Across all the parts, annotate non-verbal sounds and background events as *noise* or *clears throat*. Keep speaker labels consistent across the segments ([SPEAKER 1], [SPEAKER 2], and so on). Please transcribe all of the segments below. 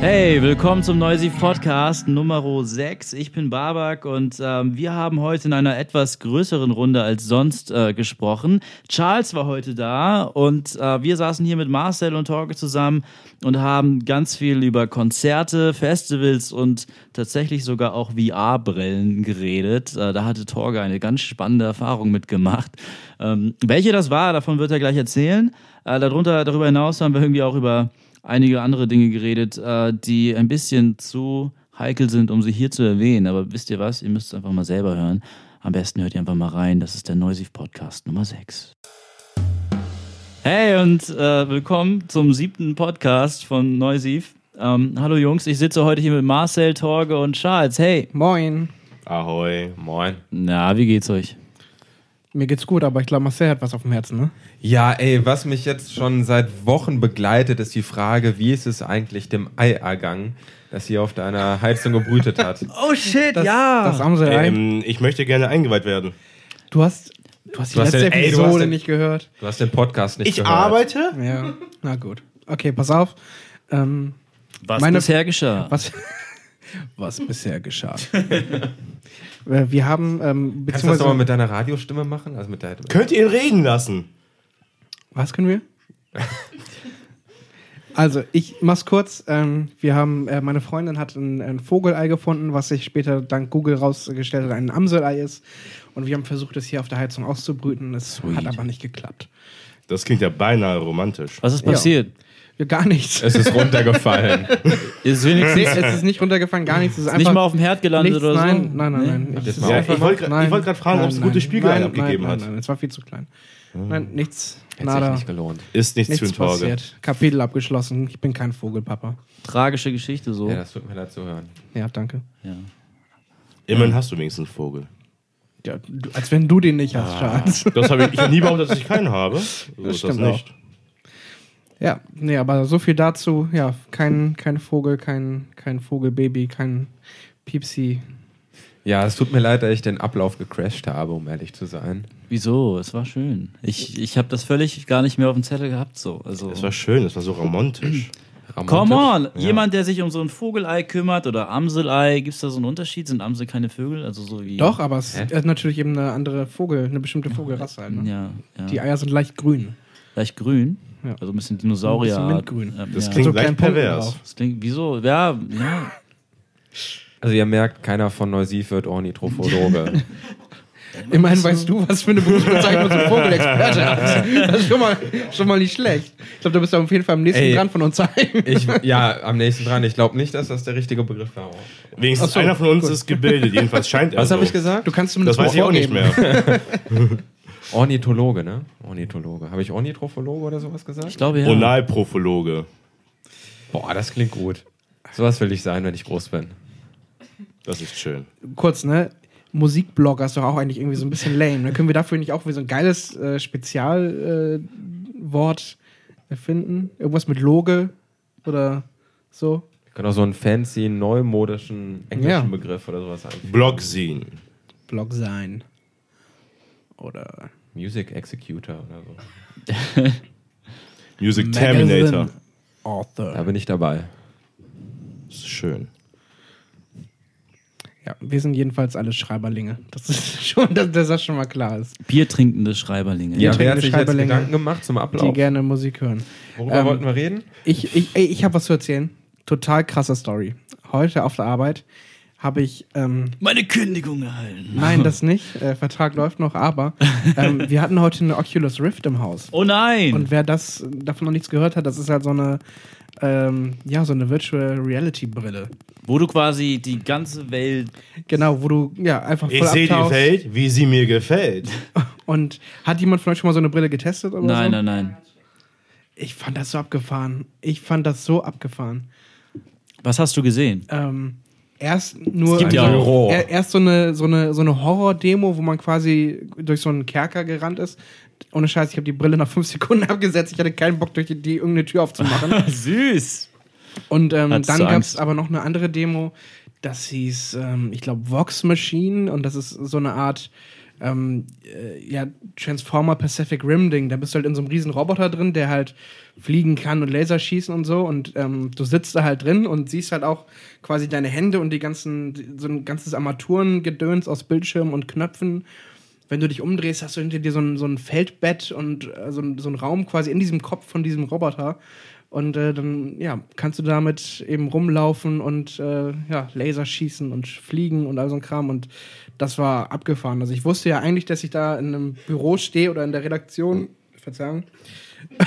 [SPEAKER 1] Hey, willkommen zum Noisy Podcast Nummer 6. Ich bin Babak und ähm, wir haben heute in einer etwas größeren Runde als sonst äh, gesprochen. Charles war heute da und äh, wir saßen hier mit Marcel und Torge zusammen und haben ganz viel über Konzerte, Festivals und tatsächlich sogar auch VR-Brillen geredet. Äh, da hatte Torge eine ganz spannende Erfahrung mitgemacht. Ähm, welche das war, davon wird er gleich erzählen. Äh, darunter, darüber hinaus haben wir irgendwie auch über einige andere Dinge geredet, äh, die ein bisschen zu heikel sind, um sie hier zu erwähnen. Aber wisst ihr was? Ihr müsst es einfach mal selber hören. Am besten hört ihr einfach mal rein. Das ist der Noisy Podcast Nummer 6. Hey und äh, willkommen zum siebten Podcast von Neusiv. Ähm, hallo Jungs, ich sitze heute hier mit Marcel, Torge und Charles. Hey,
[SPEAKER 2] Moin.
[SPEAKER 3] Ahoi, moin.
[SPEAKER 1] na, wie geht's euch?
[SPEAKER 2] Mir geht's gut, aber ich glaube, Marcel hat was auf dem Herzen, ne?
[SPEAKER 3] Ja, ey, was mich jetzt schon seit Wochen begleitet, ist die Frage, wie ist es eigentlich dem Ei ergangen, das hier auf deiner Heizung gebrütet hat?
[SPEAKER 1] Oh shit,
[SPEAKER 2] Das Amsel ein.
[SPEAKER 4] Ähm, ich möchte gerne eingeweiht werden.
[SPEAKER 2] Du hast, du hast die
[SPEAKER 3] Du hast
[SPEAKER 2] letzte
[SPEAKER 3] den- ey, du hast
[SPEAKER 2] Episode
[SPEAKER 3] den-
[SPEAKER 2] nicht gehört.
[SPEAKER 3] Du hast den Podcast nicht gehört.
[SPEAKER 4] arbeite?
[SPEAKER 2] Ja, na gut. Okay, pass auf. Ähm,
[SPEAKER 1] Was
[SPEAKER 2] Meine-
[SPEAKER 1] bisher geschah?
[SPEAKER 2] was, *laughs* was bisher
[SPEAKER 3] *laughs*
[SPEAKER 2] geschah? Äh, Wir haben, ähm,
[SPEAKER 3] Kannst du das nochmal
[SPEAKER 2] beziehungsweise,
[SPEAKER 3] mit deiner Radiostimme machen? Also mit der,
[SPEAKER 4] Könnt ihr ihn reden lassen?
[SPEAKER 2] was können wir? Also, ich mach's kurz. Ähm, wir haben, äh, meine Freundin hat ein, ein Vogelei gefunden, was sich später dank Google rausgestellt hat, ein Amselei ist. Und wir haben versucht, es hier auf der Heizung auszubrüten. Es hat aber nicht geklappt.
[SPEAKER 4] Das klingt ja beinahe romantisch.
[SPEAKER 1] Was ist passiert?
[SPEAKER 2] Ja, gar nichts.
[SPEAKER 3] es ist *laughs* runtergefallen.
[SPEAKER 1] Ist wenigstens
[SPEAKER 2] *laughs* Nee, es ist nicht runtergefallen, gar nichts. Es ist einfach
[SPEAKER 1] nicht mal auf dem Herd gelandet
[SPEAKER 2] nichts,
[SPEAKER 1] oder so?
[SPEAKER 2] nein, Nein, nein, nein. Es
[SPEAKER 3] das
[SPEAKER 2] ist
[SPEAKER 3] mal
[SPEAKER 4] Ja,
[SPEAKER 2] einfach-
[SPEAKER 4] ich wollte gerade
[SPEAKER 2] nein,
[SPEAKER 4] wollt grad fragen, ob es
[SPEAKER 2] nein,
[SPEAKER 4] ein gutes
[SPEAKER 2] nein,
[SPEAKER 4] Spiegelei
[SPEAKER 2] nein,
[SPEAKER 4] abgegeben
[SPEAKER 2] nein,
[SPEAKER 4] hat. Hm.
[SPEAKER 2] Nein, nein, es war viel zu klein. Nein, nichts.
[SPEAKER 3] Hat sich
[SPEAKER 2] Nada.
[SPEAKER 3] nicht gelohnt.
[SPEAKER 4] Ist nichts,
[SPEAKER 2] Nichts
[SPEAKER 4] für ein Torge.
[SPEAKER 2] passiert. Kapitel abgeschlossen. Ich bin kein Vogelpapa.
[SPEAKER 1] Tragische Geschichte so.
[SPEAKER 3] Ja, das tut mir leid zu hören.
[SPEAKER 2] Ja, danke.
[SPEAKER 1] Ja.
[SPEAKER 4] Immerhin hast du wenigstens einen Vogel.
[SPEAKER 2] Ja, du, als wenn du den nicht hast,
[SPEAKER 4] Ah. *laughs*
[SPEAKER 2] Charles.
[SPEAKER 4] Das habe ich, ich hab nie behauptet, dass ich keinen habe. So ist das
[SPEAKER 2] stimmt
[SPEAKER 4] nicht.
[SPEAKER 2] Ja, nee, aber so viel dazu. Ja, kein, kein Vogel, kein, kein Vogelbaby, kein Piepsi.
[SPEAKER 3] Ja, es tut mir leid, dass ich den Ablauf gecrashed habe, um ehrlich zu sein.
[SPEAKER 1] Wieso? Es war schön. Ich, ich habe das völlig gar nicht mehr auf dem Zettel gehabt. So. Also,
[SPEAKER 4] Es war schön, es war so romantisch.
[SPEAKER 1] Come on!
[SPEAKER 3] Romantisch. Ja.
[SPEAKER 1] Jemand, der sich um so ein Vogelei kümmert oder Amselei, gibt es da so einen Unterschied? Sind Amsel keine Vögel? Also so wie.
[SPEAKER 2] Doch, aber es
[SPEAKER 3] Hä?
[SPEAKER 2] ist natürlich eben eine andere Vogel, eine bestimmte Vogelrasse. Halt, ne?
[SPEAKER 1] Ja, ja.
[SPEAKER 2] Die Eier sind leicht grün.
[SPEAKER 1] Leicht grün.
[SPEAKER 2] Ja.
[SPEAKER 1] Also ein bisschen Dinosaurier.
[SPEAKER 2] Ein bisschen mintgrün.
[SPEAKER 1] Ähm,
[SPEAKER 4] Das
[SPEAKER 1] ja.
[SPEAKER 4] klingt
[SPEAKER 2] So kleinen
[SPEAKER 4] leicht
[SPEAKER 2] Punkten
[SPEAKER 4] pervers.
[SPEAKER 2] drauf.
[SPEAKER 1] Das klingt. Wieso? Ja, ja.
[SPEAKER 3] Also ihr merkt, keiner von Neusiv wird *laughs* Ornithophologe.
[SPEAKER 2] Immerhin weißt du, was für eine Berufsbezeichnung so ein Vogelexperte hat.
[SPEAKER 4] *laughs*
[SPEAKER 2] Das ist schon mal, schon mal nicht schlecht. Ich glaube, da bist du auf jeden Fall am nächsten
[SPEAKER 3] Ey.
[SPEAKER 2] dran von uns allen.
[SPEAKER 3] ich, ja, am nächsten dran. Ich glaube nicht, dass das der richtige Begriff war.
[SPEAKER 4] Wenigstens
[SPEAKER 2] Ach so,
[SPEAKER 4] einer von uns
[SPEAKER 2] gut.
[SPEAKER 4] ist gebildet, jedenfalls scheint er
[SPEAKER 3] Was
[SPEAKER 4] so.
[SPEAKER 3] habe ich gesagt?
[SPEAKER 2] Du kannst
[SPEAKER 4] Das
[SPEAKER 2] zumindest
[SPEAKER 4] weiß ich
[SPEAKER 2] mal
[SPEAKER 4] auch nicht
[SPEAKER 2] vorgeben.
[SPEAKER 4] mehr.
[SPEAKER 3] Ornithologe, ne? Ornithologe. Habe ich Ornithrophologe oder sowas gesagt?
[SPEAKER 1] Ich glaube ja.
[SPEAKER 4] Onalprophologe.
[SPEAKER 3] Boah, das klingt gut. Sowas will ich sein, wenn ich groß bin.
[SPEAKER 4] Das ist schön.
[SPEAKER 2] Kurz, ne? Musikblogger ist doch auch eigentlich irgendwie so ein bisschen lame. Dann können wir dafür nicht auch wie so ein geiles äh, Spezialwort äh, Wort erfinden. Irgendwas mit Loge oder so.
[SPEAKER 3] Ich könnte auch so einen fancy, neumodischen englischen
[SPEAKER 2] Ja.
[SPEAKER 3] Begriff oder sowas ein.
[SPEAKER 4] Blogzine.
[SPEAKER 2] Blog sein. Oder.
[SPEAKER 3] Music Executor oder so.
[SPEAKER 4] Music Terminator.
[SPEAKER 2] Magazine Author.
[SPEAKER 3] Da bin ich dabei.
[SPEAKER 4] Das ist schön.
[SPEAKER 2] Ja, wir sind jedenfalls alle Schreiberlinge. Das ist *laughs* schon, dass, dass das schon mal klar ist.
[SPEAKER 1] Biertrinkende Schreiberlinge.
[SPEAKER 3] Ja,
[SPEAKER 2] trinken
[SPEAKER 3] wer hat sich jetzt
[SPEAKER 2] Schreiberlinge,
[SPEAKER 3] Gedanken gemacht zum
[SPEAKER 2] Die
[SPEAKER 3] Ablauf?
[SPEAKER 2] gerne Musik hören.
[SPEAKER 3] Worüber
[SPEAKER 2] Ähm,
[SPEAKER 3] wollten wir reden?
[SPEAKER 2] Ich, ich, ey, ich habe was zu erzählen. Total krasse Story. Heute auf der Arbeit habe ich, ähm,
[SPEAKER 1] Meine Kündigung erhalten.
[SPEAKER 2] nein, das nicht, äh, Vertrag läuft noch, aber
[SPEAKER 4] *laughs*
[SPEAKER 2] ähm, wir hatten heute eine Oculus Rift im Haus.
[SPEAKER 1] Oh nein!
[SPEAKER 2] Und wer das äh, davon noch nichts gehört hat, das ist halt so eine, ähm, ja, so eine Virtual Reality Brille.
[SPEAKER 1] Wo du quasi die ganze Welt.
[SPEAKER 2] Genau, wo du ja einfach voll
[SPEAKER 4] Ich sehe die
[SPEAKER 2] abtauchst.
[SPEAKER 4] Welt, wie sie mir gefällt.
[SPEAKER 2] Und hat jemand von euch schon mal so eine Brille getestet oder so?
[SPEAKER 1] Nein, nein, nein.
[SPEAKER 2] Ich fand das so abgefahren. Ich fand das so abgefahren.
[SPEAKER 1] Was hast du gesehen?
[SPEAKER 2] ähm, erst nur
[SPEAKER 1] Es gibt ja
[SPEAKER 2] also,
[SPEAKER 3] auch-
[SPEAKER 2] er, erst so eine so eine so eine Horror-Demo, wo man quasi durch so einen Kerker gerannt ist. Ohne Scheiß, ich habe die Brille nach fünf Sekunden *laughs* abgesetzt. Ich hatte keinen Bock, durch die, die irgendeine Tür
[SPEAKER 1] *laughs*
[SPEAKER 2] aufzumachen.
[SPEAKER 1] Süß!
[SPEAKER 2] Und ähm, dann
[SPEAKER 1] Hattest du
[SPEAKER 2] gab es
[SPEAKER 1] Angst?
[SPEAKER 2] aber noch eine andere Demo, das hieß, ähm, ich glaube, Vox Machine. Und das ist so eine Art ähm, äh, ja, Transformer Pacific Rim Ding. Da bist du halt in so einem riesen Roboter drin, der halt fliegen kann und Laser schießen und so. Und ähm, du sitzt da halt drin und siehst halt auch quasi deine Hände und die ganzen, so ein ganzes Armaturengedöns aus Bildschirmen und Knöpfen. Wenn du dich umdrehst, hast du hinter dir so ein, so ein Feldbett und äh, so, ein, so ein Raum quasi in diesem Kopf von diesem Roboter. Und äh, dann, ja, kannst du damit eben rumlaufen und äh, ja, Laser schießen und fliegen und all so ein Kram. Und das war abgefahren. Also ich wusste ja eigentlich, dass ich da in einem Büro stehe oder in der Redaktion. Verzeihung. *laughs*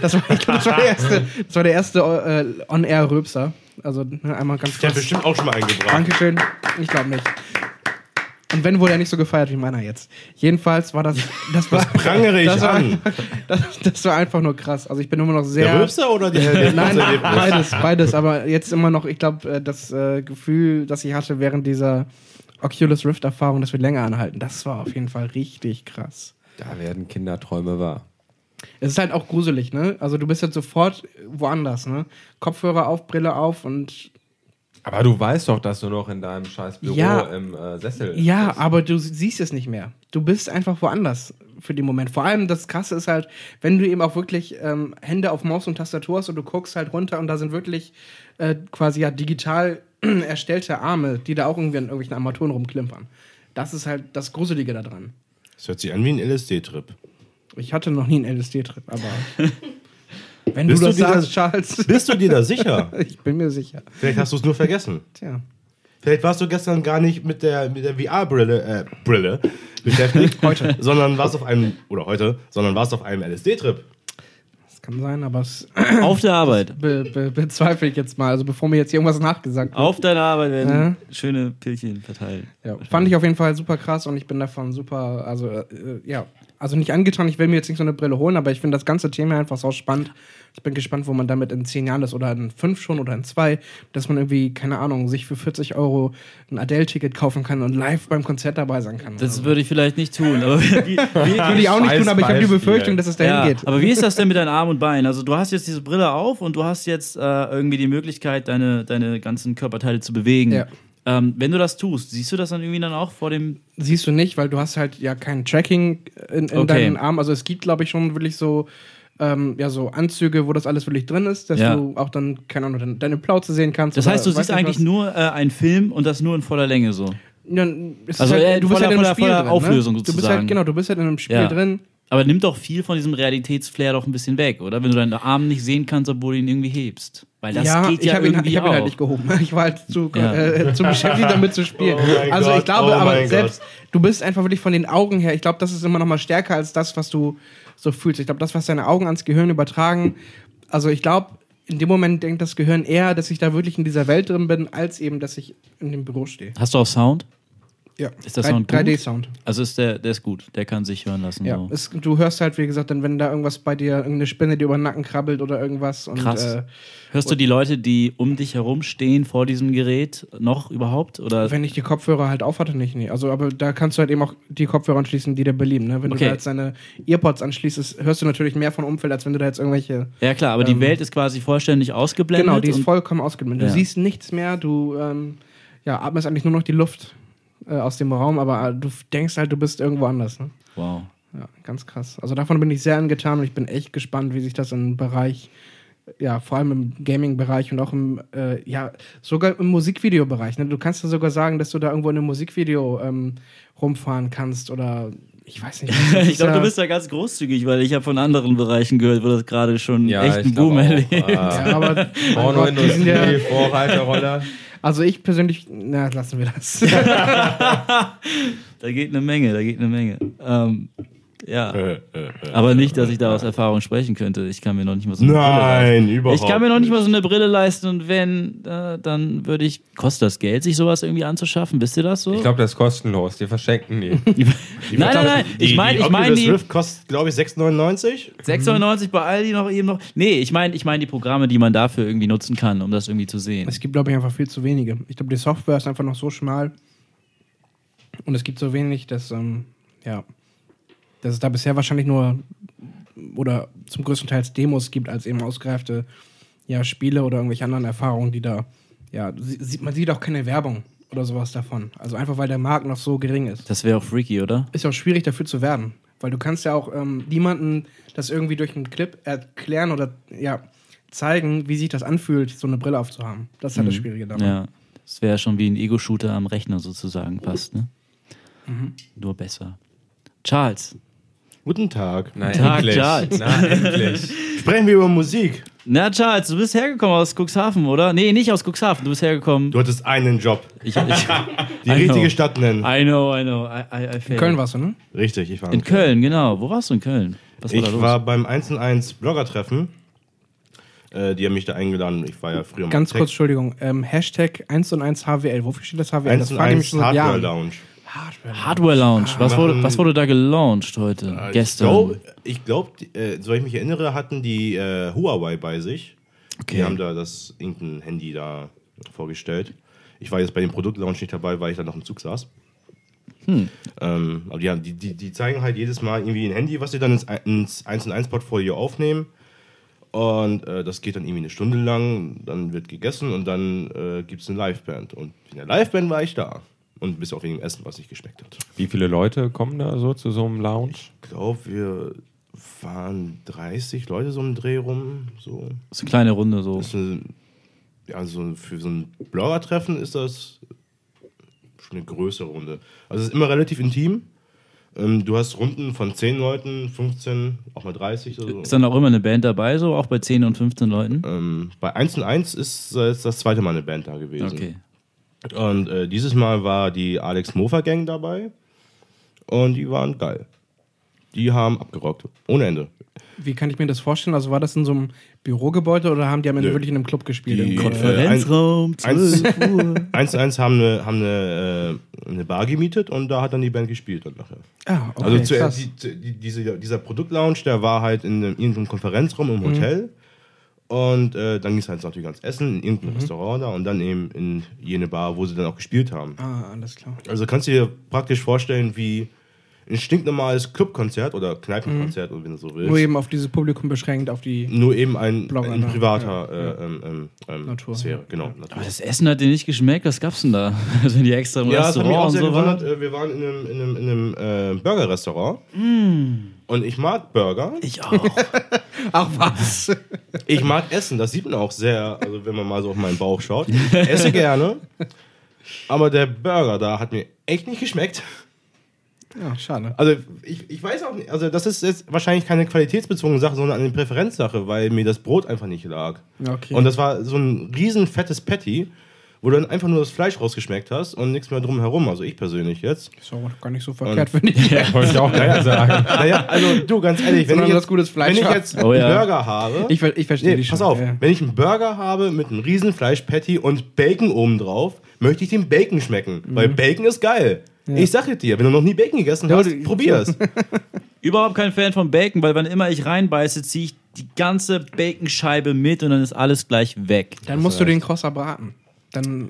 [SPEAKER 2] Das war, ich glaub, das war der erste, das war der erste äh, On-Air-Röpser. Also ne, einmal ganz
[SPEAKER 4] Der hat
[SPEAKER 2] kurz.
[SPEAKER 4] bestimmt auch schon mal eingebracht.
[SPEAKER 2] Dankeschön. Ich glaube nicht. Und wenn wurde er nicht so gefeiert wie meiner jetzt. Jedenfalls war das. Das war.
[SPEAKER 4] prangere ich
[SPEAKER 2] das war,
[SPEAKER 4] an?
[SPEAKER 2] Das, das war einfach nur krass. Also ich bin immer noch sehr.
[SPEAKER 4] Der Röpser oder der, *laughs* der
[SPEAKER 2] Nein,
[SPEAKER 4] Erlebnis?
[SPEAKER 2] beides, beides. Aber jetzt immer noch, ich glaube, das äh, Gefühl, das ich hatte während dieser Oculus Rift-Erfahrung, das wird länger anhalten. Das war auf jeden Fall richtig krass.
[SPEAKER 3] Da werden Kinderträume wahr.
[SPEAKER 2] Es ist halt auch gruselig, ne? Also du bist jetzt sofort woanders, ne? Kopfhörer auf, Brille auf und
[SPEAKER 3] Aber du weißt doch, dass du noch in deinem scheiß Büro
[SPEAKER 2] Ja.
[SPEAKER 3] im äh, Sessel
[SPEAKER 2] Ja, aber du siehst es nicht mehr. Du bist einfach woanders für den Moment. Vor allem das Krasse ist halt, wenn du eben auch wirklich ähm, Hände auf Maus und Tastatur hast und du guckst halt runter und da sind wirklich äh, quasi ja digital *clears throat* erstellte Arme, die da auch irgendwie an irgendwelchen Armaturen rumklimpern. Das ist halt das Gruselige daran.
[SPEAKER 4] Das hört sich an wie ein LSD-Trip.
[SPEAKER 2] Ich hatte noch nie einen LSD-Trip,
[SPEAKER 4] *laughs*
[SPEAKER 2] aber wenn du
[SPEAKER 4] Bist du
[SPEAKER 2] das
[SPEAKER 4] dieser-
[SPEAKER 2] sagst, Charles, *laughs*
[SPEAKER 4] Bist du dir da sicher? *laughs*
[SPEAKER 2] ich bin mir sicher.
[SPEAKER 4] Vielleicht hast du es nur vergessen.
[SPEAKER 2] Tja.
[SPEAKER 4] Vielleicht warst du gestern gar nicht mit der, mit der VR-Brille äh, Brille beschäftigt, *laughs* heute. sondern warst auf einem, oder heute, sondern warst auf einem LSD-Trip.
[SPEAKER 2] Das kann sein, aber es *laughs*
[SPEAKER 1] Auf der Arbeit.
[SPEAKER 2] be be bezweifle ich jetzt mal. Also bevor mir jetzt irgendwas nachgesagt wird.
[SPEAKER 1] Auf deiner Arbeit werden schöne Pillchen verteilt.
[SPEAKER 2] Ja, fand ich auf jeden Fall super krass und ich bin davon super, also äh, ja, also nicht angetan, ich will mir jetzt nicht so eine Brille holen, aber ich finde das ganze Thema einfach so spannend. Ich bin gespannt, wo man damit in zehn Jahren ist oder in fünf schon oder in zwei, dass man irgendwie, keine Ahnung, sich für 40 Euro ein Adele-Ticket kaufen kann und live beim Konzert dabei sein kann.
[SPEAKER 1] Das würde ich vielleicht nicht tun. Aber *laughs* wie, wie,
[SPEAKER 2] würde ich auch nicht tun, aber ich habe die
[SPEAKER 3] Scheiß Beispiel.
[SPEAKER 2] Befürchtung, dass es dahin
[SPEAKER 1] ja,
[SPEAKER 2] geht.
[SPEAKER 1] aber wie ist das denn mit deinen Armen und Beinen? Also du hast jetzt diese Brille auf und du hast jetzt äh, irgendwie die Möglichkeit, deine, deine ganzen Körperteile zu bewegen.
[SPEAKER 2] Ja.
[SPEAKER 1] Ähm, wenn du das tust, siehst du das dann irgendwie dann auch vor dem
[SPEAKER 2] Siehst du nicht, weil du hast halt ja kein Tracking in, in
[SPEAKER 1] Okay.
[SPEAKER 2] deinen Armen. Also es gibt, glaube ich, schon wirklich so, ähm, ja, so Anzüge, wo das alles wirklich drin ist, dass
[SPEAKER 1] Ja.
[SPEAKER 2] du auch dann, keine Ahnung, deine- deine Plauze sehen kannst.
[SPEAKER 1] Das
[SPEAKER 2] oder
[SPEAKER 1] heißt, du
[SPEAKER 2] weiß
[SPEAKER 1] siehst
[SPEAKER 2] nicht
[SPEAKER 1] eigentlich
[SPEAKER 2] was.
[SPEAKER 1] nur äh, einen Film und das nur in voller Länge so.
[SPEAKER 2] Ja, es ist
[SPEAKER 1] Also, äh,
[SPEAKER 2] du bist
[SPEAKER 1] voller-
[SPEAKER 2] halt in einem
[SPEAKER 1] voller-
[SPEAKER 2] Spiel
[SPEAKER 1] voller
[SPEAKER 2] drin,
[SPEAKER 1] Auflösung
[SPEAKER 2] ne? Du bist
[SPEAKER 1] sozusagen.
[SPEAKER 2] halt, genau, du bist halt in einem Spiel
[SPEAKER 1] Ja.
[SPEAKER 2] drin.
[SPEAKER 1] Aber nimmt doch viel von diesem Realitätsflair doch ein bisschen weg, oder? Wenn du deinen Arm nicht sehen kannst, obwohl du ihn irgendwie hebst. Weil das
[SPEAKER 2] ja,
[SPEAKER 1] geht
[SPEAKER 2] ich
[SPEAKER 1] ja
[SPEAKER 2] habe ihn,
[SPEAKER 1] irgendwie
[SPEAKER 2] ich hab ihn
[SPEAKER 1] auch.
[SPEAKER 2] halt nicht gehoben. *laughs* Ich war halt zu,
[SPEAKER 1] Ja.
[SPEAKER 2] äh, zu
[SPEAKER 1] *laughs*
[SPEAKER 2] beschäftigt, *laughs* damit zu spielen.
[SPEAKER 4] Oh mein
[SPEAKER 2] also ich
[SPEAKER 4] Gott,
[SPEAKER 2] glaube,
[SPEAKER 4] oh
[SPEAKER 2] aber
[SPEAKER 4] mein
[SPEAKER 2] selbst du bist einfach wirklich von den Augen her. Ich glaube, das ist immer noch mal stärker als das, was du so fühlst. Ich glaube, das, was deine Augen ans Gehirn übertragen. Also ich glaube, in dem Moment denkt das Gehirn eher, dass ich da wirklich in dieser Welt drin bin, als eben, dass ich in dem Büro stehe.
[SPEAKER 1] Hast du auch Sound?
[SPEAKER 2] Ja.
[SPEAKER 1] Ist das Sound gut?
[SPEAKER 2] 3D-Sound.
[SPEAKER 1] Also ist der, der ist gut, der kann sich hören lassen.
[SPEAKER 2] Ja,
[SPEAKER 1] so.
[SPEAKER 2] es, du hörst halt, wie gesagt, dann, wenn da irgendwas bei dir, irgendeine Spinne, die über den Nacken krabbelt oder irgendwas. Und,
[SPEAKER 1] Krass.
[SPEAKER 2] Äh,
[SPEAKER 1] Hörst du die Leute, die um dich herum stehen vor diesem Gerät noch überhaupt? Oder
[SPEAKER 2] wenn ich die Kopfhörer halt auf hatte, nicht, nee. Also, aber da kannst du halt eben auch die Kopfhörer anschließen, die dir belieben. Ne? Wenn du
[SPEAKER 1] Okay.
[SPEAKER 2] da jetzt deine Earpods anschließt, ist- hörst du natürlich mehr von Umfeld, als wenn du da jetzt irgendwelche.
[SPEAKER 1] ja klar, aber die
[SPEAKER 2] Ähm,
[SPEAKER 1] Welt ist quasi vollständig ausgeblendet.
[SPEAKER 2] Genau, die ist
[SPEAKER 1] und-
[SPEAKER 2] vollkommen ausgeblendet. Du
[SPEAKER 1] Ja.
[SPEAKER 2] siehst nichts mehr, du ähm, ja, atmest eigentlich nur noch die Luft äh, aus dem Raum, aber äh, du f- denkst halt, du bist irgendwo anders. Ne?
[SPEAKER 1] Wow.
[SPEAKER 2] Ja, ganz krass. Also davon bin ich sehr angetan und ich bin echt gespannt, wie sich das im Bereich, ja, vor allem im Gaming-Bereich und auch im, äh, ja, sogar im Musikvideobereich. Ne? Du kannst ja sogar sagen, dass du da irgendwo in einem Musikvideo ähm, rumfahren kannst oder ich weiß nicht. was
[SPEAKER 1] *laughs*
[SPEAKER 2] das
[SPEAKER 1] Ich glaube,
[SPEAKER 2] ist,
[SPEAKER 1] du
[SPEAKER 2] äh,
[SPEAKER 1] bist da ganz großzügig, weil ich habe von anderen Bereichen gehört, wo das gerade schon
[SPEAKER 3] Ja,
[SPEAKER 1] echt
[SPEAKER 3] ich
[SPEAKER 1] einen
[SPEAKER 3] glaub
[SPEAKER 1] Boom
[SPEAKER 3] auch,
[SPEAKER 1] erlebt.
[SPEAKER 3] äh,
[SPEAKER 2] Ja, aber mein Gott, die sind
[SPEAKER 3] Pornoindustrie,
[SPEAKER 2] ja,
[SPEAKER 3] Vorreiterrolle.
[SPEAKER 2] also ich persönlich, na, lassen wir das.
[SPEAKER 1] Da geht eine Menge, da geht eine Menge. Ähm, ja,
[SPEAKER 4] Äh, äh, äh.
[SPEAKER 1] aber nicht, dass ich da aus Erfahrung sprechen könnte. Ich kann mir noch nicht mal so eine Brille leisten.
[SPEAKER 4] Nein, überhaupt
[SPEAKER 1] Ich kann mir noch nicht mal so eine Brille leisten und wenn, äh, dann würde ich. Kostet das Geld, sich sowas irgendwie anzuschaffen? Wisst ihr das so?
[SPEAKER 3] Ich glaube, das ist kostenlos. Die verschenken die.
[SPEAKER 4] Die
[SPEAKER 1] nein, nein,
[SPEAKER 4] Vertrag-
[SPEAKER 1] nein. Ich
[SPEAKER 4] die-
[SPEAKER 1] meine,
[SPEAKER 4] die
[SPEAKER 1] ich meine
[SPEAKER 4] Oculus
[SPEAKER 1] die
[SPEAKER 4] Rift kostet, glaube ich, 6,99.
[SPEAKER 1] 6,99 bei Aldi noch eben noch. Nee, ich meine, ich meine die Programme, die man dafür irgendwie nutzen kann, um das irgendwie zu sehen.
[SPEAKER 2] Es gibt, glaube ich, einfach viel zu wenige. Ich glaube, die Software ist einfach noch so schmal und es gibt so wenig, dass, ähm, ja, dass es da bisher wahrscheinlich nur oder zum größten Teil Demos gibt, als eben ausgereifte ja, Spiele oder irgendwelche anderen Erfahrungen, die da, ja, sie- sieht, man sieht auch keine Werbung. oder sowas davon. Also einfach, weil der Markt noch so gering ist.
[SPEAKER 1] Das wäre auch freaky, oder?
[SPEAKER 2] Ist ja auch schwierig, dafür zu werben. Weil du kannst ja auch ähm, niemanden das irgendwie durch einen Clip erklären oder ja, zeigen, wie sich das anfühlt, so eine Brille aufzuhaben. Das ist halt
[SPEAKER 4] Mhm.
[SPEAKER 2] das Schwierige daran.
[SPEAKER 1] Ja. Das wäre schon wie ein Ego-Shooter am Rechner sozusagen fast, ne?
[SPEAKER 2] Mhm.
[SPEAKER 1] Nur besser. Charles.
[SPEAKER 4] Guten Tag.
[SPEAKER 3] Na,
[SPEAKER 1] Tag,
[SPEAKER 3] endlich.
[SPEAKER 1] Charles.
[SPEAKER 3] Na, endlich.
[SPEAKER 4] Sprechen wir über Musik.
[SPEAKER 1] Na, Charles, du bist hergekommen aus Cuxhaven, oder? Nee, nicht aus Cuxhaven, du bist hergekommen.
[SPEAKER 4] Du hattest einen Job.
[SPEAKER 1] ich, ich,
[SPEAKER 4] *laughs* Die
[SPEAKER 1] I know.
[SPEAKER 4] richtige Stadt nennen.
[SPEAKER 1] I know, I know. I, I, I fail.
[SPEAKER 2] In Köln warst du, ne?
[SPEAKER 4] Richtig, ich war
[SPEAKER 1] In Köln, genau. Wo warst du in Köln? Was war da
[SPEAKER 4] Ich
[SPEAKER 1] los?
[SPEAKER 4] war beim 1 und 1 Blogger-Treffen. Äh, die haben mich da eingeladen. Ich war ja früher
[SPEAKER 2] Ganz
[SPEAKER 4] Tech-
[SPEAKER 2] kurz, Entschuldigung. Ähm, Hashtag 1 und 1 HWL. Wofür steht das HWL?
[SPEAKER 4] 1
[SPEAKER 2] das
[SPEAKER 4] und
[SPEAKER 2] frage ich mich
[SPEAKER 4] 1
[SPEAKER 2] schon seit
[SPEAKER 4] Hardware
[SPEAKER 2] Jahren.
[SPEAKER 4] Lounge.
[SPEAKER 1] Hardware Lounge. Was wurde, was wurde da gelauncht heute?
[SPEAKER 4] Ich
[SPEAKER 1] Gestern.
[SPEAKER 4] glaub- Ich glaube, äh, so ich mich erinnere, hatten die äh, Huawei bei sich.
[SPEAKER 1] Okay.
[SPEAKER 4] Die haben da das irgendein Handy da vorgestellt. Ich war jetzt bei dem Produktlaunch nicht dabei, weil ich da noch im Zug saß. Ähm, aber die, haben, die, die, die zeigen halt jedes Mal irgendwie ein Handy, was sie dann ins, ins 1 und 1 Portfolio aufnehmen. Und äh, das geht dann irgendwie eine Stunde lang, dann wird gegessen und dann äh, gibt es eine Liveband. Und in der Liveband war ich da. Und bis auf wegen dem Essen, was nicht geschmeckt hat.
[SPEAKER 3] Wie viele Leute kommen da so zu so einem Lounge?
[SPEAKER 4] glaube, wir waren 30 Leute so im Dreh rum. So.
[SPEAKER 1] So eine kleine Runde so.
[SPEAKER 4] Das ist eine, ja, so für so ein Blogger-Treffen ist das schon eine größere Runde. Also es ist immer relativ intim. Ähm, du hast Runden von 10 Leuten, 15, auch mal 30. So.
[SPEAKER 1] Ist dann auch immer eine Band dabei, so auch bei 10 und 15 Leuten?
[SPEAKER 4] Ähm, bei 1 und 1 ist äh, jetzt das zweite Mal eine Band da gewesen.
[SPEAKER 1] Okay.
[SPEAKER 4] Und äh, dieses Mal war die Alex Mofa Gang dabei. Und die waren geil. Die haben abgerockt. Ohne Ende.
[SPEAKER 2] Wie kann ich mir das vorstellen? Also war das in so einem Bürogebäude oder haben die am Ende
[SPEAKER 4] Nö.
[SPEAKER 2] wirklich in einem Club gespielt?
[SPEAKER 4] Die-
[SPEAKER 2] Im Kopf?
[SPEAKER 4] Konfer-
[SPEAKER 1] Konferenzraum,
[SPEAKER 4] eins-
[SPEAKER 1] 12 Uhr.
[SPEAKER 4] *laughs* 1 zu 1 haben eine, haben eine, äh, eine Bar gemietet und da hat dann die Band gespielt dann nachher.
[SPEAKER 2] ah, okay,
[SPEAKER 4] Also zu,
[SPEAKER 2] krass.
[SPEAKER 4] die, zu- die, diese, dieser Produktlounge, der war halt in einem, irgendeinem Konferenzraum
[SPEAKER 2] Mhm.
[SPEAKER 4] im Hotel. Und äh, dann ging es halt natürlich ans Essen in irgendeinem
[SPEAKER 2] Mhm.
[SPEAKER 4] Restaurant da und dann eben in jene Bar, wo sie dann auch gespielt haben.
[SPEAKER 2] ah, alles klar.
[SPEAKER 4] Also kannst du dir praktisch vorstellen, wie ein stinknormales Clubkonzert oder Kneipenkonzert, oder wenn du so willst.
[SPEAKER 2] Mhm. Nur eben auf dieses Publikum beschränkt, auf die.
[SPEAKER 4] Nur eben ein,
[SPEAKER 2] Blogger,
[SPEAKER 4] ein
[SPEAKER 2] ne?
[SPEAKER 4] privater äh, ähm, ähm, ähm,
[SPEAKER 2] Natur.
[SPEAKER 4] Sphäre. Genau, Natur.
[SPEAKER 1] Aber das Essen hat dir nicht geschmeckt, was gab's denn da? *laughs* Also die extra im
[SPEAKER 4] Ja, das hat mich
[SPEAKER 1] Restaurant
[SPEAKER 4] auch sehr
[SPEAKER 1] und so
[SPEAKER 4] gewundert.
[SPEAKER 1] war.
[SPEAKER 4] Äh, Wir waren in einem, in einem, in einem äh, Burger-Restaurant.
[SPEAKER 2] Mhm.
[SPEAKER 4] Und ich mag Burger.
[SPEAKER 1] Ich auch. *laughs*
[SPEAKER 2] Ach was?
[SPEAKER 4] Ich mag Essen. Das sieht man auch sehr, also wenn man mal so auf meinen Bauch schaut. Ich esse gerne. Aber der Burger da hat mir echt nicht geschmeckt.
[SPEAKER 2] *laughs* ja, schade.
[SPEAKER 4] Also ich, ich weiß auch nicht, also das ist jetzt wahrscheinlich keine qualitätsbezogene Sache, sondern eine Präferenzsache, weil mir das Brot einfach nicht lag.
[SPEAKER 2] Okay.
[SPEAKER 4] Und das war so ein riesen fettes Patty, wo du dann einfach nur das Fleisch rausgeschmeckt hast und nichts mehr drumherum. Also ich persönlich jetzt.
[SPEAKER 2] Ist auch gar nicht so verkehrt, finde ich.
[SPEAKER 4] *laughs*
[SPEAKER 3] Wollte ich auch gerade sagen.
[SPEAKER 4] Naja, also du, ganz ehrlich, wenn
[SPEAKER 2] Solange
[SPEAKER 4] ich
[SPEAKER 2] du
[SPEAKER 4] jetzt,
[SPEAKER 2] das gutes Fleisch
[SPEAKER 4] wenn ich
[SPEAKER 2] hast.
[SPEAKER 4] jetzt
[SPEAKER 1] Oh, ja.
[SPEAKER 4] einen Burger habe.
[SPEAKER 2] Ich, ver- ich verstehe
[SPEAKER 4] nee,
[SPEAKER 2] dich
[SPEAKER 4] pass
[SPEAKER 2] schon,
[SPEAKER 4] auf,
[SPEAKER 2] ja.
[SPEAKER 4] wenn ich einen Burger habe mit einem riesen Fleischpatty und Bacon obendrauf, möchte ich den Bacon schmecken.
[SPEAKER 2] Mhm.
[SPEAKER 4] Weil Bacon ist geil. Ich sage dir, wenn du noch nie Bacon gegessen hast,
[SPEAKER 2] du- *laughs*
[SPEAKER 4] probier's.
[SPEAKER 1] Überhaupt kein Fan von Bacon, weil wann immer ich reinbeiße, ziehe ich die ganze Baconscheibe mit und dann ist alles gleich weg.
[SPEAKER 2] Dann musst du den Crosser braten. Dann,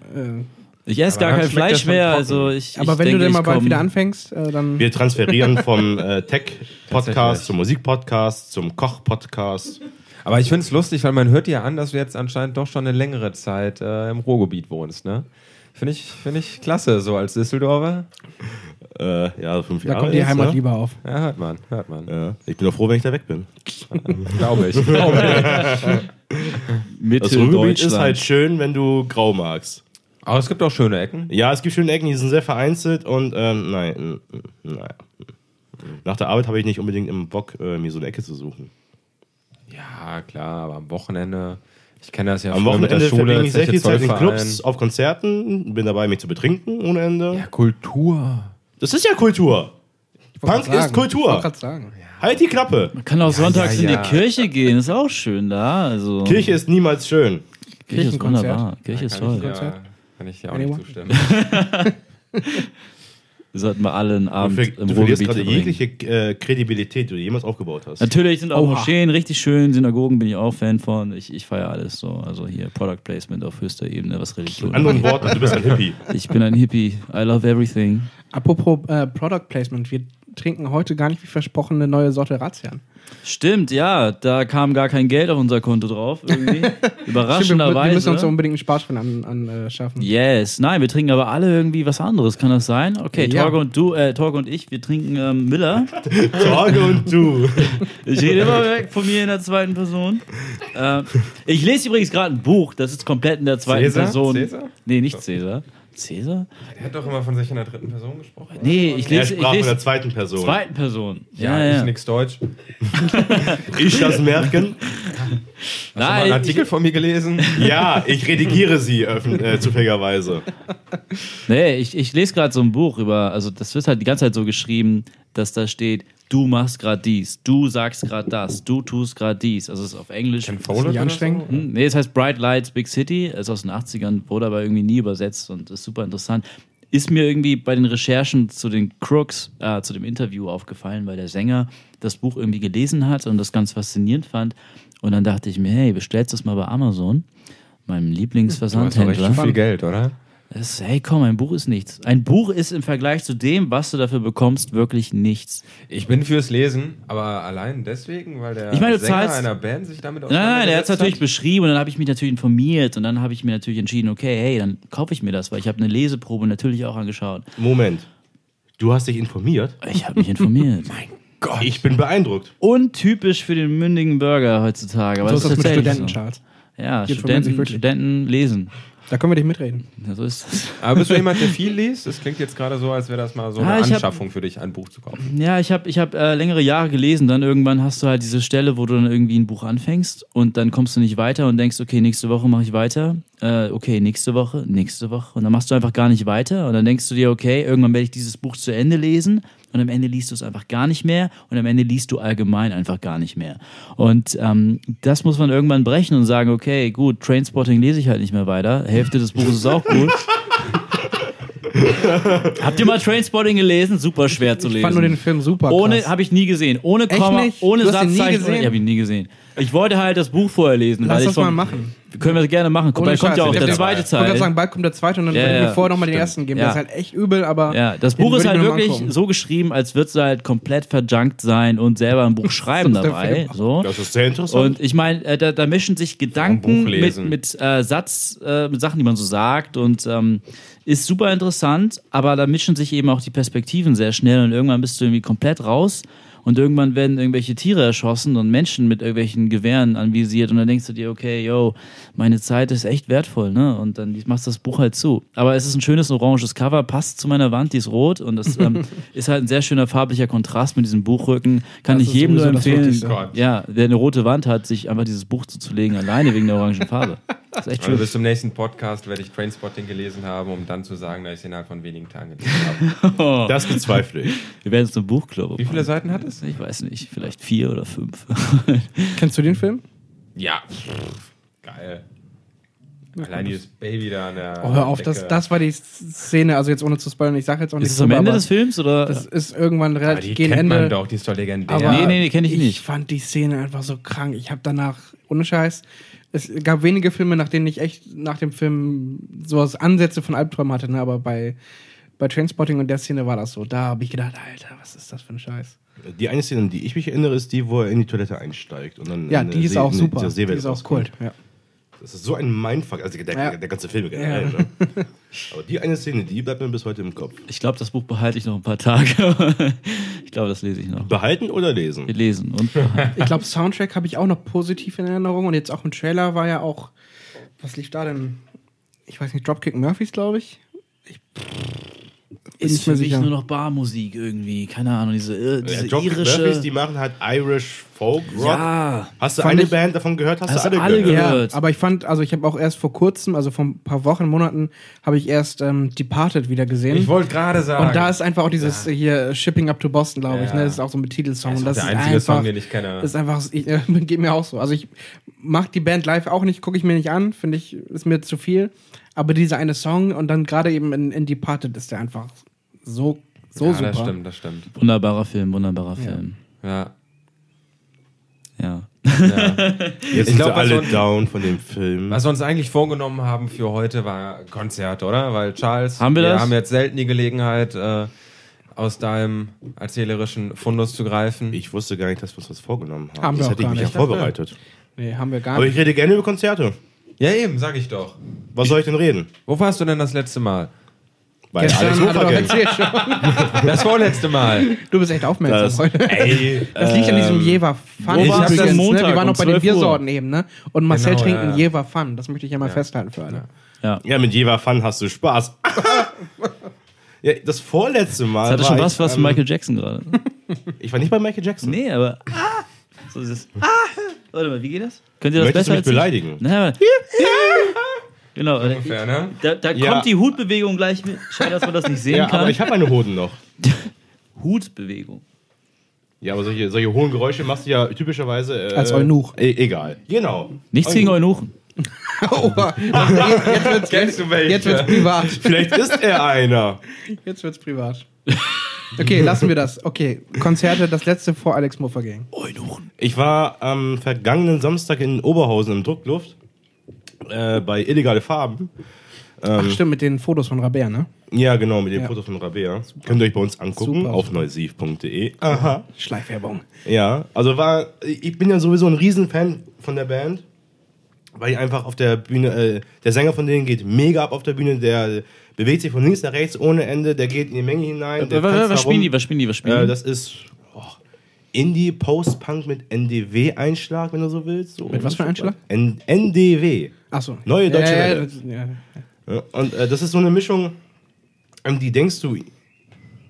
[SPEAKER 2] äh,
[SPEAKER 1] Ich esse
[SPEAKER 3] Aber
[SPEAKER 1] gar
[SPEAKER 3] dann
[SPEAKER 1] kein
[SPEAKER 3] schmeckt das
[SPEAKER 1] Fleisch
[SPEAKER 3] schon
[SPEAKER 1] mehr,
[SPEAKER 3] trocken.
[SPEAKER 1] also ich.
[SPEAKER 2] aber
[SPEAKER 1] ich
[SPEAKER 2] wenn
[SPEAKER 1] denke,
[SPEAKER 2] du dann mal
[SPEAKER 1] ich
[SPEAKER 2] bald
[SPEAKER 1] komm-
[SPEAKER 2] wieder anfängst, äh, dann.
[SPEAKER 4] Wir transferieren vom äh, Tech-Podcast
[SPEAKER 3] Tatsächlich.
[SPEAKER 4] zum Musik-Podcast, zum Koch-Podcast.
[SPEAKER 3] Aber ich finde es lustig, weil man hört ja an, dass du jetzt anscheinend doch schon eine längere Zeit äh, im Ruhrgebiet wohnst, ne? Finde ich, find ich klasse, so als Düsseldorfer.
[SPEAKER 4] Äh, ja, fünf
[SPEAKER 2] da
[SPEAKER 4] Jahre.
[SPEAKER 2] kommt die
[SPEAKER 4] jetzt,
[SPEAKER 2] Heimat
[SPEAKER 4] ne?
[SPEAKER 2] lieber auf.
[SPEAKER 3] Ja, hört man, hört man.
[SPEAKER 4] Ja, ich bin doch froh, wenn ich da weg bin.
[SPEAKER 3] Glaube *laughs* ich. Glaube ich.
[SPEAKER 4] Das
[SPEAKER 1] Mitteldeutschland.
[SPEAKER 4] Ruhrgebiet ist halt schön, wenn du grau magst.
[SPEAKER 3] Aber es gibt auch schöne Ecken.
[SPEAKER 4] Ja, es gibt schöne Ecken, die sind sehr vereinzelt und ähm, nein, mm, mm, naja. Nach der Arbeit habe ich nicht unbedingt im Bock, äh, mir so eine Ecke zu suchen.
[SPEAKER 3] Ja, klar, aber am Wochenende. Ich kenne das ja
[SPEAKER 4] Am
[SPEAKER 3] früher
[SPEAKER 4] Wochenende verbringe ich sehr
[SPEAKER 3] solche
[SPEAKER 4] viel Zeit in
[SPEAKER 3] Zollvereinen.
[SPEAKER 4] Clubs, auf Konzerten, bin dabei, mich zu betrinken ohne Ende.
[SPEAKER 3] Ja, Kultur.
[SPEAKER 4] Das ist ja Kultur.
[SPEAKER 2] Ich wollte grad
[SPEAKER 4] Punk
[SPEAKER 2] sagen.
[SPEAKER 4] ist Kultur.
[SPEAKER 2] Ich wollte grad sagen.
[SPEAKER 4] Halt die Klappe.
[SPEAKER 1] Man kann auch sonntags
[SPEAKER 3] ja,
[SPEAKER 1] in
[SPEAKER 3] ja.
[SPEAKER 1] die Kirche gehen, ist auch schön da. Also,
[SPEAKER 4] Kirche ist niemals schön.
[SPEAKER 1] Kirche ist
[SPEAKER 2] Kirchenkonzert.
[SPEAKER 1] wunderbar. Kirche ist
[SPEAKER 3] kann
[SPEAKER 1] toll.
[SPEAKER 3] ich, ja,
[SPEAKER 2] Konzert.
[SPEAKER 3] kann ich dir auch
[SPEAKER 2] Animo?
[SPEAKER 3] nicht zustimmen.
[SPEAKER 1] Wir sollten mal alle einen
[SPEAKER 4] Du,
[SPEAKER 1] Abend
[SPEAKER 4] ver
[SPEAKER 1] im
[SPEAKER 4] du verlierst
[SPEAKER 1] Ruhrgebiet
[SPEAKER 4] gerade
[SPEAKER 1] verbringen.
[SPEAKER 4] jegliche äh, Kredibilität, die du jemals aufgebaut hast.
[SPEAKER 1] Natürlich sind auch
[SPEAKER 2] Oha.
[SPEAKER 1] Moscheen richtig schön, Synagogen bin ich auch Fan von. Ich, ich feiere alles so. Also hier Product Placement auf höchster Ebene, was Religion
[SPEAKER 4] Mit anderen
[SPEAKER 1] *laughs*
[SPEAKER 4] Worten, du bist ein Hippie.
[SPEAKER 1] Ich bin ein Hippie. I love everything.
[SPEAKER 2] Apropos äh, Product Placement, wir trinken heute gar nicht wie versprochen eine neue Sorte Razian.
[SPEAKER 1] Stimmt, ja, da kam gar kein Geld auf unser Konto drauf. Irgendwie.
[SPEAKER 2] *laughs* Stimmt, wir, wir müssen
[SPEAKER 1] Überraschenderweise.
[SPEAKER 2] uns um- ja unbedingt einen Sparschwein anschaffen. An, äh, schaffen.
[SPEAKER 1] Yes, nein, wir trinken aber alle irgendwie was anderes, kann das sein? Okay,
[SPEAKER 2] Ja.
[SPEAKER 1] Torge und du, äh, Torge und ich, wir trinken ähm, Miller.
[SPEAKER 4] Torge und du.
[SPEAKER 1] Ich rede immer weg von mir in der zweiten Person. Ähm, ich lese übrigens gerade ein Buch, das ist komplett in der zweiten
[SPEAKER 3] Cäsar?
[SPEAKER 1] Person.
[SPEAKER 3] Cäsar?
[SPEAKER 1] Nee, nicht Cäsar. Cäsar?
[SPEAKER 3] Er hat doch immer von sich in der dritten Person gesprochen. oder?
[SPEAKER 1] Nee, ich
[SPEAKER 4] Er
[SPEAKER 1] lese, ich
[SPEAKER 4] sprach von der
[SPEAKER 1] lese
[SPEAKER 4] zweiten Person.
[SPEAKER 1] zweiten Person.
[SPEAKER 3] Ja,
[SPEAKER 1] ja,
[SPEAKER 3] ich
[SPEAKER 1] ja.
[SPEAKER 3] nix Deutsch. Hast
[SPEAKER 4] Ich das merken?
[SPEAKER 3] du mal
[SPEAKER 1] Nein,
[SPEAKER 3] einen Artikel von
[SPEAKER 1] *laughs*
[SPEAKER 3] mir gelesen?
[SPEAKER 4] Ja, ich redigiere sie öffn äh, zufälligerweise.
[SPEAKER 1] Nee, ich, ich lese gerade so ein Buch über, also das wird halt die ganze Zeit so geschrieben, dass da steht, du machst gerade dies, du sagst gerade das, du tust gerade dies. Also es ist auf Englisch.
[SPEAKER 3] Follett
[SPEAKER 2] nicht
[SPEAKER 3] oder
[SPEAKER 2] anstrengend?
[SPEAKER 1] Hm, Nee, es heißt Bright Lights Big City, ist aus den 80ern, wurde aber irgendwie nie übersetzt und ist super interessant. Ist mir irgendwie bei den Recherchen zu den Crooks, äh, zu dem Interview aufgefallen, weil der Sänger das Buch irgendwie gelesen hat und das ganz faszinierend fand. Und dann dachte ich mir, hey, bestellst das mal bei Amazon, meinem
[SPEAKER 3] So? Du hast doch
[SPEAKER 1] Lieblingsversandhändler.
[SPEAKER 3] recht viel Geld, oder?
[SPEAKER 1] Es, hey, komm, ein Buch ist nichts. Ein Buch ist im Vergleich zu dem, was du dafür bekommst, wirklich nichts.
[SPEAKER 3] Ich bin fürs Lesen, aber allein deswegen, weil der
[SPEAKER 1] Ich meine, du
[SPEAKER 3] Sänger
[SPEAKER 1] zahlst-
[SPEAKER 3] einer Band sich damit
[SPEAKER 1] Nein, nein, der hat es natürlich
[SPEAKER 3] auseinandergesetzt
[SPEAKER 1] beschrieben und dann habe ich mich natürlich informiert und dann habe ich mir natürlich entschieden, okay, hey, dann kaufe ich mir das, weil ich habe eine Leseprobe natürlich auch angeschaut.
[SPEAKER 4] Moment. Du hast dich informiert?
[SPEAKER 1] Ich habe mich informiert.
[SPEAKER 4] Ich bin beeindruckt.
[SPEAKER 1] Untypisch für den mündigen Bürger heutzutage. Aber
[SPEAKER 2] So ist
[SPEAKER 1] das
[SPEAKER 2] das mit
[SPEAKER 1] tatsächlich
[SPEAKER 2] Studenten,
[SPEAKER 1] so.
[SPEAKER 2] Charles.
[SPEAKER 1] Ja,
[SPEAKER 2] Die informieren sich
[SPEAKER 1] Studenten,
[SPEAKER 2] wirklich.
[SPEAKER 1] Studenten lesen.
[SPEAKER 2] Da können wir dich mitreden.
[SPEAKER 1] Ja, so ist das.
[SPEAKER 3] hat. Aber bist du jemand, der viel liest? Das klingt jetzt gerade so, als wäre das mal so
[SPEAKER 1] Ja,
[SPEAKER 3] eine
[SPEAKER 1] ich hab-
[SPEAKER 3] Anschaffung für dich, ein Buch zu kaufen.
[SPEAKER 1] Ja, ich habe ich hab, äh, längere Jahre gelesen. Dann irgendwann hast du halt diese Stelle, wo du dann irgendwie ein Buch anfängst und dann kommst du nicht weiter und denkst, okay, nächste Woche mache ich weiter. Äh, okay, nächste Woche, nächste Woche. Und dann machst du einfach gar nicht weiter. Und dann denkst du dir, okay, irgendwann werde ich dieses Buch zu Ende lesen. Und am Ende liest du es einfach gar nicht mehr. Und am Ende liest du allgemein einfach gar nicht mehr. Und ähm, das muss man irgendwann brechen und sagen, okay, gut, Trainspotting lese ich halt nicht mehr weiter. Hälfte des Buches ist auch gut. Habt ihr mal Trainspotting gelesen? Super schwer zu lesen.
[SPEAKER 2] Ich fand nur den Film super
[SPEAKER 1] Ohne,
[SPEAKER 2] krass.
[SPEAKER 1] habe ich nie gesehen. Ohne Komma,
[SPEAKER 2] nicht?
[SPEAKER 1] ohne
[SPEAKER 2] Du hast ihn nie
[SPEAKER 1] Satzzeichen.
[SPEAKER 2] gesehen?
[SPEAKER 1] Ich habe ihn nie gesehen. Ich wollte halt das Buch vorher lesen.
[SPEAKER 2] Lass
[SPEAKER 1] weil
[SPEAKER 2] das
[SPEAKER 1] ich vom-
[SPEAKER 2] mal machen.
[SPEAKER 1] Können wir gerne machen. Guck,
[SPEAKER 2] Ohne
[SPEAKER 1] mal, kommt ja
[SPEAKER 2] Scheiß,
[SPEAKER 1] auch
[SPEAKER 2] ich
[SPEAKER 1] der zweite
[SPEAKER 2] hab Ich wollte gerade
[SPEAKER 1] Teil.
[SPEAKER 2] sagen, bald kommt der zweite und dann
[SPEAKER 1] Ja,
[SPEAKER 2] würde ich
[SPEAKER 1] ja,
[SPEAKER 2] mir vorher nochmal den
[SPEAKER 1] stimmt.
[SPEAKER 2] ersten geben.
[SPEAKER 1] Ja.
[SPEAKER 2] Das ist halt echt übel, aber.
[SPEAKER 1] Ja, das
[SPEAKER 2] den
[SPEAKER 1] Buch ist
[SPEAKER 2] würde ich
[SPEAKER 1] halt
[SPEAKER 2] mir noch mal
[SPEAKER 1] wirklich
[SPEAKER 2] angucken.
[SPEAKER 1] so geschrieben, als würdest du halt komplett verjunkt sein und selber ein Buch schreiben
[SPEAKER 2] ist der
[SPEAKER 1] dabei.
[SPEAKER 2] Film.
[SPEAKER 1] So.
[SPEAKER 4] Das ist sehr interessant.
[SPEAKER 1] Und ich meine, äh, da, da mischen sich Gedanken
[SPEAKER 3] Buch
[SPEAKER 1] mit,
[SPEAKER 3] lesen.
[SPEAKER 1] mit äh, Satz, äh, mit Sachen, die man so sagt und ähm, ist super interessant, aber da mischen sich eben auch die Perspektiven sehr schnell und irgendwann bist du irgendwie komplett raus und irgendwann werden irgendwelche Tiere erschossen und Menschen mit irgendwelchen Gewehren anvisiert und dann denkst du dir, okay, yo, meine Zeit ist echt wertvoll, ne? Und dann machst du das Buch halt zu. Aber es ist ein schönes oranges Cover, passt zu meiner Wand, die ist rot und das
[SPEAKER 2] *laughs*
[SPEAKER 1] ähm, ist halt ein sehr schöner farblicher Kontrast mit diesem Buchrücken. Kann
[SPEAKER 2] Das
[SPEAKER 1] ich
[SPEAKER 2] ist
[SPEAKER 1] jedem nur
[SPEAKER 2] sowieso das
[SPEAKER 1] empfehlen.
[SPEAKER 2] Wichtigste.
[SPEAKER 3] Gott.
[SPEAKER 1] Ja, der eine rote Wand hat, sich einfach dieses Buch zuzulegen, alleine wegen der orangen Farbe. Das ist echt
[SPEAKER 3] Also
[SPEAKER 1] schön.
[SPEAKER 3] bis zum nächsten Podcast werde ich Trainspotting gelesen haben, um dann zu sagen, dass ich es innerhalb von wenigen Tagen gelesen habe.
[SPEAKER 4] das bezweifle ich.
[SPEAKER 1] Wir werden zum Buchclub.
[SPEAKER 3] Wie viele Seiten hat es?
[SPEAKER 1] Ich weiß nicht, vielleicht vier oder
[SPEAKER 4] *laughs*
[SPEAKER 1] fünf.
[SPEAKER 2] Kennst du den Film?
[SPEAKER 3] Ja. Pff, Geil. Allein dieses Baby da an der.
[SPEAKER 2] Oh, hör auf,
[SPEAKER 3] Decke.
[SPEAKER 2] das, das war die Szene, also jetzt ohne zu spoilern, ich sage jetzt auch nicht
[SPEAKER 1] ist es am
[SPEAKER 2] drüber,
[SPEAKER 1] Ende
[SPEAKER 2] aber
[SPEAKER 1] des Films oder?
[SPEAKER 2] Das ist irgendwann
[SPEAKER 3] Aber
[SPEAKER 2] relativ
[SPEAKER 3] Ah, die
[SPEAKER 2] gegen
[SPEAKER 3] kennt
[SPEAKER 2] Ende.
[SPEAKER 3] man doch, die ist doch legendär.
[SPEAKER 2] Aber
[SPEAKER 1] Nee, nee, nee, kenn ich nicht.
[SPEAKER 2] Ich fand die Szene einfach so krank. Ich habe danach, ohne Scheiß, es gab wenige Filme, nach denen ich echt nach dem Film sowas Ansätze von Albträumen hatte, ne? aber bei, bei Trainspotting und der Szene war das so. Da habe ich gedacht, Alter, was ist das für ein Scheiß?
[SPEAKER 4] Die eine Szene, an die ich mich erinnere, ist die, wo er in die Toilette einsteigt. Und dann
[SPEAKER 2] Ja,
[SPEAKER 4] in
[SPEAKER 2] die
[SPEAKER 4] der
[SPEAKER 2] ist
[SPEAKER 4] See-
[SPEAKER 2] auch
[SPEAKER 4] in
[SPEAKER 2] super.
[SPEAKER 4] dieser
[SPEAKER 2] Die
[SPEAKER 4] Seewelt
[SPEAKER 2] ist auch
[SPEAKER 4] rauskommt.
[SPEAKER 2] cool. Ja.
[SPEAKER 4] Das ist so ein Mindfuck. Also der,
[SPEAKER 2] Ja.
[SPEAKER 4] der ganze Film generell.
[SPEAKER 2] Ja.
[SPEAKER 4] Ne? Aber die eine Szene, die bleibt mir bis heute im Kopf.
[SPEAKER 1] Ich glaube, das Buch behalte ich noch ein paar Tage. *laughs* ich glaube, das lese ich noch.
[SPEAKER 4] Behalten oder
[SPEAKER 1] Wir
[SPEAKER 4] lesen?
[SPEAKER 1] lesen und
[SPEAKER 2] Ich glaube, Soundtrack habe ich auch noch positiv in Erinnerung und jetzt auch im Trailer war ja auch, was lief da denn? Ich weiß nicht, Dropkick Murphys, glaube ich. Ich bin
[SPEAKER 1] ist
[SPEAKER 2] nicht
[SPEAKER 1] für
[SPEAKER 2] mehr
[SPEAKER 1] mich
[SPEAKER 2] sicher.
[SPEAKER 1] nur noch Barmusik irgendwie. Keine Ahnung, diese, äh, diese
[SPEAKER 4] John Murphys,
[SPEAKER 1] irische.
[SPEAKER 4] ne? die machen halt Irish Folk Rock.
[SPEAKER 1] ja,
[SPEAKER 4] Hast du
[SPEAKER 2] Fand
[SPEAKER 4] eine
[SPEAKER 2] ich-
[SPEAKER 4] Band davon gehört? Hast,
[SPEAKER 1] Hast
[SPEAKER 4] du alle,
[SPEAKER 1] du alle
[SPEAKER 4] gehört?
[SPEAKER 2] Ja,
[SPEAKER 1] gehört.
[SPEAKER 2] aber ich fand, also ich habe auch erst vor kurzem, also vor ein paar Wochen, Monaten, habe ich erst ähm, Departed wieder gesehen.
[SPEAKER 3] ich wollte gerade sagen.
[SPEAKER 2] und da ist einfach auch dieses äh, hier Shipping Up to Boston, glaube ich,
[SPEAKER 3] Ja.
[SPEAKER 2] ne? Das ist auch so ein Titelsong.
[SPEAKER 3] Ja, ist
[SPEAKER 2] und
[SPEAKER 3] auch
[SPEAKER 2] das
[SPEAKER 3] der
[SPEAKER 2] ist
[SPEAKER 3] einzige
[SPEAKER 2] einfach,
[SPEAKER 3] Song, den ich kenne.
[SPEAKER 2] Ist einfach, ich, äh, *laughs* geht mir auch so. Also ich mag die Band live auch nicht, gucke ich mir nicht an, finde ich, ist mir zu viel. Aber dieser eine Song und dann gerade eben in, in Departed ist der einfach so, so
[SPEAKER 3] ja,
[SPEAKER 2] super.
[SPEAKER 3] das stimmt, das stimmt.
[SPEAKER 1] wunderbarer Film, wunderbarer Film.
[SPEAKER 3] Ja.
[SPEAKER 1] Ja.
[SPEAKER 4] Jetzt
[SPEAKER 3] Ich
[SPEAKER 4] sind
[SPEAKER 3] glaub,
[SPEAKER 4] sie
[SPEAKER 3] was
[SPEAKER 4] alle
[SPEAKER 3] so ein-
[SPEAKER 4] down von dem Film.
[SPEAKER 3] Was wir uns eigentlich vorgenommen haben für heute war Konzert, oder? Weil Charles,
[SPEAKER 1] Haben wir das?
[SPEAKER 3] haben jetzt selten die Gelegenheit, äh, aus deinem erzählerischen Fundus zu greifen?
[SPEAKER 4] Ich wusste gar nicht, dass wir uns was vorgenommen haben.
[SPEAKER 2] Haben wir
[SPEAKER 4] das
[SPEAKER 2] auch
[SPEAKER 4] hätte ich
[SPEAKER 2] gar
[SPEAKER 4] mich
[SPEAKER 2] nicht.
[SPEAKER 4] ja vorbereitet.
[SPEAKER 2] Nee, haben wir gar
[SPEAKER 4] Aber
[SPEAKER 2] nicht.
[SPEAKER 4] ich rede gerne über Konzerte.
[SPEAKER 3] ja, eben, sag ich doch.
[SPEAKER 4] Was soll ich denn reden?
[SPEAKER 3] Wo warst du denn das letzte Mal?
[SPEAKER 4] Weil Alex
[SPEAKER 2] hat er doch
[SPEAKER 4] Hoffergen.
[SPEAKER 2] erzählt schon.
[SPEAKER 3] Das vorletzte *laughs* Mal.
[SPEAKER 2] Du bist echt aufmerksam
[SPEAKER 4] Das-
[SPEAKER 2] heute.
[SPEAKER 4] Ey,
[SPEAKER 2] Das liegt an diesem
[SPEAKER 4] ähm,
[SPEAKER 2] Jever Fun.
[SPEAKER 1] wo
[SPEAKER 3] warst du
[SPEAKER 2] übrigens,
[SPEAKER 1] denn
[SPEAKER 2] ne?
[SPEAKER 1] Montag
[SPEAKER 2] Wir waren
[SPEAKER 1] um
[SPEAKER 2] noch bei den
[SPEAKER 1] 12 Uhr?
[SPEAKER 2] Biersorten eben, ne? Und Marcel
[SPEAKER 3] Genau,
[SPEAKER 2] trinkt
[SPEAKER 3] ja,
[SPEAKER 2] ein
[SPEAKER 3] ja.
[SPEAKER 2] Jever Fun. Das möchte ich ja mal festhalten für alle.
[SPEAKER 4] Ja, mit Jeva Fun hast
[SPEAKER 2] *laughs*
[SPEAKER 4] du Spaß. ja, das vorletzte Mal.
[SPEAKER 1] Das hatte
[SPEAKER 4] war
[SPEAKER 1] schon
[SPEAKER 4] ich,
[SPEAKER 1] was, was
[SPEAKER 4] ähm,
[SPEAKER 1] Michael Jackson gerade.
[SPEAKER 4] Ich war nicht bei Michael Jackson.
[SPEAKER 1] Nee, aber. Ah! So ist es. Ah! Warte mal, wie geht das? Könnt ihr das
[SPEAKER 4] Möchtest
[SPEAKER 1] besser
[SPEAKER 4] du mich
[SPEAKER 1] als ich?
[SPEAKER 4] beleidigen?
[SPEAKER 1] Nein, aber, genau, aber
[SPEAKER 3] Ungefähr, ne?
[SPEAKER 1] da, da
[SPEAKER 4] Ja.
[SPEAKER 1] kommt die Hutbewegung gleich mit. Schade, dass man das nicht sehen
[SPEAKER 4] Ja,
[SPEAKER 1] kann.
[SPEAKER 4] aber ich habe meine Hoden noch.
[SPEAKER 1] Hutbewegung.
[SPEAKER 4] Ja, aber solche, solche hohen Geräusche machst du ja typischerweise. Äh,
[SPEAKER 2] Als Eunuch.
[SPEAKER 4] E egal. Genau.
[SPEAKER 1] Nichts gegen Eunuchen.
[SPEAKER 4] *laughs*
[SPEAKER 2] Oha,
[SPEAKER 4] Kennst du welche?
[SPEAKER 2] jetzt wird's privat.
[SPEAKER 1] *laughs*
[SPEAKER 4] Vielleicht ist er einer.
[SPEAKER 2] Jetzt wird's privat. Okay, lassen wir das. Okay, Konzerte, das letzte vor Alex Muffer Gang.
[SPEAKER 1] Eunuchen.
[SPEAKER 4] Ich war am vergangenen Samstag in Oberhausen im Druckluft äh, bei Illegale Farben.
[SPEAKER 2] Ach, stimmt, mit den Fotos von Rabert, ne?
[SPEAKER 4] Ja, genau, mit dem
[SPEAKER 2] Ja.
[SPEAKER 4] Foto von Rabea. Könnt ihr euch bei uns angucken
[SPEAKER 2] Super.
[SPEAKER 4] auf neusiv.de. Aha.
[SPEAKER 2] Schleifwerbung.
[SPEAKER 4] Ja, also war, ich bin ja sowieso ein Riesenfan von der Band, weil die einfach auf der Bühne, äh, der Sänger von denen geht mega ab auf der Bühne, der bewegt sich von links nach rechts ohne Ende, der geht in die Menge hinein. Der
[SPEAKER 1] Was, was,
[SPEAKER 4] tanzt
[SPEAKER 1] was
[SPEAKER 4] da
[SPEAKER 1] spielen
[SPEAKER 4] rum.
[SPEAKER 1] die? Was spielen die? Was
[SPEAKER 4] Äh,
[SPEAKER 1] spielen die?
[SPEAKER 4] das ist och, Indie Post-Punk mit NDW-Einschlag, wenn du so willst. So
[SPEAKER 2] Mit was für einem Einschlag?
[SPEAKER 4] N NDW.
[SPEAKER 2] Achso.
[SPEAKER 4] Neue
[SPEAKER 2] ja,
[SPEAKER 4] deutsche
[SPEAKER 2] ja,
[SPEAKER 4] Welle.
[SPEAKER 2] das- ja.
[SPEAKER 4] Ja, Und äh, das ist so eine Mischung, ähm, die denkst du,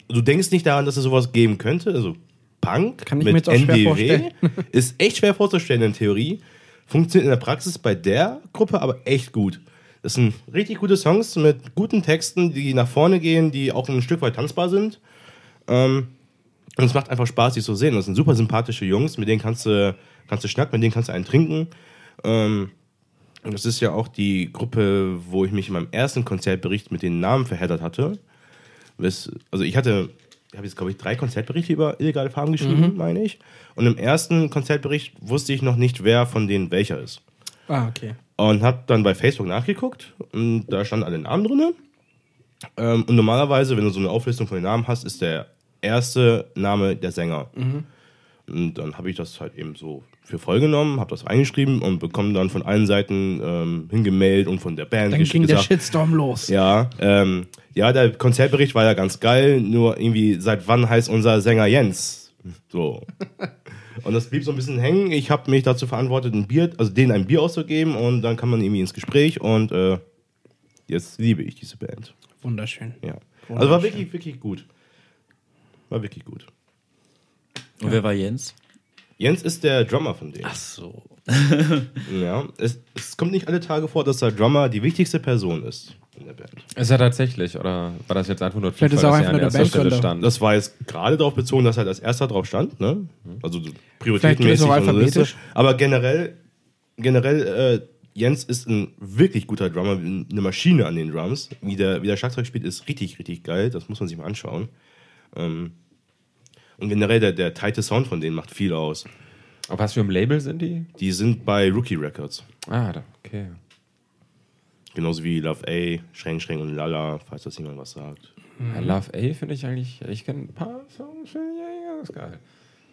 [SPEAKER 4] du denkst nicht daran, dass es sowas geben könnte. Also Punk
[SPEAKER 2] Kann ich mir jetzt auch schwer vorstellen.
[SPEAKER 4] *laughs* ist echt schwer vorzustellen in Theorie. Funktioniert in der Praxis bei der Gruppe aber echt gut. Das sind richtig gute Songs mit guten Texten, die nach vorne gehen, die auch ein Stück weit tanzbar sind. Ähm, und es macht einfach Spaß, die zu sehen. Das sind super sympathische Jungs, mit denen kannst du, kannst du schnacken, mit denen kannst du einen trinken. Ähm, und das ist ja auch die Gruppe, wo ich mich in meinem ersten Konzertbericht mit den Namen verheddert hatte. Bis- Also ich hatte, ich habe jetzt glaube ich drei Konzertberichte über illegale Farben geschrieben, meine ich. Und im ersten Konzertbericht wusste ich noch nicht, wer von denen welcher ist.
[SPEAKER 2] Ah, okay.
[SPEAKER 4] Und habe dann bei Facebook nachgeguckt und da standen alle Namen drin. Ähm, und normalerweise, wenn du so eine Auflistung von den Namen hast, ist der erste Name der Sänger.
[SPEAKER 2] Mhm.
[SPEAKER 4] Und dann habe ich das halt eben so für voll genommen, habe das eingeschrieben und bekomme dann von allen Seiten ähm, hingemailt und von der Band
[SPEAKER 2] Dann
[SPEAKER 4] gesch-
[SPEAKER 2] ging der Shitstorm los.
[SPEAKER 4] ja, ähm, ja, der Konzertbericht war ja ganz geil, nur irgendwie, seit wann heißt unser Sänger Jens? So. Und das blieb so ein bisschen hängen. Ich habe mich dazu verantwortet, ein Bier, also denen ein Bier auszugeben und dann kam man irgendwie ins Gespräch und äh, jetzt liebe ich diese Band.
[SPEAKER 2] Wunderschön.
[SPEAKER 4] Ja. Also war wirklich, wirklich gut. War wirklich gut.
[SPEAKER 1] Und wer war Jens?
[SPEAKER 4] Jens ist der Drummer von denen.
[SPEAKER 1] Ach so.
[SPEAKER 4] Ja. Es, es kommt nicht alle Tage vor, dass der Drummer die wichtigste Person ist in der Band.
[SPEAKER 3] Ist er tatsächlich? Oder war das jetzt einfach nur
[SPEAKER 2] Vielleicht ist er auch einfach nur der Bandgründer.
[SPEAKER 3] stand?
[SPEAKER 4] Das war jetzt gerade darauf bezogen, dass halt als erster drauf stand, ne? Also so
[SPEAKER 2] Mhm. Vielleicht ist
[SPEAKER 4] prioritätenmäßig.
[SPEAKER 2] er auch
[SPEAKER 4] und so Liste.
[SPEAKER 2] alphabetisch.
[SPEAKER 4] Aber generell, generell, äh, Jens ist ein wirklich guter Drummer, eine Maschine an den Drums. Wie der, wie der Schlagzeug spielt, ist richtig, richtig geil. Das muss man sich mal anschauen. Ähm, und generell, der, der tighte Sound von denen macht viel aus.
[SPEAKER 3] Auf was für einem Label sind die?
[SPEAKER 4] Die sind bei Rookie Records.
[SPEAKER 3] Ah, da- okay.
[SPEAKER 4] Genauso wie Love A, Schreng Schreng und Lala, falls das jemand was sagt.
[SPEAKER 3] I Love A finde ich eigentlich, ich kenne ein paar Songs, finde ich eigentlich ganz geil.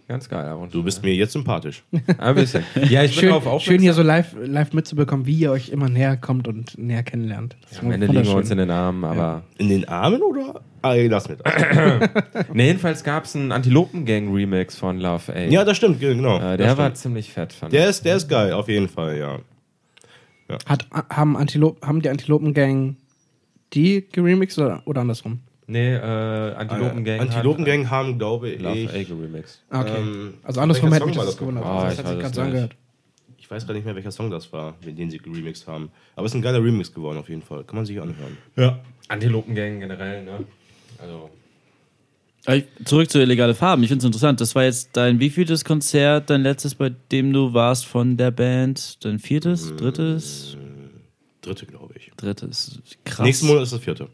[SPEAKER 3] Ganz geil. aber-
[SPEAKER 4] Du bist mir
[SPEAKER 2] *laughs*
[SPEAKER 4] jetzt sympathisch.
[SPEAKER 3] ne? Ein bisschen. Ja, ich bin
[SPEAKER 2] Schön,
[SPEAKER 3] drauf aufmerksam.
[SPEAKER 2] schön hier so live, live mitzubekommen, wie ihr euch immer näher kommt und näher kennenlernt. Das ist
[SPEAKER 3] Am Ende liegen wir
[SPEAKER 2] wunderschön.
[SPEAKER 3] uns in den Armen, aber.
[SPEAKER 4] In den Armen oder? Ah, lass mit.
[SPEAKER 3] Ne, jedenfalls gab es einen Antilopen-Gang-Remix von Love A.
[SPEAKER 4] Ja, das stimmt, genau.
[SPEAKER 3] äh,
[SPEAKER 4] das
[SPEAKER 3] der
[SPEAKER 4] stimmt.
[SPEAKER 3] war ziemlich fett, fand
[SPEAKER 4] Der ist, der ist geil, auf jeden Fall, ja.
[SPEAKER 2] Hat, haben, Antilop, haben die Antilopen-Gang die geremixed oder, oder andersrum?
[SPEAKER 3] ich. Nee, äh, Antilopen-Gang. hat- äh,
[SPEAKER 4] Antilopengang haben, glaube ich.
[SPEAKER 3] Love A geremixed.
[SPEAKER 2] Ah, Okay.
[SPEAKER 4] Ähm,
[SPEAKER 2] also andersrum hätte
[SPEAKER 4] welcher
[SPEAKER 2] mich
[SPEAKER 4] Song
[SPEAKER 2] das
[SPEAKER 4] war
[SPEAKER 2] gewundert.
[SPEAKER 3] Oh,
[SPEAKER 2] das
[SPEAKER 3] ich
[SPEAKER 2] hat sich
[SPEAKER 3] weiß es
[SPEAKER 2] gerade so angehört.
[SPEAKER 4] Ich weiß gerade nicht mehr, welcher Song das war, mit dem sie geremixed haben. Aber es ist ein geiler Remix geworden, auf jeden Fall. Kann man sich anhören.
[SPEAKER 3] Ja. Antilopen-Gang generell, ne? Also.
[SPEAKER 1] Aber ich- Äh, Zurück zu illegale Farben. Ich finde es interessant. Das war jetzt dein wievieltes Konzert, dein letztes, bei dem du warst von der Band? Dein
[SPEAKER 4] Äh,
[SPEAKER 1] viertes, drittes,
[SPEAKER 4] Dritte, glaube ich.
[SPEAKER 1] drittes. Krass.
[SPEAKER 4] Nächsten Monat ist das vierte.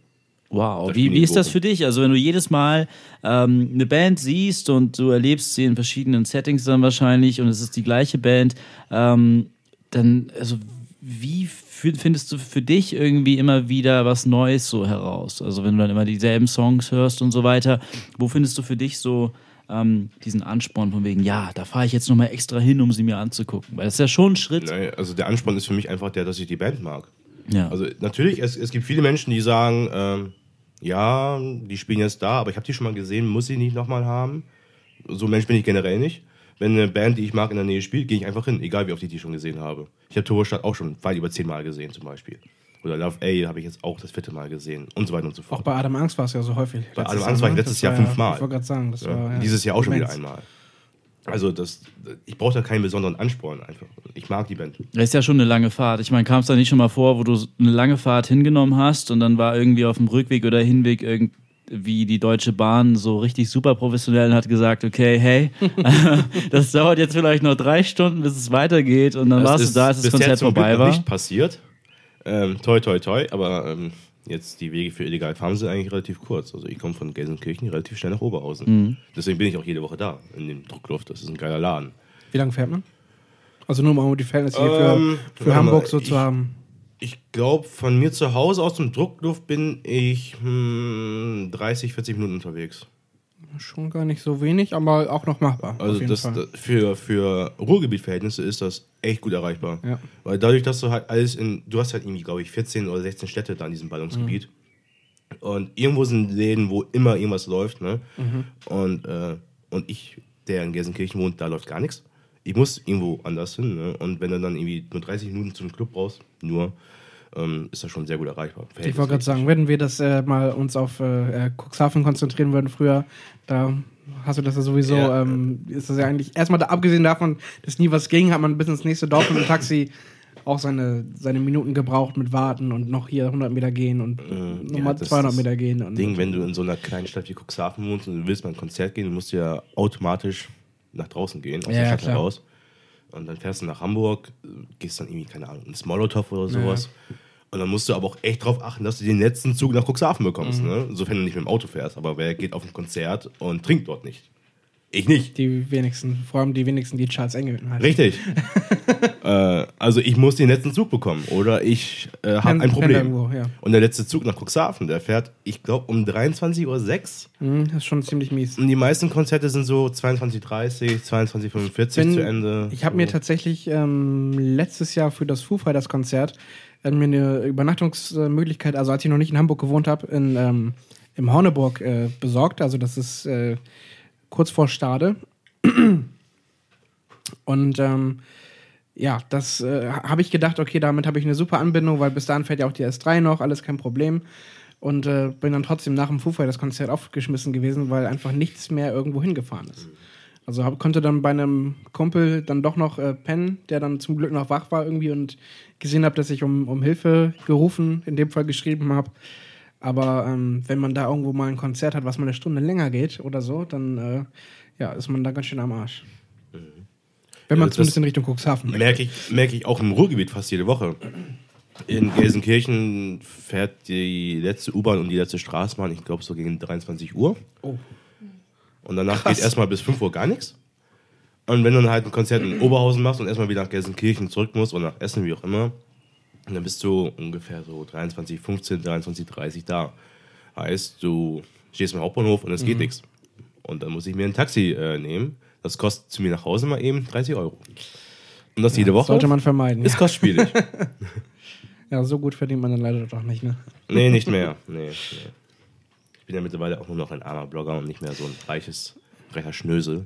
[SPEAKER 1] Wow,
[SPEAKER 4] Da
[SPEAKER 1] wie,
[SPEAKER 4] spielen
[SPEAKER 1] wie
[SPEAKER 4] die
[SPEAKER 1] ist das
[SPEAKER 4] Bogen.
[SPEAKER 1] für dich? Also wenn du jedes Mal ähm, eine Band siehst und du erlebst sie in verschiedenen Settings dann wahrscheinlich und es ist die gleiche Band, ähm, dann, also wie f- findest du für dich irgendwie immer wieder was Neues so heraus? Also wenn du dann immer dieselben Songs hörst und so weiter, wo findest du für dich so ähm, diesen Ansporn von wegen, ja, da fahre ich jetzt nochmal extra hin, um sie mir anzugucken? Weil das ist ja schon ein Schritt.
[SPEAKER 4] Nein, also der Ansporn ist für mich einfach der, dass ich die Band mag.
[SPEAKER 1] Ja.
[SPEAKER 4] Also natürlich, es, es gibt viele Menschen, die sagen, ähm, ja, die spielen jetzt da, aber ich habe die schon mal gesehen, muss ich nicht nochmal haben. So ein Mensch bin ich generell nicht. Wenn eine Band, die ich mag, in der Nähe spielt, gehe ich einfach hin, egal wie oft ich die schon gesehen habe. Ich habe Turbostadt auch schon weit über zehnmal gesehen zum Beispiel. Oder Love A habe ich jetzt auch das vierte Mal gesehen und so weiter und so fort.
[SPEAKER 2] Auch bei Adam Angst war es ja so häufig.
[SPEAKER 4] Bei
[SPEAKER 2] Letztes
[SPEAKER 4] Adam Angst war ich
[SPEAKER 2] ne?
[SPEAKER 4] letztes
[SPEAKER 2] Das
[SPEAKER 4] Jahr
[SPEAKER 2] war ja-
[SPEAKER 4] fünfmal.
[SPEAKER 2] Ich wollte gerade sagen, das war ja
[SPEAKER 4] Dieses Jahr auch schon wieder
[SPEAKER 2] immens.
[SPEAKER 4] einmal. Also das, ich brauche da keinen besonderen Ansporn einfach. Ich mag die Band.
[SPEAKER 1] Das ist ja schon eine lange Fahrt. Ich meine, kam es da nicht schon mal vor, wo du eine lange Fahrt hingenommen hast und dann war irgendwie auf dem Rückweg oder Hinweg irgendwie die Deutsche Bahn so richtig super professionell und hat gesagt, okay, hey, *laughs* das dauert jetzt vielleicht noch drei Stunden, bis es weitergeht und dann
[SPEAKER 4] Das
[SPEAKER 1] warst du
[SPEAKER 4] ist
[SPEAKER 1] da, als das
[SPEAKER 4] bisher
[SPEAKER 1] Konzert
[SPEAKER 4] zum Glück
[SPEAKER 1] vorbei
[SPEAKER 4] noch
[SPEAKER 1] war.
[SPEAKER 4] nicht passiert. Ähm, toi, toi, toi. Aber ähm, jetzt die Wege für illegal fahren sind eigentlich relativ kurz. Also ich komme von Gelsenkirchen relativ schnell nach Oberhausen.
[SPEAKER 1] Mhm.
[SPEAKER 4] Deswegen bin ich auch jede Woche da in dem Druckluft. Das ist ein geiler Laden.
[SPEAKER 2] Wie lange fährt man? Also nur mal um die Verhältnisse hier
[SPEAKER 4] Ähm,
[SPEAKER 2] für,
[SPEAKER 4] warte
[SPEAKER 2] für Hamburg
[SPEAKER 4] mal,
[SPEAKER 2] so
[SPEAKER 4] ich-
[SPEAKER 2] zu haben.
[SPEAKER 4] Ich glaube, von mir zu Hause aus zum Druckluft bin ich hm, 30, 40 Minuten unterwegs.
[SPEAKER 2] Schon gar nicht so wenig, aber auch noch machbar.
[SPEAKER 4] Also das, das für, für Ruhrgebietverhältnisse ist das echt gut erreichbar.
[SPEAKER 2] Ja.
[SPEAKER 4] Weil dadurch, dass du halt alles in, du hast halt irgendwie, glaube ich, 14 oder 16 Städte da in diesem Ballungsgebiet.
[SPEAKER 2] Mhm.
[SPEAKER 4] Und irgendwo sind Läden, wo immer irgendwas läuft, ne?
[SPEAKER 2] Mhm.
[SPEAKER 4] Und, äh, und ich, der in Gelsenkirchen wohnt, da läuft gar nichts. Ich muss irgendwo anders hin, ne? Und wenn du dann irgendwie nur 30 Minuten zum Club brauchst, nur, ähm, ist das schon sehr gut erreichbar.
[SPEAKER 2] ich wollte gerade sagen, wenn wir das äh, mal uns auf äh, äh, Cuxhaven konzentrieren würden früher, da hast du das ja sowieso,
[SPEAKER 4] Ja.
[SPEAKER 2] ähm, ist das ja eigentlich, erstmal da, abgesehen davon, dass nie was ging, hat man bis ins nächste Dorf mit dem Taxi auch seine, seine Minuten gebraucht mit Warten und noch hier 100 Meter gehen und nochmal
[SPEAKER 4] Äh, das-
[SPEAKER 2] 200
[SPEAKER 4] das
[SPEAKER 2] Meter gehen. Und
[SPEAKER 4] Ding, wenn du in so einer kleinen Stadt wie Cuxhaven wohnst und du willst mal ein Konzert gehen, musst du ja automatisch nach draußen gehen, aus
[SPEAKER 2] Ja,
[SPEAKER 4] der Stadt
[SPEAKER 2] klar.
[SPEAKER 4] heraus. Und dann fährst du nach Hamburg, äh, gehst dann irgendwie, keine Ahnung, ins Molotow oder sowas. Und dann musst du aber auch echt drauf achten, dass du den letzten Zug nach Cuxhaven bekommst,
[SPEAKER 2] Mhm.
[SPEAKER 4] ne? Sofern du nicht mit dem Auto fährst. Aber wer geht auf ein Konzert und trinkt dort nicht? Ich nicht.
[SPEAKER 2] Die wenigsten, vor allem die wenigsten, die Charles Engelton halt. *laughs*
[SPEAKER 4] Richtig. äh, also ich muss den letzten Zug bekommen oder ich äh, habe
[SPEAKER 2] Pen-
[SPEAKER 4] ein Problem.
[SPEAKER 2] Pendango, ja.
[SPEAKER 4] Und der letzte Zug nach Cuxhaven, der fährt, ich glaube, um 23.06 Uhr.
[SPEAKER 2] Mhm, das ist schon ziemlich mies.
[SPEAKER 4] Und die meisten Konzerte sind so 22.30 22.45
[SPEAKER 2] bin-
[SPEAKER 4] zu Ende.
[SPEAKER 2] Ich habe mir
[SPEAKER 4] so.
[SPEAKER 2] tatsächlich ähm, letztes Jahr für das Foo Fighters Konzert äh, mir eine Übernachtungsmöglichkeit, also als ich noch nicht in Hamburg gewohnt habe, in ähm, im Horneburg äh, besorgt. Also das ist äh, kurz vor Stade. Und ähm, ja, das äh, habe ich gedacht, okay, damit habe ich eine super Anbindung, weil bis dahin fährt ja auch die S3 noch, alles kein Problem. Und äh, bin dann trotzdem nach dem Foo Fighters Konzert aufgeschmissen gewesen, weil einfach nichts mehr irgendwo hingefahren ist. Also hab, konnte dann bei einem Kumpel dann doch noch äh, pennen, der dann zum Glück noch wach war irgendwie und gesehen habe, dass ich um, um Hilfe gerufen, in dem Fall geschrieben habe. Aber ähm, wenn man da irgendwo mal ein Konzert hat, was mal eine Stunde länger geht oder so, dann äh, ja, ist man da ganz schön am Arsch. Wenn
[SPEAKER 4] Mhm. Ja,
[SPEAKER 2] man
[SPEAKER 4] das-
[SPEAKER 2] zumindest in Richtung Cuxhaven möchte.
[SPEAKER 4] merke ich, merk ich auch im Ruhrgebiet fast jede Woche. In Gelsenkirchen fährt die letzte U-Bahn und die letzte Straßenbahn, ich glaube, so gegen 23 Uhr.
[SPEAKER 2] Oh.
[SPEAKER 4] Und danach
[SPEAKER 2] Krass.
[SPEAKER 4] geht erstmal bis 5 Uhr gar nichts. Und wenn du dann halt ein Konzert in Oberhausen machst und erstmal wieder nach Gelsenkirchen zurück musst oder nach Essen, wie auch immer, dann bist du ungefähr so 23, 15, 23, 30 da. Heißt, du stehst am Hauptbahnhof und es geht nichts. Und dann muss ich mir ein Taxi äh, nehmen. Das kostet zu mir nach Hause mal eben 30 Euro. Und das jede Woche.
[SPEAKER 2] Sollte man vermeiden.
[SPEAKER 4] Ist
[SPEAKER 2] Ja.
[SPEAKER 4] kostspielig.
[SPEAKER 2] ja, so gut verdient man dann leider doch nicht, ne?
[SPEAKER 4] nee, nicht mehr. Nee, nee. Ich bin ja mittlerweile auch nur noch ein armer Blogger und nicht mehr so ein reiches, reicher Schnösel.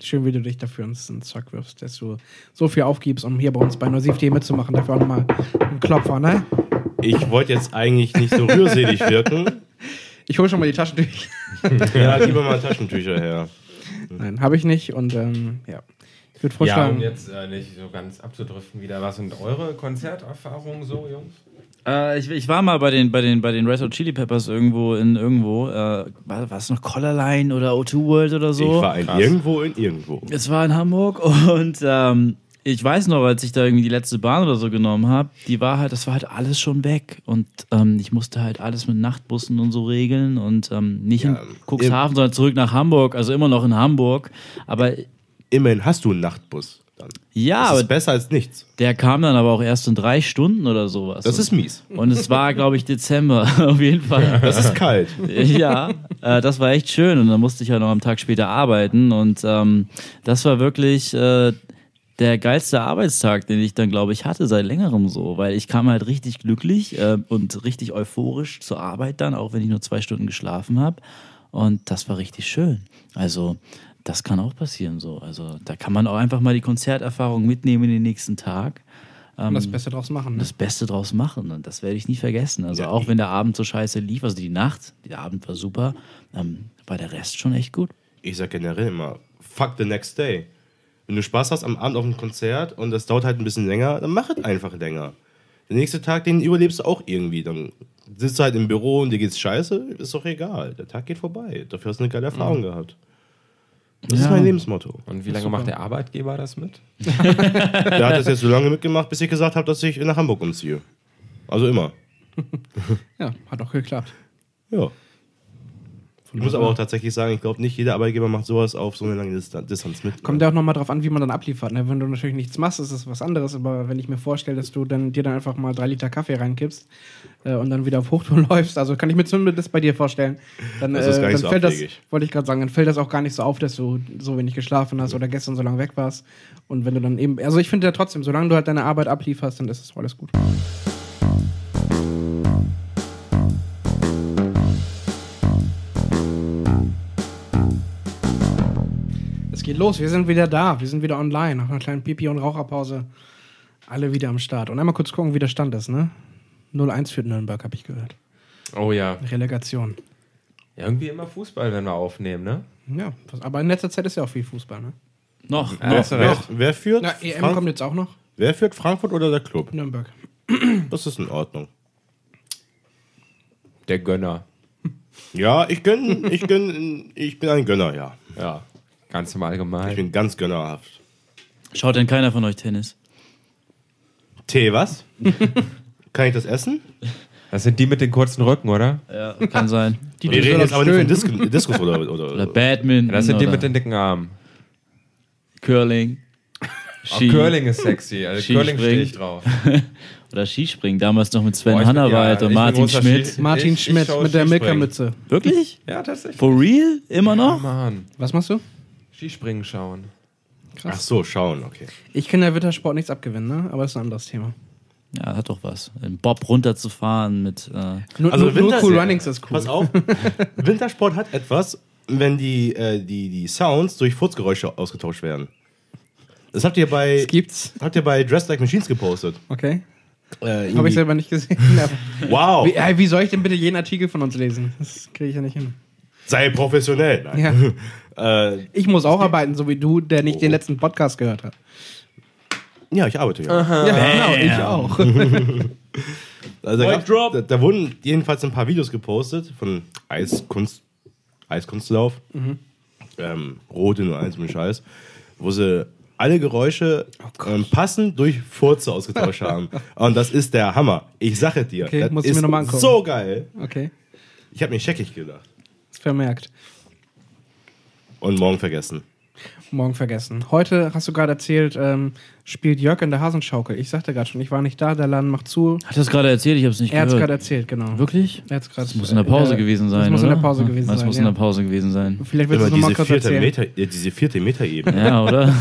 [SPEAKER 2] Schön, wie du dich dafür ins, ins Zeug wirfst, dass du so viel aufgibst, um hier bei uns bei Nosiv.de mitzumachen. Dafür auch nochmal einen Klopfer, ne?
[SPEAKER 4] Ich wollte jetzt eigentlich nicht so rührselig wirken.
[SPEAKER 2] Ich hole schon mal die Taschentücher.
[SPEAKER 4] Ja, gib mir mal Taschentücher her.
[SPEAKER 2] Nein, habe ich nicht. Und ähm, ja, ich würde
[SPEAKER 3] Ja, um
[SPEAKER 2] vorschlagen,
[SPEAKER 3] jetzt äh, nicht so ganz abzudriften wieder. Was sind eure Konzerterfahrungen so, Jungs?
[SPEAKER 1] Äh, ich, ich war mal bei den, bei den, bei den Red Hot Chili Peppers irgendwo in irgendwo. Äh, war, war es noch Collarline oder O2 World oder so?
[SPEAKER 4] ich war ein
[SPEAKER 3] krass.
[SPEAKER 4] irgendwo in irgendwo.
[SPEAKER 1] Es war in Hamburg und ähm, ich weiß noch, als ich da irgendwie die letzte Bahn oder so genommen habe, die war halt, das war halt alles schon weg und ähm, ich musste halt alles mit Nachtbussen und so regeln und ähm, nicht in
[SPEAKER 4] Ja,
[SPEAKER 1] Cuxhaven, sondern zurück nach Hamburg, also immer noch in Hamburg, aber
[SPEAKER 4] Immerhin hast du einen Nachtbus. Dann.
[SPEAKER 1] Ja,
[SPEAKER 4] das
[SPEAKER 1] aber
[SPEAKER 4] ist besser als nichts.
[SPEAKER 1] der kam dann aber auch erst in drei Stunden oder sowas.
[SPEAKER 4] Das ist mies.
[SPEAKER 1] und es war, glaube ich, Dezember, *laughs* auf jeden Fall.
[SPEAKER 4] Das *laughs* ist kalt.
[SPEAKER 1] *laughs* ja, äh, das war echt schön und dann musste ich ja noch am Tag später arbeiten und ähm, das war wirklich äh, der geilste Arbeitstag, den ich dann glaube ich hatte seit längerem so, weil ich kam halt richtig glücklich äh, und richtig euphorisch zur Arbeit dann, auch wenn ich nur zwei Stunden geschlafen habe und das war richtig schön. Also das kann auch passieren so. Also da kann man auch einfach mal die Konzerterfahrung mitnehmen in den nächsten Tag.
[SPEAKER 2] Und
[SPEAKER 3] ähm,
[SPEAKER 2] das Beste draus machen. Ne?
[SPEAKER 1] das Beste draus machen. Und das werde ich nie vergessen. Also
[SPEAKER 4] Ja.
[SPEAKER 1] auch wenn der Abend so scheiße lief, also die Nacht, der Abend war super, ähm, war der Rest schon echt gut.
[SPEAKER 4] Ich sag generell immer, fuck the next day. Wenn du Spaß hast am Abend auf einem Konzert und das dauert halt ein bisschen länger, dann mach es einfach länger. Der nächste Tag, den überlebst du auch irgendwie. Dann sitzt du halt im Büro und dir geht's scheiße, ist doch egal. Der Tag geht vorbei. Dafür hast du eine geile Erfahrung gehabt. Das
[SPEAKER 1] Ja.
[SPEAKER 4] ist mein Lebensmotto.
[SPEAKER 3] Und wie lange macht der Arbeitgeber das mit?
[SPEAKER 4] Der hat das jetzt so lange mitgemacht, bis ich gesagt habe, dass ich nach Hamburg umziehe. Also immer.
[SPEAKER 2] Ja, hat auch geklappt.
[SPEAKER 4] Ja. Ich muss aber auch tatsächlich sagen, ich glaube nicht, jeder Arbeitgeber macht sowas auf so eine lange Distan- Distanz mit. ne?
[SPEAKER 2] Kommt ja auch nochmal drauf an, wie man dann abliefert. Ne? Wenn du natürlich nichts machst, ist es was anderes. Aber wenn ich mir vorstelle, dass du dann, dir dann einfach mal drei Liter Kaffee reinkippst äh, und dann wieder auf Hochtouren *laughs* läufst, also kann ich mir zumindest bei dir vorstellen, dann,
[SPEAKER 4] Das ist
[SPEAKER 2] äh,
[SPEAKER 4] gar nicht
[SPEAKER 2] dann
[SPEAKER 4] so
[SPEAKER 2] fällt
[SPEAKER 4] abwegig.
[SPEAKER 2] das, wollte ich gerade sagen, dann fällt das auch gar nicht so auf, dass du so wenig geschlafen hast oder gestern so lange weg warst. Und wenn du dann eben, also ich finde ja trotzdem, solange du halt deine Arbeit ablieferst, dann ist es alles gut. Es geht los, wir sind wieder da, wir sind wieder online, nach einer kleinen Pipi- und Raucherpause. Alle wieder am Start. Und einmal kurz gucken, wie der Stand ist, ne? 0-1 für Nürnberg, habe ich gehört.
[SPEAKER 3] Oh ja.
[SPEAKER 2] Relegation.
[SPEAKER 3] ja. Irgendwie immer Fußball, wenn wir aufnehmen, ne?
[SPEAKER 2] Ja, was- aber in letzter Zeit ist ja auch viel Fußball, ne?
[SPEAKER 1] Noch,
[SPEAKER 3] Ja, hast
[SPEAKER 1] noch.
[SPEAKER 3] du
[SPEAKER 4] Wer,
[SPEAKER 3] recht.
[SPEAKER 4] wer, führt
[SPEAKER 2] Na, EM
[SPEAKER 4] Frank-
[SPEAKER 2] kommt jetzt auch noch.
[SPEAKER 4] wer führt Frankfurt oder der Club?
[SPEAKER 2] Nürnberg.
[SPEAKER 4] Das ist in Ordnung.
[SPEAKER 3] Der Gönner.
[SPEAKER 4] Ja, ich gönn, ich gönn, ich bin ein Gönner, ja.
[SPEAKER 3] Ja. Ganz im
[SPEAKER 4] Ich
[SPEAKER 3] Allgemeinen.
[SPEAKER 4] bin ganz gönnerhaft.
[SPEAKER 1] Schaut denn keiner von euch Tennis?
[SPEAKER 4] Tee,
[SPEAKER 2] *laughs*
[SPEAKER 4] was? Kann ich das essen?
[SPEAKER 3] Das sind die mit den kurzen Rücken, oder?
[SPEAKER 1] Ja, kann *laughs* sein.
[SPEAKER 2] Die
[SPEAKER 4] Wir reden
[SPEAKER 2] Düsseldorf
[SPEAKER 4] jetzt aber nicht von
[SPEAKER 2] stöhnen.
[SPEAKER 4] Disco, Diskus oder,
[SPEAKER 1] Oder
[SPEAKER 4] oder
[SPEAKER 1] Badminton.
[SPEAKER 3] Ja, das sind die
[SPEAKER 1] oder
[SPEAKER 3] mit den dicken Armen. *laughs*
[SPEAKER 1] Curling.
[SPEAKER 3] Oh,
[SPEAKER 1] Ski
[SPEAKER 3] Curling ist sexy. Also
[SPEAKER 1] Ski
[SPEAKER 3] Curling stehe
[SPEAKER 1] springen.
[SPEAKER 3] ich drauf.
[SPEAKER 1] oder Skispringen, damals noch mit
[SPEAKER 3] Boah, ich
[SPEAKER 1] Sven
[SPEAKER 3] bin-
[SPEAKER 1] Hannawald
[SPEAKER 3] ja, ich
[SPEAKER 1] und
[SPEAKER 3] bin
[SPEAKER 1] Martin
[SPEAKER 3] großer
[SPEAKER 1] Schmidt.
[SPEAKER 3] Ski-
[SPEAKER 2] Martin
[SPEAKER 3] Ich- ich
[SPEAKER 2] Schmidt
[SPEAKER 3] schaue
[SPEAKER 2] mit der
[SPEAKER 3] Skispringen.
[SPEAKER 2] Milka-Mütze.
[SPEAKER 3] *laughs*
[SPEAKER 1] Wirklich?
[SPEAKER 3] Ja, tatsächlich.
[SPEAKER 1] For real? Immer noch?
[SPEAKER 3] Mann.
[SPEAKER 2] Was machst du?
[SPEAKER 3] Skispringen schauen.
[SPEAKER 4] Ach so, schauen, okay.
[SPEAKER 2] Ich kann der Wintersport nichts abgewinnen, ne? Aber das ist ein anderes Thema.
[SPEAKER 1] Ja, hat doch was. Im Bob runterzufahren mit. Äh,
[SPEAKER 2] Nur, also nur, nur Cool Runnings ist cool.
[SPEAKER 4] Pass auf, *laughs* Wintersport hat etwas, wenn die, äh, die, die Sounds durch Furzgeräusche ausgetauscht werden. Das habt ihr bei,
[SPEAKER 2] Das gibt's.
[SPEAKER 4] habt ihr bei Dress Like Machines gepostet.
[SPEAKER 2] Okay.
[SPEAKER 4] Äh,
[SPEAKER 2] Habe
[SPEAKER 4] irgendwie-
[SPEAKER 2] ich selber nicht gesehen. aber-
[SPEAKER 4] wow,
[SPEAKER 2] Wie, ey, wie soll ich denn bitte jeden Artikel von uns lesen? Das kriege ich ja nicht hin.
[SPEAKER 4] sei professionell.
[SPEAKER 2] Ja.
[SPEAKER 4] Nein. Äh,
[SPEAKER 2] Ich muss auch arbeiten, so wie du, der nicht den letzten Podcast gehört hat.
[SPEAKER 4] ja, ich arbeite ja.
[SPEAKER 2] Ja, genau, ich auch.
[SPEAKER 4] Also da,
[SPEAKER 1] Mic
[SPEAKER 4] gab's-
[SPEAKER 1] drop.
[SPEAKER 4] Da, da wurden jedenfalls ein paar Videos gepostet von Eiskunst, Eiskunstlauf,
[SPEAKER 2] Mhm.
[SPEAKER 4] ähm, Roten und allem so einen Scheiß, wo sie alle Geräusche
[SPEAKER 2] Oh
[SPEAKER 4] ähm, passend durch Furze
[SPEAKER 2] *laughs*
[SPEAKER 4] ausgetauscht haben. Und das ist der Hammer. Ich sage dir,
[SPEAKER 2] Okay,
[SPEAKER 4] das
[SPEAKER 2] muss ich
[SPEAKER 4] ist
[SPEAKER 2] mir noch mal angucken.
[SPEAKER 4] so geil.
[SPEAKER 2] Okay,
[SPEAKER 4] Ich habe mir scheckig gedacht
[SPEAKER 2] ist vermerkt.
[SPEAKER 4] und morgen vergessen.
[SPEAKER 2] Morgen vergessen. Heute hast du gerade erzählt, ähm, spielt Jörg in der Hasenschaukel. Ich sagte gerade schon, ich war nicht da, der Laden macht zu.
[SPEAKER 1] hat das gerade erzählt? Ich hab's nicht
[SPEAKER 2] Er hat es gerade
[SPEAKER 1] gehört.
[SPEAKER 2] erzählt, genau.
[SPEAKER 1] Wirklich?
[SPEAKER 2] Er hat's grad,
[SPEAKER 1] Das muss in der Pause
[SPEAKER 2] äh,
[SPEAKER 1] gewesen sein.
[SPEAKER 2] Das muss
[SPEAKER 1] oder?
[SPEAKER 2] in der Pause gewesen
[SPEAKER 1] das
[SPEAKER 2] sein.
[SPEAKER 1] muss
[SPEAKER 2] ja.
[SPEAKER 1] in der Pause gewesen sein.
[SPEAKER 2] Vielleicht willst du es
[SPEAKER 4] Immer
[SPEAKER 2] nochmal
[SPEAKER 4] diese
[SPEAKER 2] kurz
[SPEAKER 4] vierte,
[SPEAKER 2] erzählen.
[SPEAKER 4] Meter, ja, diese vierte
[SPEAKER 2] *laughs*
[SPEAKER 4] Meter Ebene.
[SPEAKER 1] Ja, oder?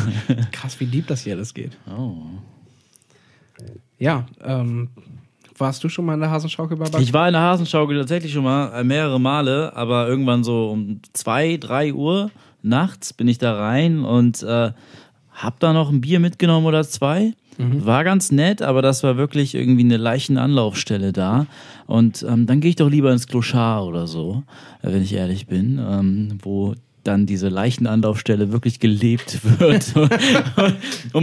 [SPEAKER 2] Krass, wie deep das hier alles geht.
[SPEAKER 1] Oh.
[SPEAKER 2] Ja, ähm, warst du schon mal in der Hasenschaukel bei Bad?
[SPEAKER 1] Ich war in der Hasenschaukel tatsächlich schon mal äh, mehrere Male, aber irgendwann so um 2, 3 Uhr nachts bin ich da rein und äh, hab da noch ein Bier mitgenommen oder zwei.
[SPEAKER 2] Mhm.
[SPEAKER 1] War ganz nett, aber das war wirklich irgendwie eine Leichenanlaufstelle da. Und ähm, dann gehe ich doch lieber ins Kloschar oder so, äh, wenn ich ehrlich bin, ähm, wo dann diese Leichenanlaufstelle wirklich gelebt *laughs* wird. und,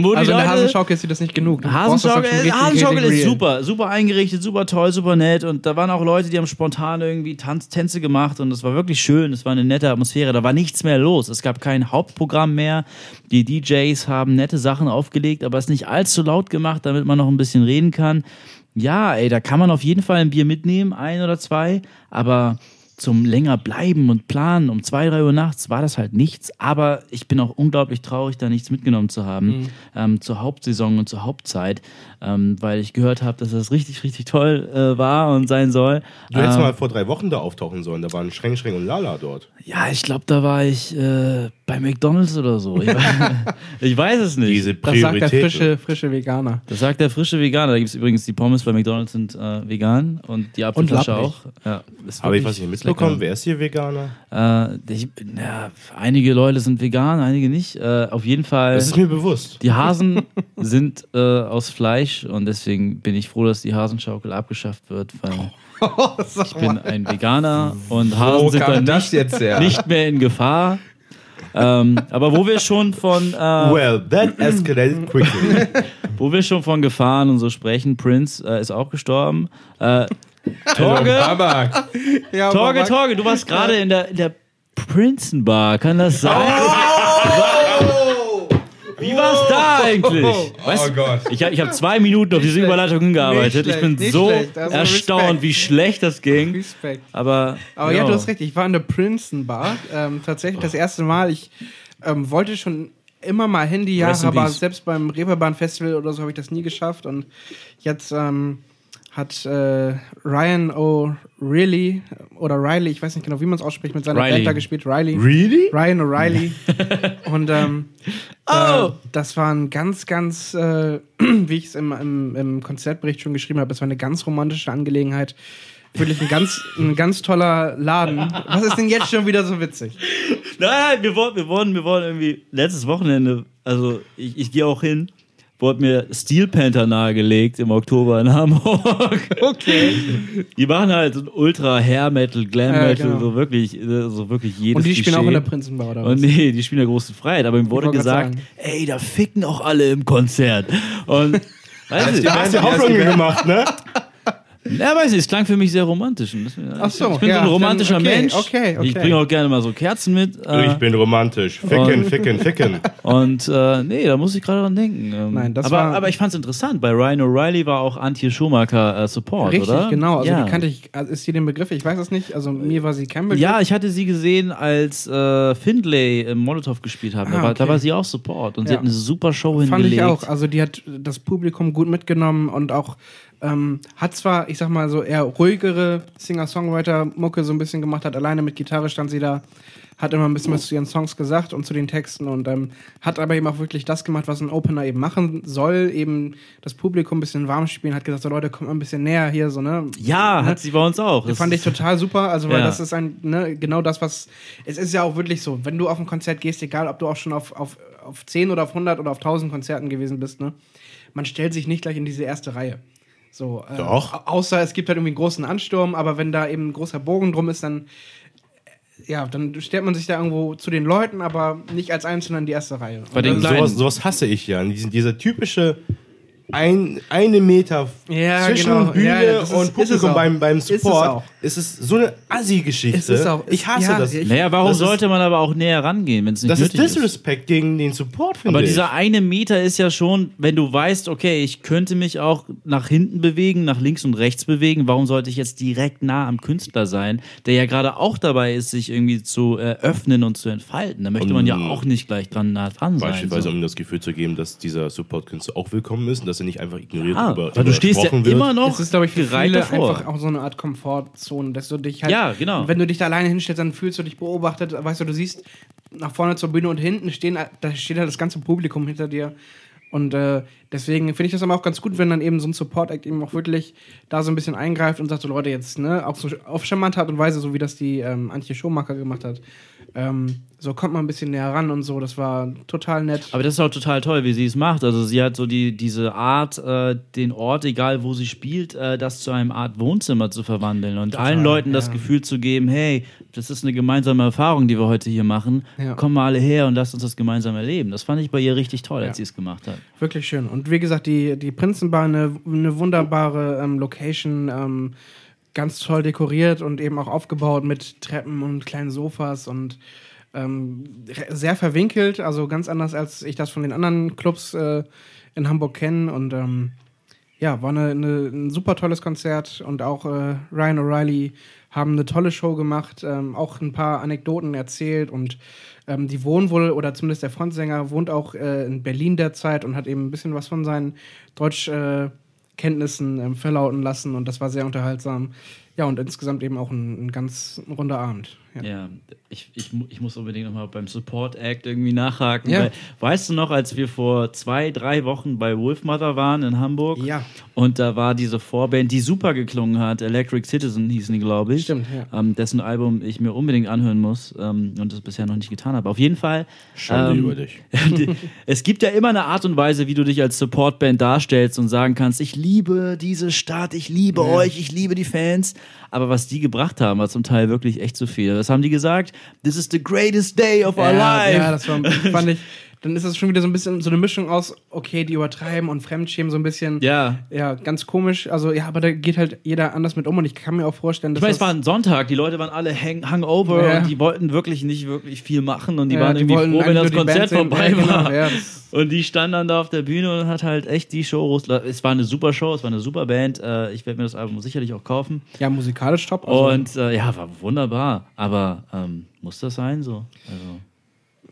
[SPEAKER 1] wo die
[SPEAKER 2] also in der
[SPEAKER 1] Leute-
[SPEAKER 2] Hasenschaukel ist dir das nicht genug. Du brauchst das
[SPEAKER 1] Hasenschaukel,
[SPEAKER 2] dann schon
[SPEAKER 1] ist,
[SPEAKER 2] richtig,
[SPEAKER 1] Hasenschaukel
[SPEAKER 2] richtig
[SPEAKER 1] ist
[SPEAKER 2] real.
[SPEAKER 1] super, super eingerichtet, super toll, super nett. Und da waren auch Leute, die haben spontan irgendwie Tanz, Tänze gemacht und das war wirklich schön. Es war eine nette Atmosphäre. Da war nichts mehr los. Es gab kein Hauptprogramm mehr. Die DJs haben nette Sachen aufgelegt, aber es nicht allzu laut gemacht, damit man noch ein bisschen reden kann. Ja, ey, da kann man auf jeden Fall ein Bier mitnehmen, ein oder zwei, aber zum länger bleiben und planen um zwei, drei Uhr nachts war das halt nichts. Aber ich bin auch unglaublich traurig, da nichts mitgenommen zu haben
[SPEAKER 4] Mhm.
[SPEAKER 1] ähm, zur Hauptsaison und zur Hauptzeit, ähm, weil ich gehört habe, dass das richtig, richtig toll äh, war und sein soll.
[SPEAKER 4] Du hättest
[SPEAKER 1] ähm,
[SPEAKER 4] mal vor drei Wochen da auftauchen sollen. Da waren Schreng, Schreng und Lala dort.
[SPEAKER 1] ja, ich glaube, da war ich äh, bei McDonalds oder so. Ich,
[SPEAKER 4] *laughs*
[SPEAKER 1] weiß- *laughs* ich weiß es nicht.
[SPEAKER 4] Diese
[SPEAKER 2] Das sagt
[SPEAKER 4] Prioritäten.
[SPEAKER 2] der frische, frische Veganer.
[SPEAKER 1] Das sagt der frische Veganer. Da gibt es übrigens die Pommes bei McDonalds sind äh, vegan und die Apfelflasche
[SPEAKER 2] labbrig.
[SPEAKER 1] auch. Ja, ist
[SPEAKER 4] Habe ich
[SPEAKER 1] wirklich-
[SPEAKER 4] was nicht
[SPEAKER 1] ist
[SPEAKER 4] mitbekommen?
[SPEAKER 1] lecker.
[SPEAKER 4] Wer ist hier Veganer?
[SPEAKER 1] Äh, ich, na, einige Leute sind vegan, einige nicht. Äh, auf jeden Fall.
[SPEAKER 4] Das ist mir bewusst.
[SPEAKER 1] Die Hasen *laughs* sind äh, aus Fleisch und deswegen bin ich froh, dass die Hasenschaukel abgeschafft wird,
[SPEAKER 4] *laughs*
[SPEAKER 1] weil ich bin ein Veganer und Hasen
[SPEAKER 3] Wo
[SPEAKER 1] sind
[SPEAKER 3] kam
[SPEAKER 1] dann
[SPEAKER 3] das
[SPEAKER 1] nicht,
[SPEAKER 3] jetzt her?
[SPEAKER 1] nicht mehr in Gefahr. ähm, aber wo wir schon von äh,
[SPEAKER 4] Well, that
[SPEAKER 2] *laughs*
[SPEAKER 4] escalated quickly.
[SPEAKER 1] Wo wir schon von Gefahren und so sprechen, Prince äh, ist auch gestorben. Äh, Torge,
[SPEAKER 3] Tabak.
[SPEAKER 2] Ja,
[SPEAKER 1] Torge, Torge, du warst gerade in der, in der Prinzenbar, kann das sein?
[SPEAKER 2] Oh!
[SPEAKER 1] Wie war's da eigentlich?
[SPEAKER 3] Oh Gott.
[SPEAKER 1] Ich, hab- ich habe zwei Minuten auf diese
[SPEAKER 2] schlecht.
[SPEAKER 1] Überleitung
[SPEAKER 2] Nicht
[SPEAKER 1] hingearbeitet.
[SPEAKER 2] schlecht,
[SPEAKER 1] Ich bin
[SPEAKER 2] nicht
[SPEAKER 1] so
[SPEAKER 2] schlecht. Also
[SPEAKER 1] erstaunt,
[SPEAKER 2] Respekt.
[SPEAKER 1] wie schlecht das ging.
[SPEAKER 2] Respekt.
[SPEAKER 1] Aber,
[SPEAKER 2] Aber ja,
[SPEAKER 1] jo.
[SPEAKER 2] du hast recht. Ich war in der Princeton Bar. Ähm, tatsächlich das erste Mal. Ich ähm, wollte schon immer mal Handy, ja,
[SPEAKER 1] Rest in
[SPEAKER 2] aber
[SPEAKER 1] peace.
[SPEAKER 2] selbst beim Reeperbahn Festival oder so habe ich das nie geschafft. Und jetzt ähm, hat äh, Ryan O'Reilly oder Riley, ich weiß nicht genau, wie man es ausspricht, mit seiner
[SPEAKER 1] Riley.
[SPEAKER 2] Band da gespielt. Riley.
[SPEAKER 4] Really?
[SPEAKER 2] Ryan O'Reilly. Und ähm,
[SPEAKER 1] Oh!
[SPEAKER 2] äh, das war ein ganz, ganz, äh, *clears throat* wie ich es im, im, im Konzertbericht schon geschrieben habe, es war eine ganz romantische Angelegenheit. Wirklich ein ganz, ein ganz toller Laden. Was ist denn jetzt schon wieder so witzig?
[SPEAKER 1] Nein, nein, wir wollten, wir wollten, wir wollten irgendwie letztes Wochenende, also ich, ich gehe auch hin, wurde mir Steel Panther nahegelegt im Oktober in Hamburg.
[SPEAKER 2] *laughs* Okay.
[SPEAKER 1] Die machen halt so ein ultra Hair Metal, Glam
[SPEAKER 2] Ja,
[SPEAKER 1] Metal,
[SPEAKER 2] genau.
[SPEAKER 1] so wirklich, äh, so wirklich jedes
[SPEAKER 2] Und die spielen
[SPEAKER 1] Klischee.
[SPEAKER 2] auch in der Prinzenbar, oder
[SPEAKER 1] Und
[SPEAKER 2] was?
[SPEAKER 1] nee, die spielen in der großen Freiheit, aber ihm wurde
[SPEAKER 2] wollte grad
[SPEAKER 1] gesagt, ey, da ficken auch alle im Konzert.
[SPEAKER 2] *laughs*
[SPEAKER 1] Und weiß ich,
[SPEAKER 4] Da hast du
[SPEAKER 3] Wie heißt die
[SPEAKER 4] Hoffnung
[SPEAKER 3] Band?
[SPEAKER 4] gemacht, ne?
[SPEAKER 1] ja, weiß nicht, es klang für mich sehr romantisch. Und das-
[SPEAKER 2] Ach so,
[SPEAKER 1] ich bin
[SPEAKER 2] ja,
[SPEAKER 1] so ein romantischer
[SPEAKER 2] dann- okay,
[SPEAKER 1] Mensch.
[SPEAKER 2] okay, okay.
[SPEAKER 1] Ich bringe auch gerne mal so Kerzen mit. äh,
[SPEAKER 4] Also Ich bin romantisch. Ficken,
[SPEAKER 2] *laughs*
[SPEAKER 4] ficken, ficken.
[SPEAKER 1] Und äh, nee, da muss ich gerade dran denken. Ähm,
[SPEAKER 2] Nein, das
[SPEAKER 1] aber,
[SPEAKER 2] war-
[SPEAKER 1] aber ich fand es interessant. Bei Ryan O'Reilly war auch Antje Schumacher äh, Support,
[SPEAKER 2] Richtig,
[SPEAKER 1] oder?
[SPEAKER 2] genau. Also
[SPEAKER 1] ja.
[SPEAKER 2] die kannte ich, also ist hier den Begriff, ich weiß es nicht. Also mir war sie Campbell.
[SPEAKER 1] Ja, ich hatte sie gesehen, als äh, Findlay im Molotow gespielt haben. da,
[SPEAKER 2] Ah,
[SPEAKER 1] war, da
[SPEAKER 2] okay.
[SPEAKER 1] war sie auch Support und sie
[SPEAKER 2] Ja.
[SPEAKER 1] hat eine super Show
[SPEAKER 2] Fand
[SPEAKER 1] hingelegt.
[SPEAKER 2] ich auch. Also die hat das Publikum gut mitgenommen und auch ähm, hat zwar, ich sag mal, so eher ruhigere Singer-Songwriter-Mucke so ein bisschen gemacht, hat alleine mit Gitarre stand sie da, hat immer ein bisschen was zu ihren Songs gesagt und zu den Texten und ähm, hat aber eben auch wirklich das gemacht, was ein Opener eben machen soll, eben das Publikum ein bisschen warm spielen, hat gesagt, so Leute, kommt mal ein bisschen näher hier, so, ne?
[SPEAKER 1] ja, hat sie bei uns auch. Das
[SPEAKER 2] Fand ich
[SPEAKER 1] ist-
[SPEAKER 2] total super, also weil
[SPEAKER 1] Ja.
[SPEAKER 2] das ist ein, ne, genau das, was, es ist ja auch wirklich so, wenn du auf ein Konzert gehst, egal ob du auch schon auf, auf, auf 10 oder auf 100 oder auf 1000 Konzerten gewesen bist, ne, man stellt sich nicht gleich in diese erste Reihe. So, äh,
[SPEAKER 4] Doch.
[SPEAKER 2] au- Außer es gibt halt irgendwie einen großen Ansturm, aber wenn da eben ein großer Bogen drum ist, dann, äh, ja, dann stellt man sich da irgendwo zu den Leuten, aber nicht als Einzelner in die erste Reihe.
[SPEAKER 1] Bei den Kleinen.
[SPEAKER 4] Sowas, sowas hasse ich ja. Diesen, dieser typische ein, eine Meter
[SPEAKER 2] Ja,
[SPEAKER 4] zwischen
[SPEAKER 2] genau.
[SPEAKER 4] Bühne
[SPEAKER 2] Ja, ja, das ist-
[SPEAKER 4] und
[SPEAKER 2] ist es
[SPEAKER 4] Publikum
[SPEAKER 2] auch.
[SPEAKER 4] beim, beim
[SPEAKER 2] Ist es
[SPEAKER 4] Support.
[SPEAKER 2] auch.
[SPEAKER 4] Es ist, so eine Assi-Geschichte.
[SPEAKER 2] Es ist auch-
[SPEAKER 4] ich hasse
[SPEAKER 2] ja,
[SPEAKER 4] das.
[SPEAKER 2] ich-
[SPEAKER 1] naja, warum
[SPEAKER 4] Das ist-
[SPEAKER 1] sollte man aber auch näher rangehen, wenn es nicht
[SPEAKER 4] das ist
[SPEAKER 1] nötig ist?
[SPEAKER 4] Disrespect gegen den Support, finde
[SPEAKER 1] Aber
[SPEAKER 4] ich.
[SPEAKER 1] dieser eine Meter ist ja schon, wenn du weißt, okay, ich könnte mich auch nach hinten bewegen, nach links und rechts bewegen, warum sollte ich jetzt direkt nah am Künstler sein, der ja gerade auch dabei ist, sich irgendwie zu äh, öffnen und zu entfalten. Da möchte man ja
[SPEAKER 4] Mm.
[SPEAKER 1] auch nicht gleich dran nah dran sein. so.
[SPEAKER 4] Beispielsweise, um das Gefühl zu geben, dass dieser Support-Künstler auch willkommen ist und dass er nicht einfach ignoriert
[SPEAKER 1] Ah,
[SPEAKER 4] und über,
[SPEAKER 1] weil du stehst ja
[SPEAKER 4] übersprochen wird.
[SPEAKER 1] immer noch
[SPEAKER 2] Es ist, glaube ich, für
[SPEAKER 1] gereiht
[SPEAKER 2] viele
[SPEAKER 1] davor.
[SPEAKER 2] einfach auch so eine Art Komfortzone, dass du dich halt.
[SPEAKER 1] Ja, genau.
[SPEAKER 2] Wenn du dich da alleine hinstellst, dann fühlst du dich beobachtet. Weißt du, du siehst nach vorne zur Bühne und hinten stehen, da steht halt das ganze Publikum hinter dir. Und äh, deswegen finde ich das aber auch ganz gut, wenn dann eben so ein Support-Act eben auch wirklich da so ein bisschen eingreift und sagt so, Leute, jetzt, ne, auch so auf charmante Art und Weise, so wie das die ähm, Antje Schumacher gemacht hat. Ähm, so kommt man ein bisschen näher ran und so, das war total nett.
[SPEAKER 1] Aber das ist auch total toll, wie sie es macht. Also sie hat so die, diese Art, äh, den Ort, egal wo sie spielt, äh, das zu einem Art Wohnzimmer zu verwandeln und allen Leuten das Gefühl zu geben, hey, das ist eine gemeinsame Erfahrung, die wir heute hier machen.
[SPEAKER 2] Ja.
[SPEAKER 1] Kommen wir alle her und lasst uns das gemeinsam erleben. Das fand ich bei ihr richtig toll, als
[SPEAKER 2] Ja.
[SPEAKER 1] sie es gemacht hat.
[SPEAKER 2] Wirklich schön. Und wie gesagt, die, die Prinzenbar, eine, eine wunderbare ähm, Location, ähm, ganz toll dekoriert und eben auch aufgebaut mit Treppen und kleinen Sofas und ähm, re- sehr verwinkelt, also ganz anders, als ich das von den anderen Clubs äh, in Hamburg kenne. Und ähm, ja, war eine, eine, ein super tolles Konzert und auch äh, Ryan O'Reilly haben eine tolle Show gemacht, ähm, auch ein paar Anekdoten erzählt und ähm, die wohnen wohl, oder zumindest der Frontsänger wohnt auch äh, in Berlin derzeit und hat eben ein bisschen was von seinen Deutschkenntnissen äh, Kenntnissen, ähm, verlauten lassen und das war sehr unterhaltsam. Ja, und insgesamt eben auch ein, ein ganz runder Abend. Ja.
[SPEAKER 1] Ja, ich, ich, mu- ich muss unbedingt nochmal beim Support Act irgendwie nachhaken.
[SPEAKER 2] Ja.
[SPEAKER 1] Weil, weißt du noch, als wir vor zwei, drei Wochen bei Wolfmother waren in Hamburg?
[SPEAKER 2] Ja.
[SPEAKER 1] Und da war diese Vorband, die super geklungen hat, Electric Citizen hießen die, glaube ich.
[SPEAKER 2] Stimmt, ja.
[SPEAKER 1] Ähm, dessen Album ich mir unbedingt anhören muss ähm, und das bisher noch nicht getan habe. Auf jeden Fall. ähm,
[SPEAKER 4] Schande über dich.
[SPEAKER 1] *laughs* die- es gibt ja immer eine Art und Weise, wie du dich als Supportband darstellst und sagen kannst, ich liebe diese Stadt, ich liebe euch, ich liebe die Fans. Aber was die gebracht haben, war zum Teil wirklich echt zu viel. Was haben die gesagt? This is the greatest day of our
[SPEAKER 2] Ja,
[SPEAKER 1] life.
[SPEAKER 2] ja,
[SPEAKER 1] *laughs*
[SPEAKER 2] das war, fand ich. Dann ist das schon wieder so ein bisschen so eine Mischung aus, okay, die übertreiben und Fremdschämen so ein bisschen.
[SPEAKER 1] Ja.
[SPEAKER 2] Ja, ganz komisch. Also, ja, aber da geht halt jeder anders mit um und ich kann mir auch vorstellen, dass.
[SPEAKER 1] ich meine, es
[SPEAKER 2] das-
[SPEAKER 1] war ein Sonntag, die Leute waren alle hang hangover
[SPEAKER 2] Ja.
[SPEAKER 1] und die wollten wirklich nicht wirklich viel machen und die
[SPEAKER 2] ja,
[SPEAKER 1] waren irgendwie
[SPEAKER 2] wollten
[SPEAKER 1] froh, wenn
[SPEAKER 2] eigentlich
[SPEAKER 1] das
[SPEAKER 2] nur die Band
[SPEAKER 1] Konzert
[SPEAKER 2] sehen.
[SPEAKER 1] vorbei
[SPEAKER 2] Ja, genau,
[SPEAKER 1] war.
[SPEAKER 2] Ja, das,
[SPEAKER 1] Und die stand dann da auf der Bühne und hat halt echt die Show. russla- Es war eine super Show, es war eine super Band. Äh, Ich werde mir das Album sicherlich auch kaufen.
[SPEAKER 2] ja, musikalisch top. also-
[SPEAKER 1] Und äh, ja, war wunderbar. Aber ähm, muss das sein so? Also,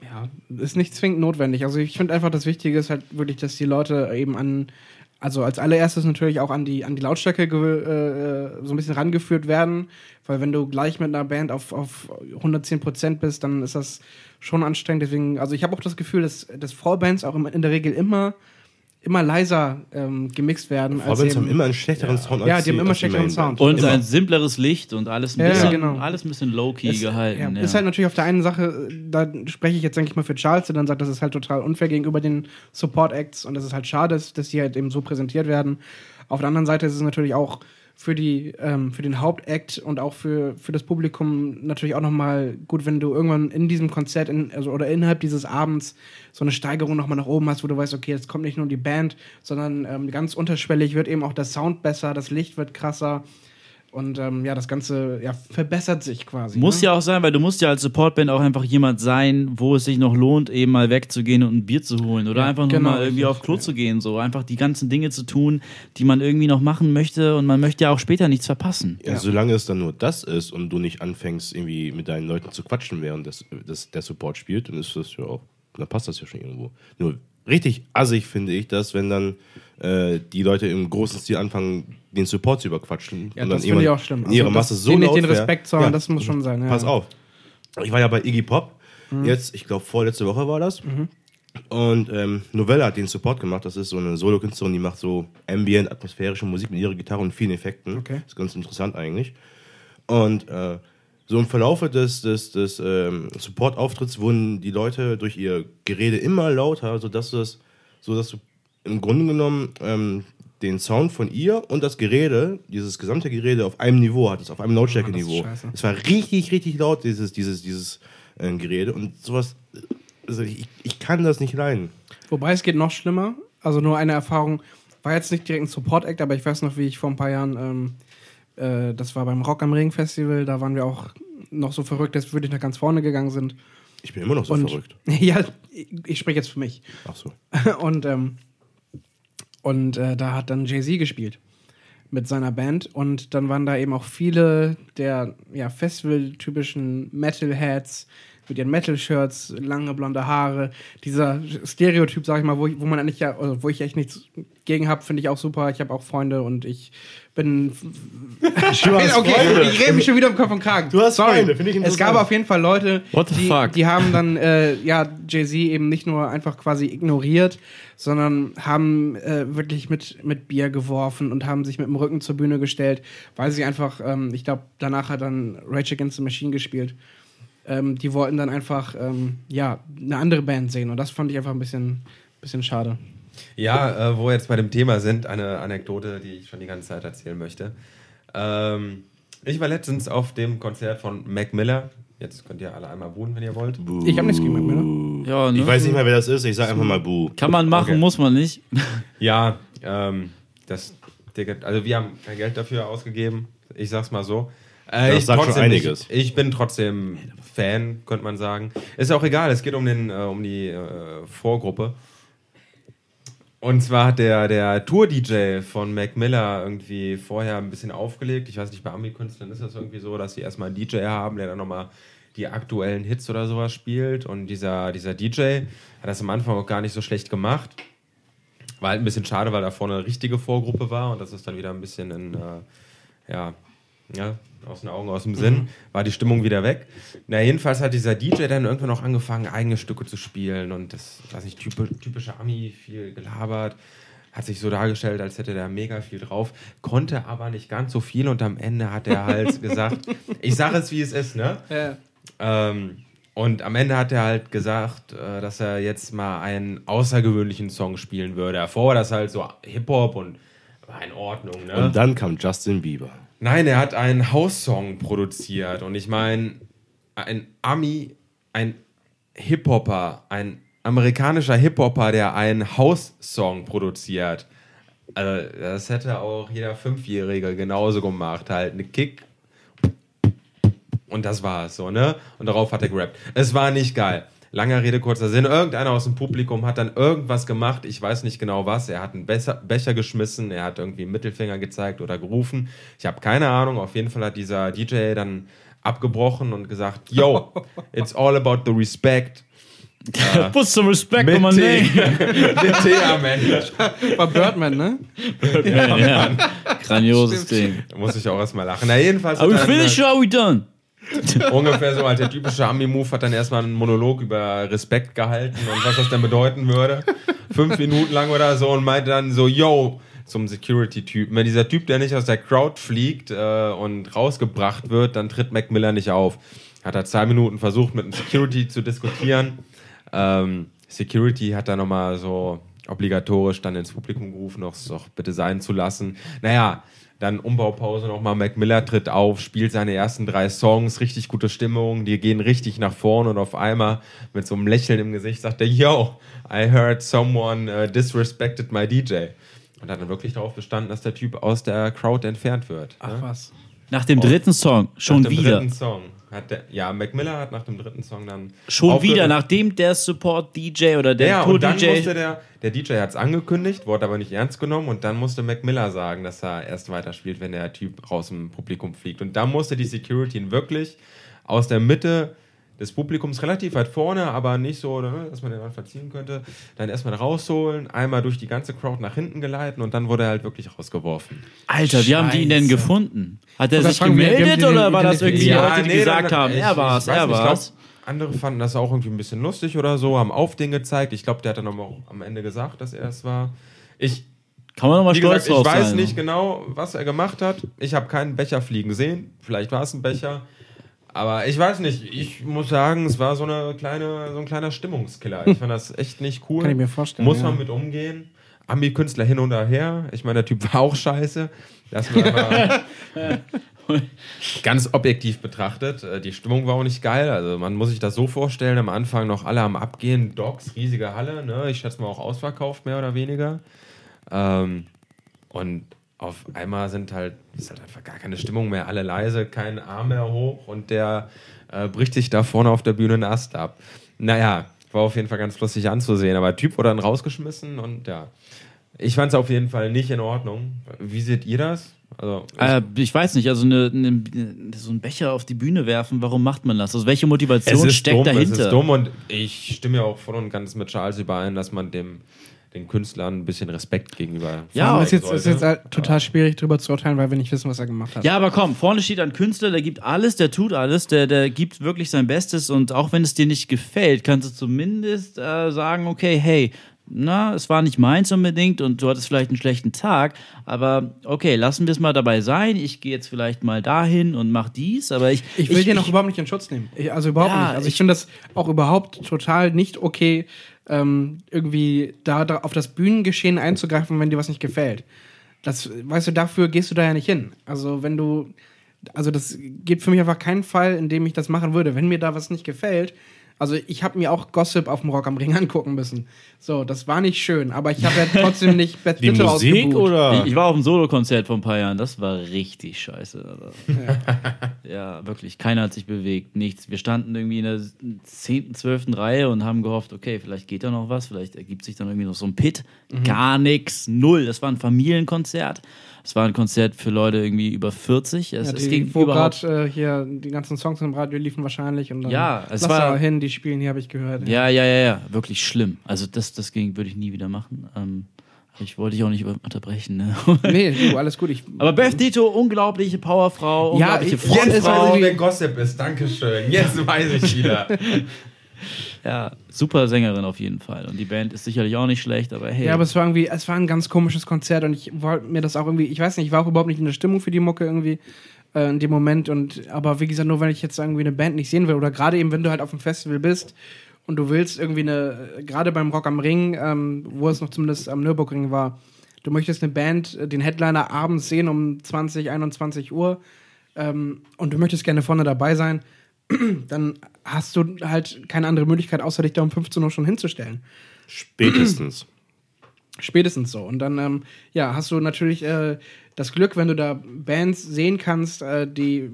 [SPEAKER 2] Ja, ist nicht zwingend notwendig. Also ich finde einfach, das Wichtige ist halt wirklich, dass die Leute eben an, also als allererstes natürlich auch an die, an die Lautstärke ge- äh, äh, so ein bisschen rangeführt werden, weil wenn du gleich mit einer Band auf, auf 110 Prozent bist, dann ist das schon anstrengend. Deswegen, also ich habe auch das Gefühl, dass, dass Vorbands auch im, in der Regel immer, immer leiser ähm, gemixt werden. als
[SPEAKER 4] Robins
[SPEAKER 2] eben-
[SPEAKER 4] haben immer einen schlechteren Sound als
[SPEAKER 2] Ja, die haben immer
[SPEAKER 4] als
[SPEAKER 2] schlechteren
[SPEAKER 4] Mainband.
[SPEAKER 2] Sound.
[SPEAKER 1] und
[SPEAKER 4] Immer.
[SPEAKER 1] ein simpleres Licht und alles ein
[SPEAKER 2] Ja,
[SPEAKER 1] bisschen,
[SPEAKER 2] genau.
[SPEAKER 1] alles ein bisschen low-key
[SPEAKER 2] Es-
[SPEAKER 1] gehalten.
[SPEAKER 2] ja,
[SPEAKER 1] Ja,
[SPEAKER 2] Ist halt natürlich auf der einen Sache, da spreche ich jetzt, denke ich mal, für Charles, der dann sagt, das ist halt total unfair gegenüber den Support-Acts und das ist halt schade, dass, dass die halt eben so präsentiert werden. Auf der anderen Seite ist es natürlich auch für, die, ähm, für den Hauptact und auch für, für das Publikum natürlich auch nochmal gut, wenn du irgendwann in diesem Konzert in, also, oder innerhalb dieses Abends so eine Steigerung nochmal nach oben hast, wo du weißt, okay, jetzt kommt nicht nur die Band, sondern ähm, ganz unterschwellig wird eben auch der Sound besser, das Licht wird krasser. Und ähm, ja, das Ganze ja, verbessert sich quasi.
[SPEAKER 1] muss
[SPEAKER 2] ne?
[SPEAKER 1] ja auch sein, weil du musst ja als Supportband auch einfach jemand sein, wo es sich noch lohnt, eben mal wegzugehen und ein Bier zu holen oder
[SPEAKER 2] Ja,
[SPEAKER 1] einfach nur
[SPEAKER 2] genau,
[SPEAKER 1] mal irgendwie
[SPEAKER 2] richtig,
[SPEAKER 1] auf Klo
[SPEAKER 2] ja.
[SPEAKER 1] zu gehen, so einfach die ganzen Dinge zu tun, die man irgendwie noch machen möchte und man möchte ja auch später nichts verpassen.
[SPEAKER 4] Ja,
[SPEAKER 2] Ja.
[SPEAKER 4] Solange es dann nur das ist und du nicht anfängst, irgendwie mit deinen Leuten zu quatschen, während das, das, der Support spielt, dann ist das ja auch, dann passt das ja schon irgendwo. Nur richtig assig finde ich das, wenn dann äh, die Leute im großen Stil anfangen, den Support zu überquatschen.
[SPEAKER 2] Ja,
[SPEAKER 4] und
[SPEAKER 2] das finde
[SPEAKER 4] dann
[SPEAKER 2] ich
[SPEAKER 4] irgendwann
[SPEAKER 2] auch schlimm.
[SPEAKER 4] in Ihre
[SPEAKER 2] Also,
[SPEAKER 4] Masse
[SPEAKER 2] dass
[SPEAKER 4] so
[SPEAKER 2] die
[SPEAKER 4] laut
[SPEAKER 2] nicht den
[SPEAKER 4] wäre.
[SPEAKER 2] Respekt zollen, das muss schon sein, ja. Mhm.
[SPEAKER 4] Pass auf. Ich war ja bei Iggy Pop. Jetzt, ich glaube, vorletzte Woche war das. Und ähm, Novella hat den Support gemacht. Das ist so eine Solokünstlerin, die macht so ambient, atmosphärische Musik mit ihrer Gitarre und vielen Effekten.
[SPEAKER 2] Okay.
[SPEAKER 4] Ist ganz interessant eigentlich. Und äh, so im Verlaufe des, des, des ähm, Support-Auftritts wurden die Leute durch ihr Gerede immer lauter, sodass das, sodass du im Grunde genommen ähm, den Sound von ihr und das Gerede, dieses gesamte Gerede auf einem Niveau hattest, auf einem Lautstärkeniveau.
[SPEAKER 2] Ah, das ist scheiße.
[SPEAKER 4] Es war richtig, richtig laut, dieses, dieses, dieses äh, Gerede. Und sowas, also ich, ich kann das nicht leiden.
[SPEAKER 2] Wobei es geht noch schlimmer. Also nur eine Erfahrung. War jetzt nicht direkt ein Support-Act, aber ich weiß noch, wie ich vor ein paar Jahren, ähm, äh, das war beim Rock am Ring Festival, da waren wir auch noch so verrückt, dass wir wirklich nach ganz vorne gegangen sind.
[SPEAKER 4] Ich bin immer noch so
[SPEAKER 2] und
[SPEAKER 4] verrückt.
[SPEAKER 2] *laughs* ja, ich, ich spreche jetzt für mich.
[SPEAKER 4] Ach so.
[SPEAKER 2] *laughs* und ähm, und äh, da hat dann Jay-Z gespielt mit seiner Band und dann waren da eben auch viele der ja, Festival-typischen Metalheads mit ihren Metal-Shirts, lange blonde Haare, dieser Stereotyp, sag ich mal, wo, ich, wo man eigentlich ja, also wo ich echt nichts gegen habe, finde ich auch super. Ich habe auch Freunde und ich bin.
[SPEAKER 4] *laughs*
[SPEAKER 2] *laughs* okay, ich rede mich schon wieder im Kopf und Kragen.
[SPEAKER 4] Du hast Freunde, finde ich
[SPEAKER 2] Es
[SPEAKER 4] interessant.
[SPEAKER 2] gab auf jeden Fall Leute,
[SPEAKER 1] What the
[SPEAKER 2] die,
[SPEAKER 1] fuck?
[SPEAKER 2] die haben dann äh, ja Jay-Z eben nicht nur einfach quasi ignoriert, sondern haben äh, wirklich mit, mit Bier geworfen und haben sich mit dem Rücken zur Bühne gestellt, weil sie einfach, ähm, ich glaube, danach hat dann Rage Against the Machine gespielt. Ähm, die wollten dann einfach ähm, ja eine andere Band sehen und das fand ich einfach ein bisschen, bisschen schade.
[SPEAKER 3] Ja, äh, wo wir jetzt bei dem Thema sind, eine Anekdote, die ich schon die ganze Zeit erzählen möchte. Ähm, ich war letztens auf dem Konzert von Mac Miller. Jetzt könnt ihr alle einmal buhen, wenn ihr wollt.
[SPEAKER 2] Ich habe nichts gegen Mac Miller.
[SPEAKER 1] Ja, ne?
[SPEAKER 4] Ich weiß nicht mehr, wer das ist. Ich sage einfach mal Buh.
[SPEAKER 1] Kann man machen,
[SPEAKER 3] Okay.
[SPEAKER 1] muss man nicht.
[SPEAKER 3] Ja, ähm, das Ticket, also wir haben kein Geld dafür ausgegeben. Ich sag's mal so. Äh,
[SPEAKER 4] Das
[SPEAKER 3] ich
[SPEAKER 4] sagt schon
[SPEAKER 3] trotzdem-
[SPEAKER 4] einiges.
[SPEAKER 3] Ich, ich bin trotzdem Fan, könnte man sagen. Ist auch egal, es geht um, den, äh, um die äh, Vorgruppe. Und zwar hat der, der Tour-DJ von Mac Miller irgendwie vorher ein bisschen aufgelegt. Ich weiß nicht, bei Ami-Künstlern ist das irgendwie so, dass sie erstmal einen DJ haben, der dann nochmal die aktuellen Hits oder sowas spielt. Und dieser, dieser DJ hat das am Anfang auch gar nicht so schlecht gemacht. War halt ein bisschen schade, weil da vorne eine richtige Vorgruppe war und das ist dann wieder ein bisschen in, äh, ja, ja, aus den Augen, aus dem Sinn, war die Stimmung wieder weg. Na, jedenfalls hat dieser DJ dann irgendwann auch angefangen, eigene Stücke zu spielen und das, weiß nicht, typisch, typische Ami, viel gelabert, hat sich so dargestellt, als hätte der mega viel drauf, konnte aber nicht ganz so viel und am Ende hat er halt gesagt, ich sage es, wie es ist, ne?
[SPEAKER 2] Ja.
[SPEAKER 3] Ähm, und am Ende hat er halt gesagt, äh, dass er jetzt mal einen außergewöhnlichen Song spielen würde. Davor war das halt so Hip-Hop und war in Ordnung. Ne?
[SPEAKER 4] Und dann kam Justin Bieber.
[SPEAKER 3] Nein, er hat einen House-Song produziert. Und ich meine, ein Ami, ein Hip-Hopper, ein amerikanischer Hip-Hopper, der einen House-Song produziert. Also, das hätte auch jeder Fünfjährige genauso gemacht. Halt eine Kick. Und das war's so, ne? Und darauf hat er gerappt. Es war nicht geil. Langer Rede, kurzer Sinn. Irgendeiner aus dem Publikum hat dann irgendwas gemacht. Ich weiß nicht genau was. Er hat einen Becher, Becher geschmissen. Er hat irgendwie einen Mittelfinger gezeigt oder gerufen. Ich habe keine Ahnung. Auf jeden Fall hat dieser DJ dann abgebrochen und gesagt, yo, it's all about the respect.
[SPEAKER 1] *laughs* Put some respect on
[SPEAKER 3] Mit
[SPEAKER 1] my
[SPEAKER 3] *laughs* T.
[SPEAKER 1] name.
[SPEAKER 3] Mit T am Ende.
[SPEAKER 2] War Birdman, ne?
[SPEAKER 1] Ja, ja. Grandioses Ding.
[SPEAKER 3] Da muss ich auch erstmal lachen. Na, jedenfalls
[SPEAKER 1] Are we
[SPEAKER 3] hat er- halt
[SPEAKER 1] finished or are we done?
[SPEAKER 3] Ungefähr so, halt der typische Ami-Move hat dann erstmal einen Monolog über Respekt gehalten und was das denn bedeuten würde. Fünf Minuten lang oder so und meinte dann so, yo, zum Security-Typen. Wenn dieser Typ, der nicht aus der Crowd fliegt äh, und rausgebracht wird, dann tritt Mac Miller nicht auf. Hat er zwei Minuten versucht, mit dem Security zu diskutieren. Ähm, Security hat da nochmal so obligatorisch dann ins Publikum gerufen, noch doch bitte sein zu lassen. Naja, dann Umbaupause nochmal. Mac Miller tritt auf, spielt seine ersten drei Songs, richtig gute Stimmung, die gehen richtig nach vorne und auf einmal mit so einem Lächeln im Gesicht sagt er, yo, I heard someone äh, disrespected my DJ. Und hat dann wirklich darauf bestanden, dass der Typ aus der Crowd entfernt wird. ne?
[SPEAKER 2] Ach was.
[SPEAKER 1] Nach dem dritten Song schon
[SPEAKER 3] nach dem
[SPEAKER 1] wieder.
[SPEAKER 3] dritten Song. Hat der, ja, Mac Miller hat nach dem dritten Song dann.
[SPEAKER 1] Schon wieder,
[SPEAKER 3] aufgehört.
[SPEAKER 1] nachdem der Support-DJ oder der
[SPEAKER 3] ja, und dann musste
[SPEAKER 1] Tour-DJ.
[SPEAKER 3] der, der DJ hat es angekündigt, wurde aber nicht ernst genommen und dann musste Mac Miller sagen, dass er erst weiterspielt, wenn der Typ raus im Publikum fliegt. Und dann musste die Security ihn wirklich aus der Mitte des Publikums relativ weit vorne, aber nicht so, ne, dass man den dann verziehen könnte, dann erstmal rausholen, einmal durch die ganze Crowd nach hinten geleiten und dann wurde er halt wirklich rausgeworfen.
[SPEAKER 1] Alter, wie haben die ihn denn
[SPEAKER 2] Scheiße.
[SPEAKER 1] gefunden? Hat er
[SPEAKER 2] Oder
[SPEAKER 1] sich
[SPEAKER 2] fragen wir, wir haben
[SPEAKER 1] gemeldet
[SPEAKER 2] die
[SPEAKER 1] oder
[SPEAKER 2] denn
[SPEAKER 1] war das irgendwie
[SPEAKER 2] identifiziert?
[SPEAKER 1] Leute, die gesagt
[SPEAKER 3] dann-
[SPEAKER 1] haben,
[SPEAKER 3] ich-
[SPEAKER 1] er war's,
[SPEAKER 3] ich weiß
[SPEAKER 1] er
[SPEAKER 3] nicht, ich
[SPEAKER 1] war's?
[SPEAKER 3] glaub, andere fanden das auch irgendwie ein bisschen lustig oder so, haben auf den gezeigt. Ich glaube, der hat dann aber auch am Ende gesagt, dass er es war. Ich,
[SPEAKER 1] Kann man nochmal
[SPEAKER 3] wie
[SPEAKER 1] stolz
[SPEAKER 3] gesagt, ich
[SPEAKER 1] drauf sein.
[SPEAKER 3] weiß
[SPEAKER 2] ne?
[SPEAKER 3] nicht genau, was er gemacht hat. Ich habe keinen Becher fliegen sehen. Vielleicht war es ein Becher. Aber ich weiß nicht. Ich muss sagen, es war so, eine kleine, so ein kleiner Stimmungskiller.
[SPEAKER 2] *laughs*
[SPEAKER 3] Ich fand das echt nicht cool.
[SPEAKER 2] Kann ich mir vorstellen,
[SPEAKER 3] Muss
[SPEAKER 2] ja.
[SPEAKER 3] man mit umgehen. Ami-Künstler hin und her. Ich meine, der Typ war auch scheiße. Lass
[SPEAKER 2] *laughs*
[SPEAKER 3] mal aber genau. ganz objektiv betrachtet. äh, Die Stimmung war auch nicht geil. Also man muss sich das so vorstellen, am Anfang noch alle am Abgehen, Docks, riesige Halle, ne? Ich schätze mal auch ausverkauft, mehr oder weniger. Ähm, und auf einmal sind halt, ist halt einfach gar keine Stimmung mehr, alle leise, kein Arm mehr hoch und der äh, bricht sich da vorne auf der Bühne einen Ast ab. Naja, war auf jeden Fall ganz lustig anzusehen, aber der Typ wurde dann rausgeschmissen und ja. Ich fand es auf jeden Fall nicht in Ordnung. Wie seht ihr das? Also,
[SPEAKER 1] *laughs*
[SPEAKER 3] ich-
[SPEAKER 1] Äh, ich weiß nicht, also eine, eine, so einen Becher auf die Bühne werfen, warum macht man das? Also welche Motivation steckt
[SPEAKER 3] dumm,
[SPEAKER 1] dahinter?
[SPEAKER 3] Es ist dumm und ich stimme ja auch voll und ganz mit Charles überein, dass man dem den Künstlern ein bisschen Respekt gegenüber.
[SPEAKER 1] Ja,
[SPEAKER 2] Ja,
[SPEAKER 1] auch
[SPEAKER 2] ist jetzt,
[SPEAKER 3] sollte.
[SPEAKER 2] ist jetzt halt total schwierig drüber zu urteilen, weil wir nicht wissen, was er gemacht hat.
[SPEAKER 1] Ja, aber komm, vorne steht ein Künstler, der gibt alles, der tut alles, der, der gibt wirklich sein Bestes und auch wenn es dir nicht gefällt, kannst du zumindest äh, sagen, okay, hey, na, es war nicht meins unbedingt und du hattest vielleicht einen schlechten Tag, aber okay, lassen wir es mal dabei sein. Ich gehe jetzt vielleicht mal dahin und mach dies, aber ich
[SPEAKER 2] Ich will den auch
[SPEAKER 1] ich-
[SPEAKER 2] überhaupt nicht in Schutz nehmen. Ich, also überhaupt
[SPEAKER 1] Ja,
[SPEAKER 2] nicht. Also ich,
[SPEAKER 1] ich-
[SPEAKER 2] finde das auch überhaupt total nicht okay, ähm, irgendwie da, da auf das Bühnengeschehen einzugreifen, wenn dir was nicht gefällt. Das, weißt du, dafür gehst du da ja nicht hin. Also wenn du, also das gibt für mich einfach keinen Fall, in dem ich das machen würde. Wenn mir da was nicht gefällt, Also ich habe mir auch Gossip auf dem Rock am Ring *laughs* angucken müssen. So, das war nicht schön, aber ich habe ja trotzdem nicht Bad
[SPEAKER 4] Die
[SPEAKER 2] Little
[SPEAKER 4] Musik
[SPEAKER 2] ausgebucht.
[SPEAKER 4] oder?
[SPEAKER 1] Ich, ich war auf einem Solokonzert vor ein paar Jahren, das war richtig scheiße.
[SPEAKER 2] *laughs*
[SPEAKER 1] Aber ja. wirklich, keiner hat sich bewegt, nichts. Wir standen irgendwie in der 10., 12. Reihe und haben gehofft, okay, vielleicht geht da noch was, vielleicht ergibt sich dann irgendwie noch so ein Pit.
[SPEAKER 2] Mhm.
[SPEAKER 1] Gar nichts, null. Das war ein Familienkonzert. Es war ein Konzert für Leute irgendwie über 40. Es,
[SPEAKER 2] Ja,
[SPEAKER 1] es
[SPEAKER 2] die,
[SPEAKER 1] ging
[SPEAKER 2] wo
[SPEAKER 1] überhaupt
[SPEAKER 2] gerade äh, hier die ganzen Songs im Radio liefen wahrscheinlich und dann
[SPEAKER 1] Ja, es
[SPEAKER 2] lass
[SPEAKER 1] war-
[SPEAKER 2] da hin, die spielen hier habe ich gehört.
[SPEAKER 1] Ja, ja, ja, ja, wirklich schlimm. Also das, das ging, würde ich nie wieder machen. Ähm, ich wollte dich auch nicht über- unterbrechen. Ne?
[SPEAKER 2] Nee, du, alles gut. Ich,
[SPEAKER 1] Aber Beth Dito, unglaubliche Powerfrau,
[SPEAKER 2] Ja,
[SPEAKER 1] unglaubliche
[SPEAKER 2] ich-
[SPEAKER 1] Frontfrau.
[SPEAKER 2] jetzt
[SPEAKER 3] Jetzt
[SPEAKER 2] weiß
[SPEAKER 3] weiß
[SPEAKER 2] ich,
[SPEAKER 3] ich,
[SPEAKER 2] wie-
[SPEAKER 3] wer Gossip ist. Dankeschön. Jetzt weiß ich wieder.
[SPEAKER 1] Ja, super Sängerin auf jeden Fall. Und die Band ist sicherlich auch nicht schlecht, aber hey.
[SPEAKER 2] Ja, aber es war irgendwie, es war ein ganz komisches Konzert und ich wollte mir das auch irgendwie, ich weiß nicht, ich war auch überhaupt nicht in der Stimmung für die Mucke irgendwie äh, in dem Moment und aber wie gesagt, nur wenn ich jetzt irgendwie eine Band nicht sehen will oder gerade eben, wenn du halt auf dem Festival bist und du willst irgendwie eine, gerade beim Rock am Ring, ähm, wo es noch zumindest am Nürburgring war, du möchtest eine Band, äh, den Headliner abends sehen um 20, 21 Uhr ähm, und du möchtest gerne vorne dabei sein, *clears throat* dann hast du halt keine andere Möglichkeit, außer dich da um 15 Uhr schon hinzustellen.
[SPEAKER 1] *clears throat*
[SPEAKER 4] Spätestens.
[SPEAKER 2] Spätestens so. Und dann, ähm, ja, hast du natürlich äh, das Glück, wenn du da Bands sehen kannst, äh, die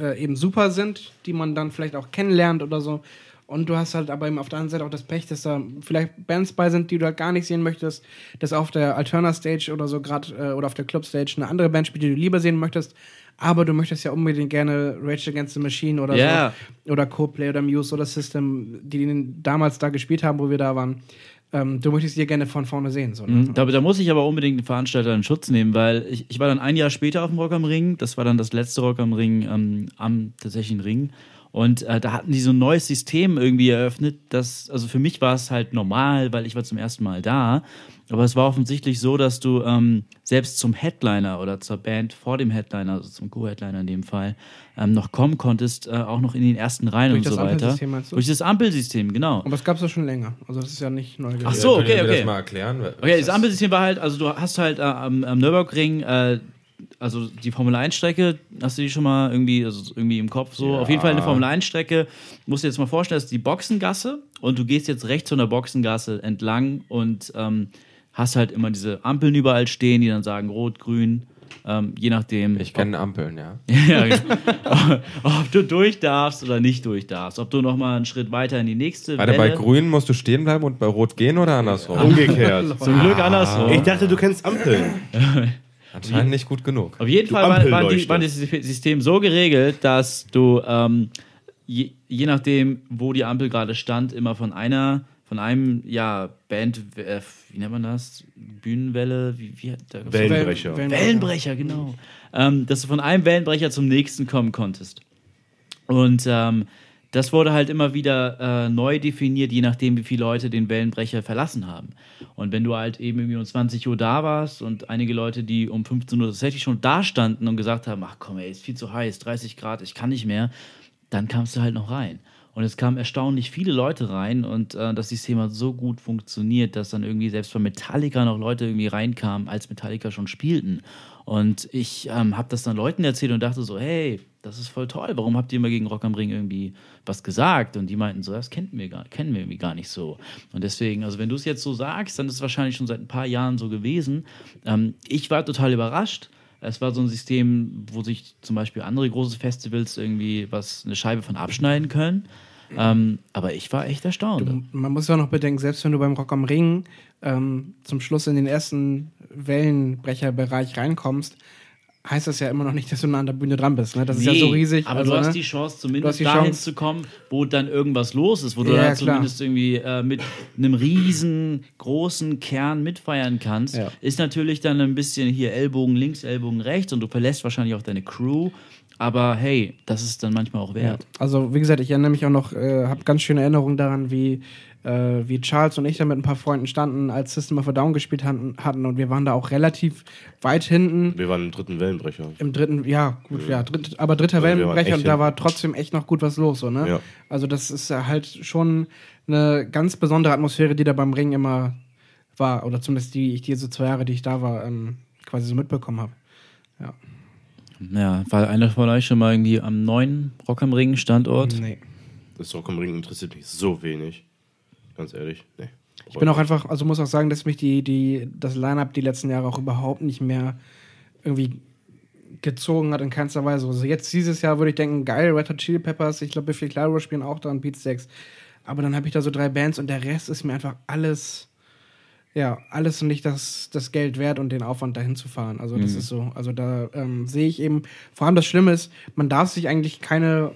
[SPEAKER 2] äh, eben super sind, die man dann vielleicht auch kennenlernt oder so. Und du hast halt aber eben auf der anderen Seite auch das Pech, dass da vielleicht Bands bei sind, die du halt gar nicht sehen möchtest, dass auf der Alterna Stage oder so gerade äh, oder auf der Club Stage eine andere Band spielt, die du lieber sehen möchtest. Aber du möchtest ja unbedingt gerne Rage Against the Machine oder
[SPEAKER 1] Ja.
[SPEAKER 2] so. Oder Coldplay oder Muse oder System, die den damals da gespielt haben, wo wir da waren. Ähm, du möchtest die gerne von vorne sehen. So, ne?
[SPEAKER 1] Hm, Mhm, Da, da muss ich aber unbedingt den Veranstalter in Schutz nehmen, weil ich, ich war dann ein Jahr später auf dem Rock am Ring. Das war dann das letzte Rock am Ring ähm, am tatsächlichen Ring. Und äh, da hatten die so ein neues System irgendwie eröffnet. Das, also für mich war es halt normal, weil ich war zum ersten Mal da. Aber es war offensichtlich so, dass du ähm, selbst zum Headliner oder zur Band vor dem Headliner, also zum Co-Headliner in dem Fall, ähm, noch kommen konntest, äh, auch noch in den ersten Reihen
[SPEAKER 2] Durch
[SPEAKER 1] und
[SPEAKER 2] das
[SPEAKER 1] so weiter.
[SPEAKER 2] Ampelsystem meinst du?
[SPEAKER 1] Durch das Ampelsystem, genau.
[SPEAKER 2] Aber es gab es ja schon länger. Also das ist ja nicht neu gewesen.
[SPEAKER 1] Ach so,
[SPEAKER 3] Äh, Könnt ihr
[SPEAKER 1] okay,
[SPEAKER 3] mir
[SPEAKER 1] okay.
[SPEAKER 3] das mal erklären? Was
[SPEAKER 1] Okay, das
[SPEAKER 3] das-
[SPEAKER 1] Ampelsystem war halt, also du hast halt äh, am, am Nürburgring, äh, also die Formel-1-Strecke, hast du die schon mal irgendwie, also irgendwie im Kopf so? Auf jeden Fall eine Formel-1-Strecke. Musst dir jetzt mal vorstellen, das ist die Boxengasse und du gehst jetzt rechts von der Boxengasse entlang und ähm, hast halt immer diese Ampeln überall stehen, die dann sagen rot, grün, ähm, je nachdem.
[SPEAKER 3] Ich kenne Ampeln, ja.
[SPEAKER 1] *laughs* Ja, genau. ob du durch darfst oder nicht durch darfst. Ob du nochmal einen Schritt weiter in die nächste.
[SPEAKER 3] Warte, bei
[SPEAKER 1] Welle.
[SPEAKER 3] Grün musst du stehen bleiben und bei Rot gehen oder andersrum?
[SPEAKER 4] Umgekehrt.
[SPEAKER 1] Zum
[SPEAKER 3] Ah.
[SPEAKER 1] Glück andersrum.
[SPEAKER 4] Ich dachte, du kennst Ampeln.
[SPEAKER 3] Anscheinend nicht gut genug.
[SPEAKER 1] Auf jeden
[SPEAKER 4] Du
[SPEAKER 1] Fall waren, waren, die,
[SPEAKER 4] Ampelleuchte.
[SPEAKER 1] waren das System so geregelt, dass du ähm, je, je nachdem, wo die Ampel gerade stand, immer von einer, von einem, ja, Band, äh, wie nennt man das? Bühnenwelle, wie, wie da gab's-
[SPEAKER 4] Wellen-
[SPEAKER 2] Wellenbrecher.
[SPEAKER 4] Wellenbrecher.
[SPEAKER 1] Wellenbrecher, genau. Ähm, dass du von einem Wellenbrecher zum nächsten kommen konntest. Und ähm, das wurde halt immer wieder äh, neu definiert, je nachdem, wie viele Leute den Wellenbrecher verlassen haben. Und wenn du halt eben irgendwie um 20 Uhr da warst und einige Leute, die um 15 Uhr tatsächlich schon da standen und gesagt haben, ach komm, ey, ist viel zu heiß, 30 Grad, ich kann nicht mehr, dann kamst du halt noch rein. Und es kamen erstaunlich viele Leute rein und äh, das System hat so gut funktioniert, dass dann irgendwie selbst von Metallica noch Leute irgendwie reinkamen, als Metallica schon spielten. Und ich ähm, habe das dann Leuten erzählt und dachte so, hey, das ist voll toll, warum habt ihr immer gegen Rock am Ring irgendwie was gesagt? Und die meinten so, das kennt wir gar, kennen wir irgendwie gar nicht so. Und deswegen, also wenn du es jetzt so sagst, dann ist es wahrscheinlich schon seit ein paar Jahren so gewesen. Ähm, ich war total überrascht. Es war so ein System, wo sich zum Beispiel andere große Festivals irgendwie was eine Scheibe von abschneiden können. Ähm, aber ich war echt erstaunt.
[SPEAKER 2] Du, man muss ja auch noch bedenken, selbst wenn du beim Rock am Ring ähm, zum Schluss in den ersten Wellenbrecherbereich reinkommst, heißt das ja immer noch nicht, dass du nah an der Bühne dran bist. Ne? Das ist
[SPEAKER 1] Nee,
[SPEAKER 2] ja so riesig.
[SPEAKER 1] Aber
[SPEAKER 2] also,
[SPEAKER 1] du hast
[SPEAKER 2] ne?
[SPEAKER 1] die Chance,
[SPEAKER 2] Du hast
[SPEAKER 1] zumindest
[SPEAKER 2] die
[SPEAKER 1] dahin
[SPEAKER 2] Chance.
[SPEAKER 1] zu kommen, wo dann irgendwas los ist, wo du
[SPEAKER 2] Ja,
[SPEAKER 1] dann
[SPEAKER 2] klar.
[SPEAKER 1] zumindest irgendwie äh, mit einem riesen großen Kern mitfeiern kannst.
[SPEAKER 2] Ja.
[SPEAKER 1] Ist natürlich dann ein bisschen hier Ellbogen links, Ellbogen rechts und du verlässt wahrscheinlich auch deine Crew. Aber hey, das ist dann manchmal auch wert.
[SPEAKER 2] Also, wie gesagt, ich erinnere mich auch noch, äh, habe ganz schöne Erinnerungen daran, wie, äh, wie Charles und ich da mit ein paar Freunden standen, als System of a Down gespielt hatten, hatten und wir waren da auch relativ weit hinten.
[SPEAKER 4] Wir waren im dritten Wellenbrecher.
[SPEAKER 2] Im dritten, ja, gut, ja, dritt, aber dritter
[SPEAKER 4] Also wir waren
[SPEAKER 2] Wellenbrecher
[SPEAKER 4] echt
[SPEAKER 2] und da
[SPEAKER 4] hin.
[SPEAKER 2] war trotzdem echt noch gut was los, so, ne?
[SPEAKER 4] Ja.
[SPEAKER 2] Also, das ist ja halt schon eine ganz besondere Atmosphäre, die da beim Ring immer war, oder zumindest die ich diese zwei Jahre, die ich da war, ähm, quasi so mitbekommen habe.
[SPEAKER 1] Ja, war einer von euch schon mal irgendwie am neuen Rock am Ring Standort?
[SPEAKER 2] Nee.
[SPEAKER 4] Das Rock am Ring interessiert mich so wenig. Ganz ehrlich. Nee.
[SPEAKER 2] Ich bin auch einfach, also muss auch sagen, dass mich die, die, das Line-Up die letzten Jahre auch überhaupt nicht mehr irgendwie gezogen hat in keinster Weise. Also jetzt dieses Jahr würde ich denken, geil, Red Hot Chili Peppers, ich glaube, Biffy Clyro spielen auch da und Beat Sticks. Aber dann habe ich da so drei Bands und der Rest ist mir einfach alles, ja, alles nicht das, das Geld wert und den Aufwand dahin zu fahren. Also das ist so, also da ähm, sehe ich eben, vor allem das Schlimme ist, man darf sich eigentlich keine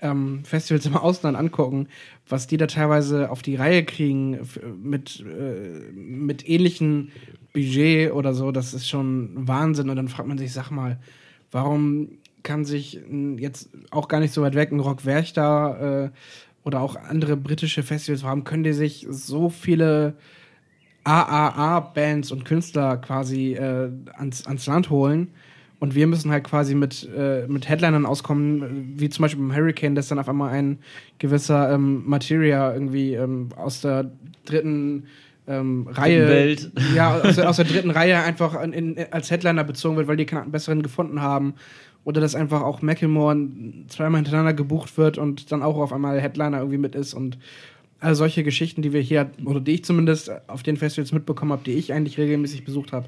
[SPEAKER 2] ähm, Festivals *laughs* im Ausland angucken, was die da teilweise auf die Reihe kriegen f- mit, äh, mit ähnlichem Budget oder so, das ist schon Wahnsinn. Und dann fragt man sich, sag mal, warum kann sich n, jetzt auch gar nicht so weit weg ein Rock Werchter äh, oder auch andere britische Festivals, warum können die sich so viele AAA-Bands und Künstler quasi äh, ans, ans Land holen. Und wir müssen halt quasi mit, äh, mit Headlinern auskommen, äh, wie zum Beispiel beim Hurricane, dass dann auf einmal ein gewisser ähm, Materia irgendwie ähm, aus der dritten ähm, Reihe.
[SPEAKER 1] Welt.
[SPEAKER 2] Ja, aus, der- aus der dritten Reihe einfach in, in, als Headliner bezogen wird, weil die keinen besseren gefunden haben. Oder dass einfach auch Macklemore zweimal hintereinander gebucht wird und dann auch auf einmal Headliner irgendwie mit ist und all solche Geschichten, die wir hier, oder die ich zumindest auf den Festivals mitbekommen habe, die ich eigentlich regelmäßig besucht habe.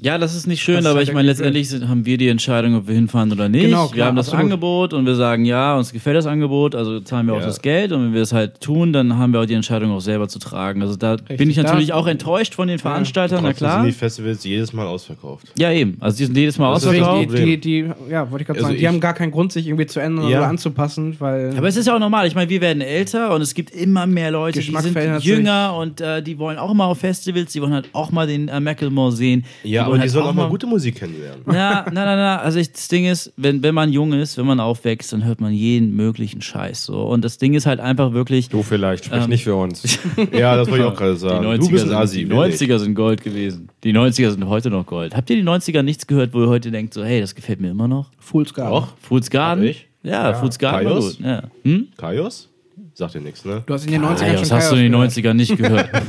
[SPEAKER 1] Ja, das ist nicht schön,
[SPEAKER 2] Das ist
[SPEAKER 1] aber
[SPEAKER 2] halt
[SPEAKER 1] ich meine,
[SPEAKER 2] irgendwie blöd.
[SPEAKER 1] letztendlich sind, haben wir die Entscheidung, ob wir hinfahren oder nicht.
[SPEAKER 2] Genau,
[SPEAKER 1] wir
[SPEAKER 2] klar,
[SPEAKER 1] haben das
[SPEAKER 2] absolut.
[SPEAKER 1] Angebot und wir sagen, ja, uns gefällt das Angebot, also zahlen wir auch
[SPEAKER 4] Ja.
[SPEAKER 1] das Geld und wenn wir es halt tun, dann haben wir auch die Entscheidung auch selber zu tragen. Also da bin ich
[SPEAKER 2] da-
[SPEAKER 1] natürlich auch enttäuscht von den Veranstaltern, na
[SPEAKER 4] Trotzdem
[SPEAKER 1] klar.
[SPEAKER 4] sind die Festivals jedes Mal ausverkauft.
[SPEAKER 1] Ja, eben. Also die sind jedes Mal
[SPEAKER 4] Das ist
[SPEAKER 2] Deswegen,
[SPEAKER 1] ausverkauft.
[SPEAKER 4] richtig.
[SPEAKER 2] die,
[SPEAKER 4] Problem.
[SPEAKER 2] die, die, ja, wollte ich gerade
[SPEAKER 4] Also
[SPEAKER 2] sagen, die
[SPEAKER 4] ich-
[SPEAKER 2] haben gar keinen Grund, sich irgendwie zu ändern
[SPEAKER 4] Ja.
[SPEAKER 2] oder anzupassen, weil.
[SPEAKER 1] Aber es ist ja auch normal. Ich meine, wir werden älter und es gibt immer mehr Leute, die
[SPEAKER 2] Geschmack
[SPEAKER 1] sind
[SPEAKER 2] verändert sich.
[SPEAKER 1] jünger und äh, die wollen auch mal auf Festivals, die wollen halt auch mal den äh, Macklemore sehen.
[SPEAKER 4] Ja,
[SPEAKER 1] wollen
[SPEAKER 4] aber die
[SPEAKER 1] halt
[SPEAKER 4] sollen auch mal gute Musik kennenlernen.
[SPEAKER 1] Na, na, na, na. Also ich, das Ding ist, wenn, wenn man jung ist, wenn man aufwächst, dann hört man jeden möglichen Scheiß so. Und das Ding ist halt einfach wirklich.
[SPEAKER 3] Du vielleicht, sprich
[SPEAKER 1] Ähm.
[SPEAKER 3] nicht
[SPEAKER 1] *laughs*
[SPEAKER 3] für uns.
[SPEAKER 4] ja, das wollte ich auch gerade
[SPEAKER 1] Die
[SPEAKER 4] sagen.
[SPEAKER 1] 90er,
[SPEAKER 4] Du bist ein
[SPEAKER 1] sind,
[SPEAKER 4] Asi.
[SPEAKER 1] die
[SPEAKER 4] bin ich.
[SPEAKER 1] 90er sind Gold gewesen. Die 90er sind heute noch Gold. Habt ihr die 90er nichts gehört, wo ihr heute denkt, so, hey, das gefällt mir immer noch?
[SPEAKER 2] Fools Garden.
[SPEAKER 4] Doch.
[SPEAKER 1] Fruits Garden?
[SPEAKER 4] Hab ich.
[SPEAKER 1] Ja, ja, Fruits Garden war
[SPEAKER 4] Kaios?
[SPEAKER 1] gut. Ja. Hm?
[SPEAKER 4] Kaios? Sagt dir nichts, ne?
[SPEAKER 2] Du hast in den 90ern
[SPEAKER 1] Ah, ja,
[SPEAKER 2] schon
[SPEAKER 1] das hast du in den
[SPEAKER 2] Chaos
[SPEAKER 1] 90ern nicht gehört.
[SPEAKER 4] *laughs*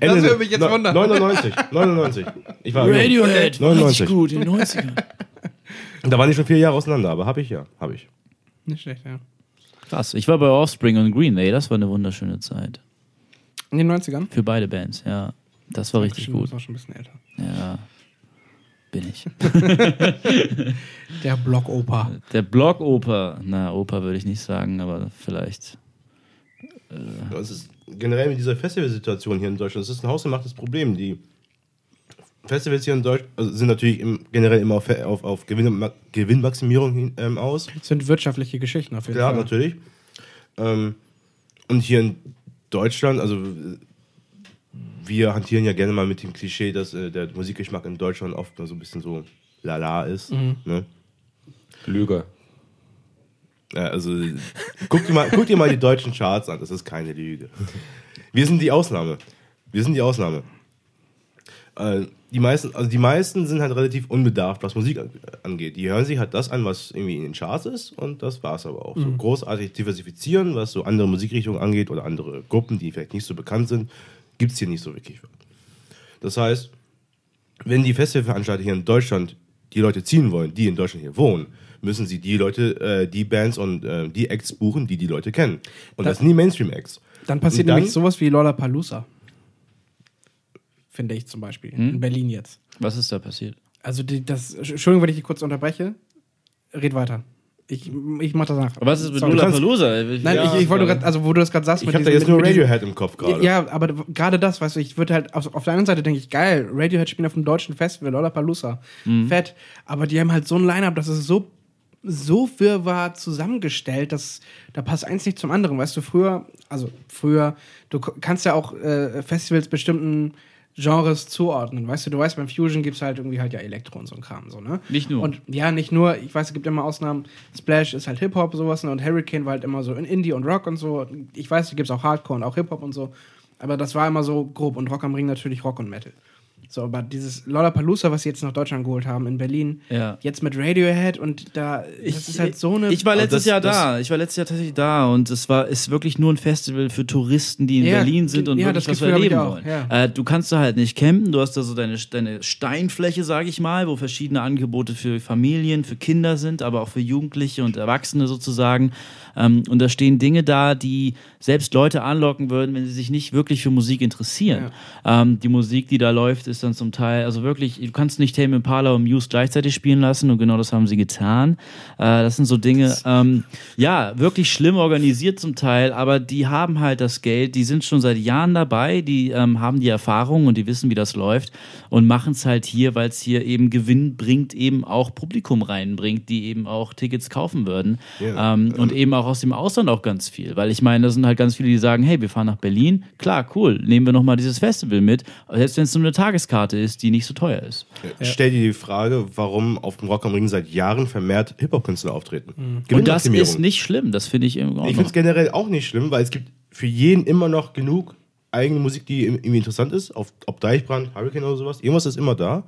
[SPEAKER 4] Ende-
[SPEAKER 2] würde mich jetzt
[SPEAKER 4] ne-
[SPEAKER 2] wundern.
[SPEAKER 4] 99, 99. Ich war
[SPEAKER 1] Radiohead, war richtig
[SPEAKER 4] 99.
[SPEAKER 1] gut in den 90ern.
[SPEAKER 4] Da waren die schon vier Jahre auseinander, aber habe ich ja, habe ich.
[SPEAKER 2] gehört. Nicht schlecht, ja.
[SPEAKER 1] Krass, ich war bei Offspring und Green Day, das war eine wunderschöne Zeit.
[SPEAKER 2] In den 90ern?
[SPEAKER 1] Für beide Bands, ja. Das war richtig
[SPEAKER 2] Stimmt,
[SPEAKER 1] gut.
[SPEAKER 2] Das war schon ein bisschen älter.
[SPEAKER 1] Ja, bin ich.
[SPEAKER 2] Der Blockoper.
[SPEAKER 1] Der Blockoper, na, Oper würde ich nicht sagen, aber vielleicht.
[SPEAKER 4] Das ist generell mit dieser Festivalsituation hier in Deutschland, das ist ein hausgemachtes Problem. Die Festivals hier in Deutschland also sind natürlich im, generell immer auf, auf, auf Gewinn, Ma- Gewinnmaximierung hin- ähm, aus.
[SPEAKER 2] Das sind wirtschaftliche Geschichten auf jeden
[SPEAKER 4] Klar,
[SPEAKER 2] Fall.
[SPEAKER 4] natürlich. Ähm, und hier in Deutschland, also äh, wir hantieren ja gerne mal mit dem Klischee, dass äh, der Musikgeschmack in Deutschland oft nur so ein bisschen so lala ist. Ne?
[SPEAKER 3] Lüge.
[SPEAKER 4] Ja, also guck dir, mal, guck dir mal die deutschen Charts an, das ist keine Lüge. Wir sind die Ausnahme. Wir sind die Ausnahme. Äh, die meisten, also die meisten sind halt relativ unbedarft, was Musik an- angeht. Die hören sich halt das an, was irgendwie in den Charts ist und das war's aber auch. So großartig diversifizieren, was so andere Musikrichtungen angeht oder andere Gruppen, die vielleicht nicht so bekannt sind, gibt's hier nicht so wirklich. Das heißt, wenn die Festivalveranstalter hier in Deutschland die Leute ziehen wollen, die in Deutschland hier wohnen, müssen sie die Leute, äh, die Bands und äh, die Acts buchen, die die Leute kennen. Und das, sind die Mainstream-Acts.
[SPEAKER 2] Dann passiert
[SPEAKER 4] Und dann-
[SPEAKER 2] nämlich sowas wie Lollapalooza. Finde ich zum Beispiel.
[SPEAKER 1] Hm?
[SPEAKER 2] In Berlin jetzt.
[SPEAKER 1] Was ist da passiert?
[SPEAKER 2] Also die, das, Entschuldigung, wenn ich dich kurz unterbreche. Red weiter. Ich, ich mach das nach.
[SPEAKER 1] Aber was ist mit
[SPEAKER 2] Sorry.
[SPEAKER 1] Lollapalooza?
[SPEAKER 2] Nein,
[SPEAKER 1] Ja.
[SPEAKER 2] ich, ich wollte gerade, also wo du das gerade sagst,
[SPEAKER 4] Ich
[SPEAKER 2] mit
[SPEAKER 4] habe da
[SPEAKER 2] diesem-
[SPEAKER 4] jetzt nur
[SPEAKER 2] mit- mit diesem-
[SPEAKER 4] Radiohead im Kopf gerade.
[SPEAKER 2] Ja, aber d- gerade das, weißt du, ich würde halt, auf, auf der einen Seite denke ich, geil, Radiohead spielen auf dem deutschen Festival, Lollapalooza, fett. Aber die haben halt so ein Line-Up, das ist so, so wirrwarr zusammengestellt, dass da passt eins nicht zum anderen. Weißt du, früher, also früher, du k- kannst ja auch äh, Festivals bestimmten Genres zuordnen, weißt du, du weißt, beim Fusion gibt's halt irgendwie halt ja Elektro und so ein Kram, so, ne?
[SPEAKER 1] Nicht nur.
[SPEAKER 2] Und ja, nicht nur, ich weiß, es gibt immer Ausnahmen. Splash ist halt Hip-Hop, sowas, ne? und Hurricane war halt immer so in Indie und Rock und so. Ich weiß, da gibt es auch Hardcore und auch Hip-Hop und so. Aber das war immer so grob und Rock am Ring natürlich Rock und Metal. So, aber dieses Lollapalooza, was sie jetzt nach Deutschland geholt haben, in Berlin,
[SPEAKER 1] Ja.
[SPEAKER 2] jetzt mit Radiohead und da, das ist halt so eine...
[SPEAKER 1] Ich war
[SPEAKER 4] Aber
[SPEAKER 1] letztes
[SPEAKER 4] das-
[SPEAKER 1] Jahr
[SPEAKER 4] das-
[SPEAKER 1] da. Ich war letztes Jahr tatsächlich da und es war ist wirklich nur ein Festival für Touristen, die in
[SPEAKER 2] Ja,
[SPEAKER 1] Berlin sind und
[SPEAKER 2] ja,
[SPEAKER 1] wirklich
[SPEAKER 2] das
[SPEAKER 1] was
[SPEAKER 2] Gefühl hab ich
[SPEAKER 1] erleben
[SPEAKER 2] auch,
[SPEAKER 1] wollen.
[SPEAKER 2] ja.
[SPEAKER 1] Äh, du kannst da halt nicht campen. Du hast da so deine, deine Steinfläche, sage ich mal, wo verschiedene Angebote für Familien, für Kinder sind, aber auch für Jugendliche und Erwachsene sozusagen. Ähm, und da stehen Dinge da, die selbst Leute anlocken würden, wenn sie sich nicht wirklich für Musik interessieren. Ähm, die Musik, die da läuft, ist dann zum Teil, also wirklich, du kannst nicht Tame Impala um und Muse gleichzeitig spielen lassen und genau das haben sie getan. Äh, das sind so Dinge, ähm, ja, wirklich schlimm organisiert zum Teil, aber die haben halt das Geld, die sind schon seit Jahren dabei, die ähm, haben die Erfahrung und die wissen, wie das läuft und machen es halt hier, weil es hier eben Gewinn bringt, eben auch Publikum reinbringt, die eben auch Tickets kaufen würden.
[SPEAKER 4] Ja.
[SPEAKER 1] Ähm, und eben auch aus dem Ausland auch ganz viel, weil ich meine, da sind halt ganz viele, die sagen, hey, wir fahren nach Berlin, klar, cool, nehmen wir nochmal dieses Festival mit, selbst wenn es nur eine Tageskarte ist, die nicht so teuer ist.
[SPEAKER 4] Stell dir die Frage, warum auf dem Rock am Ring seit Jahren vermehrt Hip-Hop-Künstler auftreten.
[SPEAKER 1] Mhm. Und das
[SPEAKER 4] Gewinnmaximierung.
[SPEAKER 1] ist nicht schlimm, das finde ich irgendwie auch
[SPEAKER 4] Ich
[SPEAKER 1] noch.
[SPEAKER 4] finde es generell auch nicht schlimm, weil es gibt für jeden immer noch genug eigene Musik, die ihm ihm interessant ist. Auf, ob Deichbrand, Hurricane oder sowas. Irgendwas ist immer da.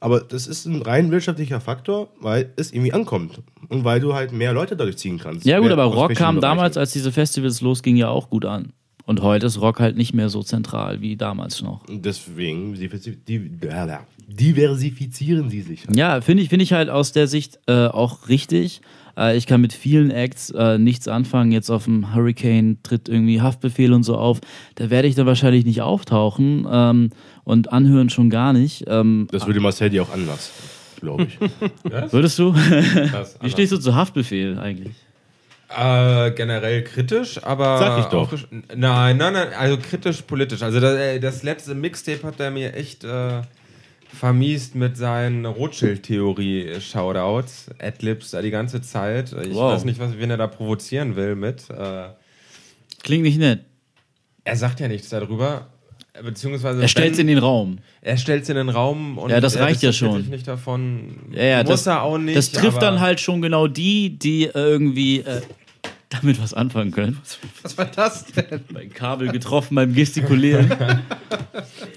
[SPEAKER 4] Aber das ist ein rein wirtschaftlicher Faktor, weil es irgendwie ankommt. Und weil du halt mehr Leute dadurch ziehen kannst.
[SPEAKER 1] Ja, gut,
[SPEAKER 4] Mehr
[SPEAKER 1] aber
[SPEAKER 4] aus
[SPEAKER 1] Rock
[SPEAKER 4] verschiedenen
[SPEAKER 1] kam damals,
[SPEAKER 4] Bereichen.
[SPEAKER 1] als diese Festivals losgingen, ja auch gut an. Und heute ist Rock halt nicht mehr so zentral wie damals noch.
[SPEAKER 4] Deswegen diversi- die- diversifizieren sie sich. halt.
[SPEAKER 1] Ja, finde ich, finde ich halt aus der Sicht äh, auch richtig. Äh, ich kann mit vielen Acts äh, nichts anfangen. Jetzt auf dem Hurricane tritt irgendwie Haftbefehl und so auf. Da werde ich dann wahrscheinlich nicht auftauchen ähm, und anhören schon gar nicht. Ähm,
[SPEAKER 4] Das würde Marcel dir auch anders,
[SPEAKER 1] *laughs*
[SPEAKER 4] glaube ich.
[SPEAKER 1] würdest du? *laughs*
[SPEAKER 3] Krass,
[SPEAKER 1] Wie stehst du zu Haftbefehl eigentlich?
[SPEAKER 3] Äh, generell kritisch, aber.
[SPEAKER 4] Sag ich doch.
[SPEAKER 3] aufgesch- Nein, nein, nein, also kritisch politisch. Also das, äh, das letzte Mixtape hat er mir echt äh, vermiest mit seinen Rothschild-Theorie-Shoutouts, Adlibs da die ganze Zeit. Ich
[SPEAKER 1] Wow.
[SPEAKER 3] weiß nicht, was, wen er da provozieren will mit. Äh,
[SPEAKER 1] Klingt nicht nett.
[SPEAKER 3] er sagt ja nichts darüber. Beziehungsweise
[SPEAKER 1] Er stellt in den Raum.
[SPEAKER 3] er stellt's in den Raum und
[SPEAKER 1] Ja, das
[SPEAKER 3] er
[SPEAKER 1] reicht ja
[SPEAKER 3] distanziert
[SPEAKER 1] schon.
[SPEAKER 3] sich nicht davon.
[SPEAKER 1] Ja, ja,
[SPEAKER 3] Muss
[SPEAKER 1] das,
[SPEAKER 3] er auch nicht.
[SPEAKER 1] das trifft
[SPEAKER 3] aber-
[SPEAKER 1] dann halt schon genau die, die äh, irgendwie äh, damit was anfangen können.
[SPEAKER 2] was war das denn?
[SPEAKER 1] Mein Kabel getroffen beim
[SPEAKER 3] *laughs*
[SPEAKER 1] Gestikulieren.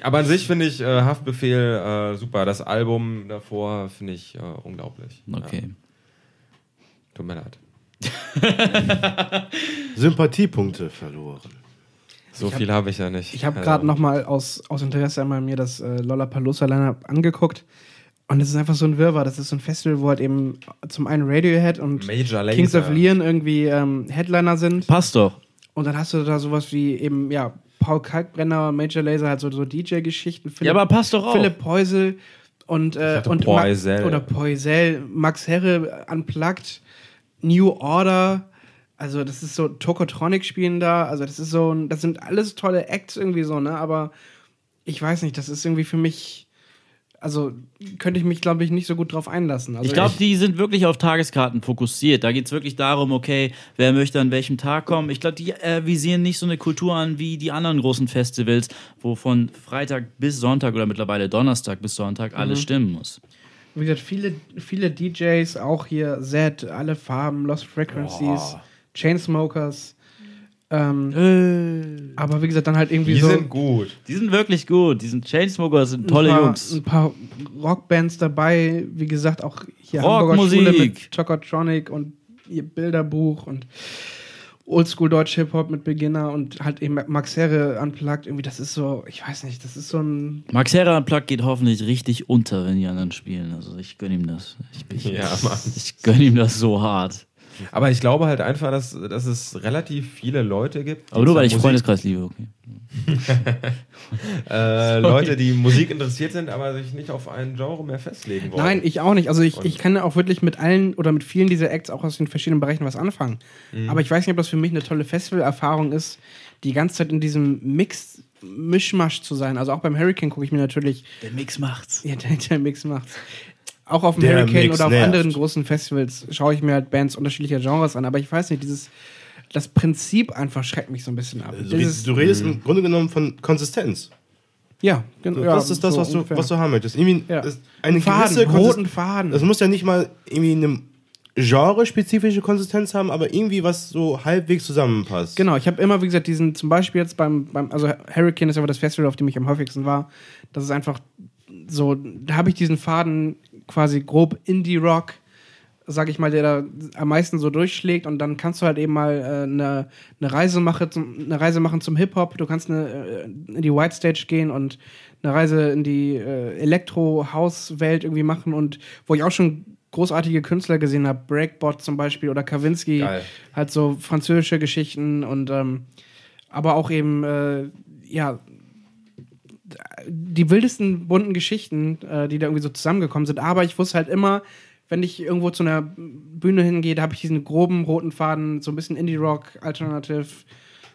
[SPEAKER 3] Aber an sich finde ich äh, Haftbefehl äh, super. Das Album davor finde ich äh, unglaublich.
[SPEAKER 1] Okay.
[SPEAKER 3] Ja, tut mir leid.
[SPEAKER 4] Sympathiepunkte verloren.
[SPEAKER 3] So viel habe ich ja nicht.
[SPEAKER 2] *laughs* Ich habe
[SPEAKER 3] Also,
[SPEAKER 2] gerade nochmal aus, aus Interesse einmal mir das äh, Lollapalooza Lineup angeguckt. Und es ist einfach so ein Wirrwarr. Das ist so ein Festival, wo halt eben zum einen Radiohead und
[SPEAKER 3] Major Lazer.
[SPEAKER 2] Kings of Leon irgendwie ähm, Headliner sind.
[SPEAKER 1] Passt doch.
[SPEAKER 2] Und dann hast du da sowas wie eben, ja, Paul Kalkbrenner, Major Laser, halt so, so DJ-Geschichten.
[SPEAKER 1] Ja, aber passt doch auch.
[SPEAKER 2] Philipp Poisel und, äh,
[SPEAKER 3] dachte
[SPEAKER 2] und
[SPEAKER 3] Poisel.
[SPEAKER 2] Ma- oder Poisel, Max Herre äh, unplugged, New Order, also das ist so Tokotronic spielen da, also das ist so ein, das sind alles tolle Acts irgendwie so, ne, aber ich weiß nicht, das ist irgendwie für mich also könnte ich mich glaube ich nicht so gut drauf einlassen. Also
[SPEAKER 1] Ich glaube, die sind wirklich auf Tageskarten fokussiert. Da geht es wirklich darum, okay, wer möchte an welchem Tag kommen. Ich glaube, die äh, visieren nicht so eine Kultur an wie die anderen großen Festivals, wo von Freitag bis Sonntag oder mittlerweile Donnerstag bis Sonntag
[SPEAKER 3] Mhm.
[SPEAKER 1] alles stimmen muss.
[SPEAKER 2] wie gesagt, viele viele DJs auch hier Zed, alle Farben, Lost Frequencies, Chainsmokers ähm, aber wie gesagt, dann halt irgendwie
[SPEAKER 3] Die
[SPEAKER 2] so
[SPEAKER 3] sind gut.
[SPEAKER 1] Äh. Die sind wirklich gut. Die sind Chainsmokers, sind tolle
[SPEAKER 2] ein paar,
[SPEAKER 1] Jungs.
[SPEAKER 2] Ein paar Rockbands dabei, wie gesagt, auch hier
[SPEAKER 1] Rockmusik.
[SPEAKER 2] Hamburger Schule mit Chocotronic und ihr Bilderbuch und Oldschool Deutsch Hip-Hop mit Beginner und halt eben Max Herre unplugged. Irgendwie, das ist so, ich weiß nicht, das ist so ein.
[SPEAKER 1] Max Herrer Plug geht hoffentlich richtig unter, wenn die anderen spielen. Also ich gönne ihm das. Ich, ich,
[SPEAKER 3] Ja, Mann.
[SPEAKER 1] ich gönne ihm das so hart.
[SPEAKER 3] Aber ich glaube halt einfach, dass, dass es relativ viele Leute gibt. die
[SPEAKER 1] Aber nur weil ich
[SPEAKER 3] Musik-
[SPEAKER 1] Freundeskreis liebe, okay.
[SPEAKER 3] Äh, Leute, die Musik interessiert sind, aber sich nicht auf einen Genre mehr festlegen wollen.
[SPEAKER 2] Nein, ich auch nicht. Also ich,
[SPEAKER 3] Und-
[SPEAKER 2] ich kann auch wirklich mit allen oder mit vielen dieser Acts auch aus den verschiedenen Bereichen was anfangen.
[SPEAKER 4] Mhm.
[SPEAKER 2] Aber ich weiß nicht, ob das für mich eine tolle Festivalerfahrung ist, die ganze Zeit in diesem Mix. Mischmasch zu sein. Also auch beim Hurricane gucke ich mir natürlich *laughs*
[SPEAKER 1] Der Mix macht's.
[SPEAKER 2] Ja, der, der Mix macht's. Auch auf dem
[SPEAKER 4] Der
[SPEAKER 2] Hurricane
[SPEAKER 4] Mix
[SPEAKER 2] oder auf
[SPEAKER 4] nervt.
[SPEAKER 2] anderen großen Festivals schaue ich mir halt Bands unterschiedlicher Genres an, aber ich weiß nicht, dieses das Prinzip einfach schreckt mich so ein bisschen ab.
[SPEAKER 4] Also,
[SPEAKER 2] Dieses-
[SPEAKER 4] du redest im Grunde genommen von Konsistenz.
[SPEAKER 2] ja, genau. ja,
[SPEAKER 4] das ist das,
[SPEAKER 2] so
[SPEAKER 4] was, du,
[SPEAKER 2] ungefähr.
[SPEAKER 4] was du haben möchtest. Irgendwie
[SPEAKER 2] Ja.
[SPEAKER 4] das- eine
[SPEAKER 2] Faden,
[SPEAKER 4] gewisse Konsis-
[SPEAKER 2] roten Faden.
[SPEAKER 4] Das muss ja nicht mal irgendwie eine genrespezifische Konsistenz haben, aber irgendwie was so halbwegs zusammenpasst.
[SPEAKER 2] Genau, ich habe immer, wie gesagt, diesen, zum Beispiel jetzt beim, beim, also Hurricane ist aber das Festival, auf dem ich am häufigsten war. Das ist einfach so, da habe ich diesen Faden quasi grob Indie-Rock, sag ich mal, der da am meisten so durchschlägt und dann kannst du halt eben mal äh, eine, eine, Reise mache zum, eine Reise machen zum Hip-Hop, du kannst eine, äh, in die White Stage gehen und eine Reise in die äh, Elektro-House-Welt irgendwie machen und wo ich auch schon großartige Künstler gesehen habe, Breakbot zum Beispiel oder Kavinsky,
[SPEAKER 3] Geil.
[SPEAKER 2] halt so französische Geschichten und ähm, aber auch eben, äh, ja, die wildesten bunten Geschichten, äh, die da irgendwie so zusammengekommen sind. Aber ich wusste halt immer, wenn ich irgendwo zu einer Bühne hingehe, da habe ich diesen groben roten Faden, so ein bisschen Indie-Rock, Alternative,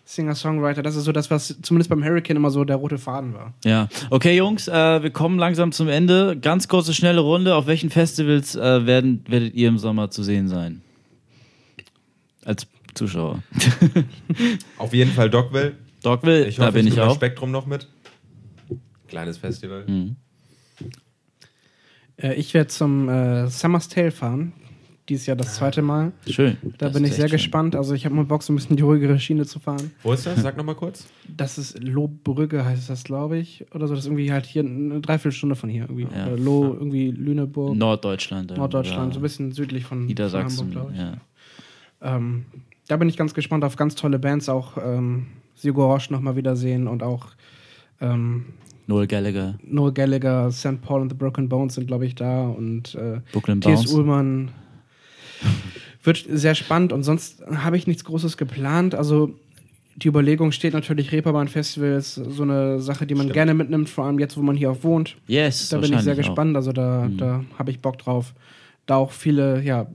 [SPEAKER 2] Singer-Songwriter. Das ist so das, was zumindest beim Hurricane immer so der rote Faden war.
[SPEAKER 1] Ja. Okay, Jungs, äh, wir kommen langsam zum Ende. Ganz kurze, schnelle Runde. Auf welchen Festivals äh, werden, werdet ihr im Sommer zu sehen sein? Als Zuschauer.
[SPEAKER 3] Auf jeden Fall Dogville.
[SPEAKER 1] Dogville,
[SPEAKER 3] Ich hoffe,
[SPEAKER 1] da bin ich
[SPEAKER 3] nehme das
[SPEAKER 1] auch. Hm.
[SPEAKER 3] Spektrum noch mit. Kleines Festival.
[SPEAKER 2] Äh, ich werde zum äh, Summer's Tale fahren. Dieses Jahr das zweite Mal.
[SPEAKER 1] Schön.
[SPEAKER 2] Da
[SPEAKER 1] Das
[SPEAKER 2] bin
[SPEAKER 1] ist
[SPEAKER 2] ich
[SPEAKER 1] echt
[SPEAKER 2] sehr
[SPEAKER 1] schön.
[SPEAKER 2] gespannt. Also ich habe mal Bock, so ein bisschen die ruhigere Schiene zu fahren.
[SPEAKER 3] Wo ist das? Sag nochmal kurz.
[SPEAKER 2] Das ist Lohbrügge, heißt das, glaube ich. Oder so. Das ist irgendwie halt hier eine Dreiviertelstunde von hier. Irgendwie.
[SPEAKER 1] Ja.
[SPEAKER 2] Oder Loh, irgendwie Lüneburg,
[SPEAKER 1] Norddeutschland. äh,
[SPEAKER 2] Norddeutschland, so
[SPEAKER 1] oder
[SPEAKER 2] ein bisschen südlich von von
[SPEAKER 1] Niedersachsen.
[SPEAKER 2] Hamburg, glaub ich.
[SPEAKER 1] Ja.
[SPEAKER 2] Ähm, da bin ich ganz gespannt auf ganz tolle Bands. Auch ähm, Sigur Roche nochmal wiedersehen und auch ähm,
[SPEAKER 1] Noel Gallagher,
[SPEAKER 2] Noel Gallagher, St. Paul und The Broken Bones sind, glaube ich, da. Und äh,
[SPEAKER 1] Brooklyn
[SPEAKER 2] T.S.
[SPEAKER 1] Bounce.
[SPEAKER 2] Ullmann. *laughs* Wird sehr spannend und sonst habe ich nichts Großes geplant. Also die Überlegung steht natürlich, Reeperbahn-Festival ist so eine Sache, die man gerne mitnimmt, vor allem jetzt, wo man hier auch wohnt.
[SPEAKER 1] Yes,
[SPEAKER 2] Da bin ich sehr
[SPEAKER 1] wahrscheinlich auch.
[SPEAKER 2] gespannt, also da,
[SPEAKER 4] Mhm.
[SPEAKER 2] da habe ich Bock drauf. Da auch viele ja,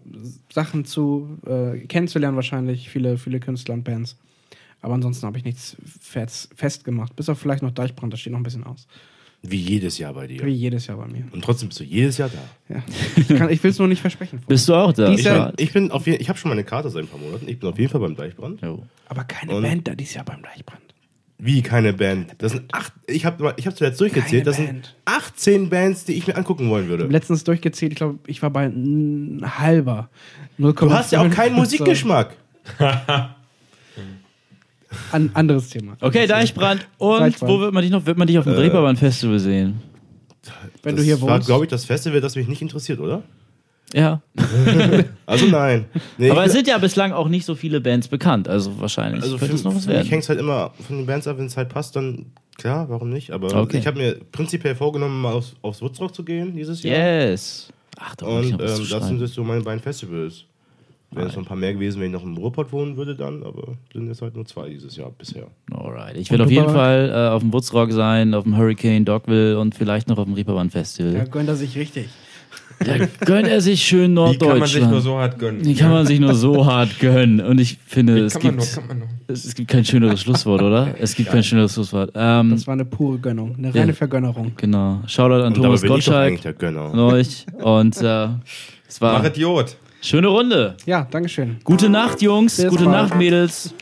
[SPEAKER 2] Sachen zu äh, kennenzulernen, wahrscheinlich viele, viele Künstler und Bands. Aber ansonsten habe ich nichts fest, festgemacht. Bis auf vielleicht noch Deichbrand, das steht noch ein bisschen aus.
[SPEAKER 4] Wie jedes Jahr bei
[SPEAKER 2] Wie
[SPEAKER 4] dir.
[SPEAKER 2] jedes Jahr bei mir.
[SPEAKER 4] Und trotzdem bist du jedes Jahr da. *laughs*
[SPEAKER 2] Ja. Ich, kann- ich will es nur nicht versprechen. vorher.
[SPEAKER 1] Bist du auch da?
[SPEAKER 2] Dies
[SPEAKER 4] Ich
[SPEAKER 2] Jahr-
[SPEAKER 4] bin, ich bin auf jeden ich habe schon meine Karte seit ein paar Monaten. Ich bin auf jeden Fall beim Deichbrand.
[SPEAKER 1] Jo.
[SPEAKER 2] Aber keine
[SPEAKER 4] Und-
[SPEAKER 2] Band da dieses Jahr beim Deichbrand.
[SPEAKER 4] Wie keine Band. Das sind acht. Ich habe ich hab zuletzt durchgezählt. das
[SPEAKER 2] Keine Band.
[SPEAKER 4] sind 18 Bands, die ich mir angucken wollen würde.
[SPEAKER 2] Ich hab letztens durchgezählt, ich glaube, ich war bei n- halber. 0,
[SPEAKER 4] Du hast ja auch keinen Musikgeschmack.
[SPEAKER 2] An, anderes Thema.
[SPEAKER 1] Okay, Deichbrand. Und
[SPEAKER 2] Deichbrand.
[SPEAKER 1] wo wird man dich noch? Wird man dich auf dem äh, festival sehen?
[SPEAKER 2] Wenn
[SPEAKER 4] das
[SPEAKER 2] du hier
[SPEAKER 4] war,
[SPEAKER 2] wohnst.
[SPEAKER 4] glaube ich, das Festival, das mich nicht interessiert, oder?
[SPEAKER 1] Ja.
[SPEAKER 4] Also nein. Nee,
[SPEAKER 1] Aber
[SPEAKER 4] ich,
[SPEAKER 1] es sind ja bislang auch nicht so viele Bands bekannt. Also wahrscheinlich
[SPEAKER 4] also für,
[SPEAKER 1] könnte es noch was
[SPEAKER 4] für mich
[SPEAKER 1] werden.
[SPEAKER 4] hängt es halt immer von den Bands ab, wenn es halt passt, dann klar, warum nicht? Aber
[SPEAKER 1] Okay.
[SPEAKER 4] ich habe mir prinzipiell vorgenommen, mal aufs, aufs Wutzrock zu gehen dieses Jahr.
[SPEAKER 1] Yes. Ach, da muss
[SPEAKER 4] Und
[SPEAKER 1] ich
[SPEAKER 4] ähm,
[SPEAKER 1] noch was zu
[SPEAKER 4] das sind
[SPEAKER 1] schreiben.
[SPEAKER 4] jetzt so meine beiden Festivals. Wären es noch ein paar mehr gewesen, wenn ich noch im Ruhrpott wohnen würde dann, aber sind jetzt halt nur zwei dieses Jahr bisher.
[SPEAKER 1] Alright. Ich werde
[SPEAKER 2] Und
[SPEAKER 1] auf
[SPEAKER 2] du,
[SPEAKER 1] jeden
[SPEAKER 2] Barbara?
[SPEAKER 1] Fall äh, auf dem Wutzrock sein, auf dem Hurricane Dogville und vielleicht noch auf dem Reeperbahn
[SPEAKER 2] Da
[SPEAKER 1] Festival.
[SPEAKER 2] gönnt er sich richtig.
[SPEAKER 1] Da gönnt er sich schön
[SPEAKER 3] Wie kann
[SPEAKER 1] Norddeutschland.
[SPEAKER 3] man sich nur so hart gönnen?
[SPEAKER 1] Die kann man sich nur so hart gönnen. Und ich finde, es
[SPEAKER 3] kann man
[SPEAKER 1] gibt,
[SPEAKER 3] nur, kann man nur.
[SPEAKER 1] es, es gibt kein schöneres Schlusswort, oder? Es gibt kein schöneres Schlusswort. Ähm,
[SPEAKER 2] Das war eine pure Gönnung, eine reine Vergönnerung.
[SPEAKER 1] genau. Shoutout an
[SPEAKER 4] Und dabei
[SPEAKER 1] Thomas
[SPEAKER 4] bin ich doch
[SPEAKER 1] Gottschalk
[SPEAKER 4] eigentlich der Gönner.
[SPEAKER 1] an euch. Und äh, es war
[SPEAKER 3] Mach Idiot.
[SPEAKER 1] schöne Runde.
[SPEAKER 2] Ja, Dankeschön.
[SPEAKER 1] Gute Nacht, Jungs.
[SPEAKER 2] Bis
[SPEAKER 1] Gute
[SPEAKER 2] bald.
[SPEAKER 1] Nacht, Mädels.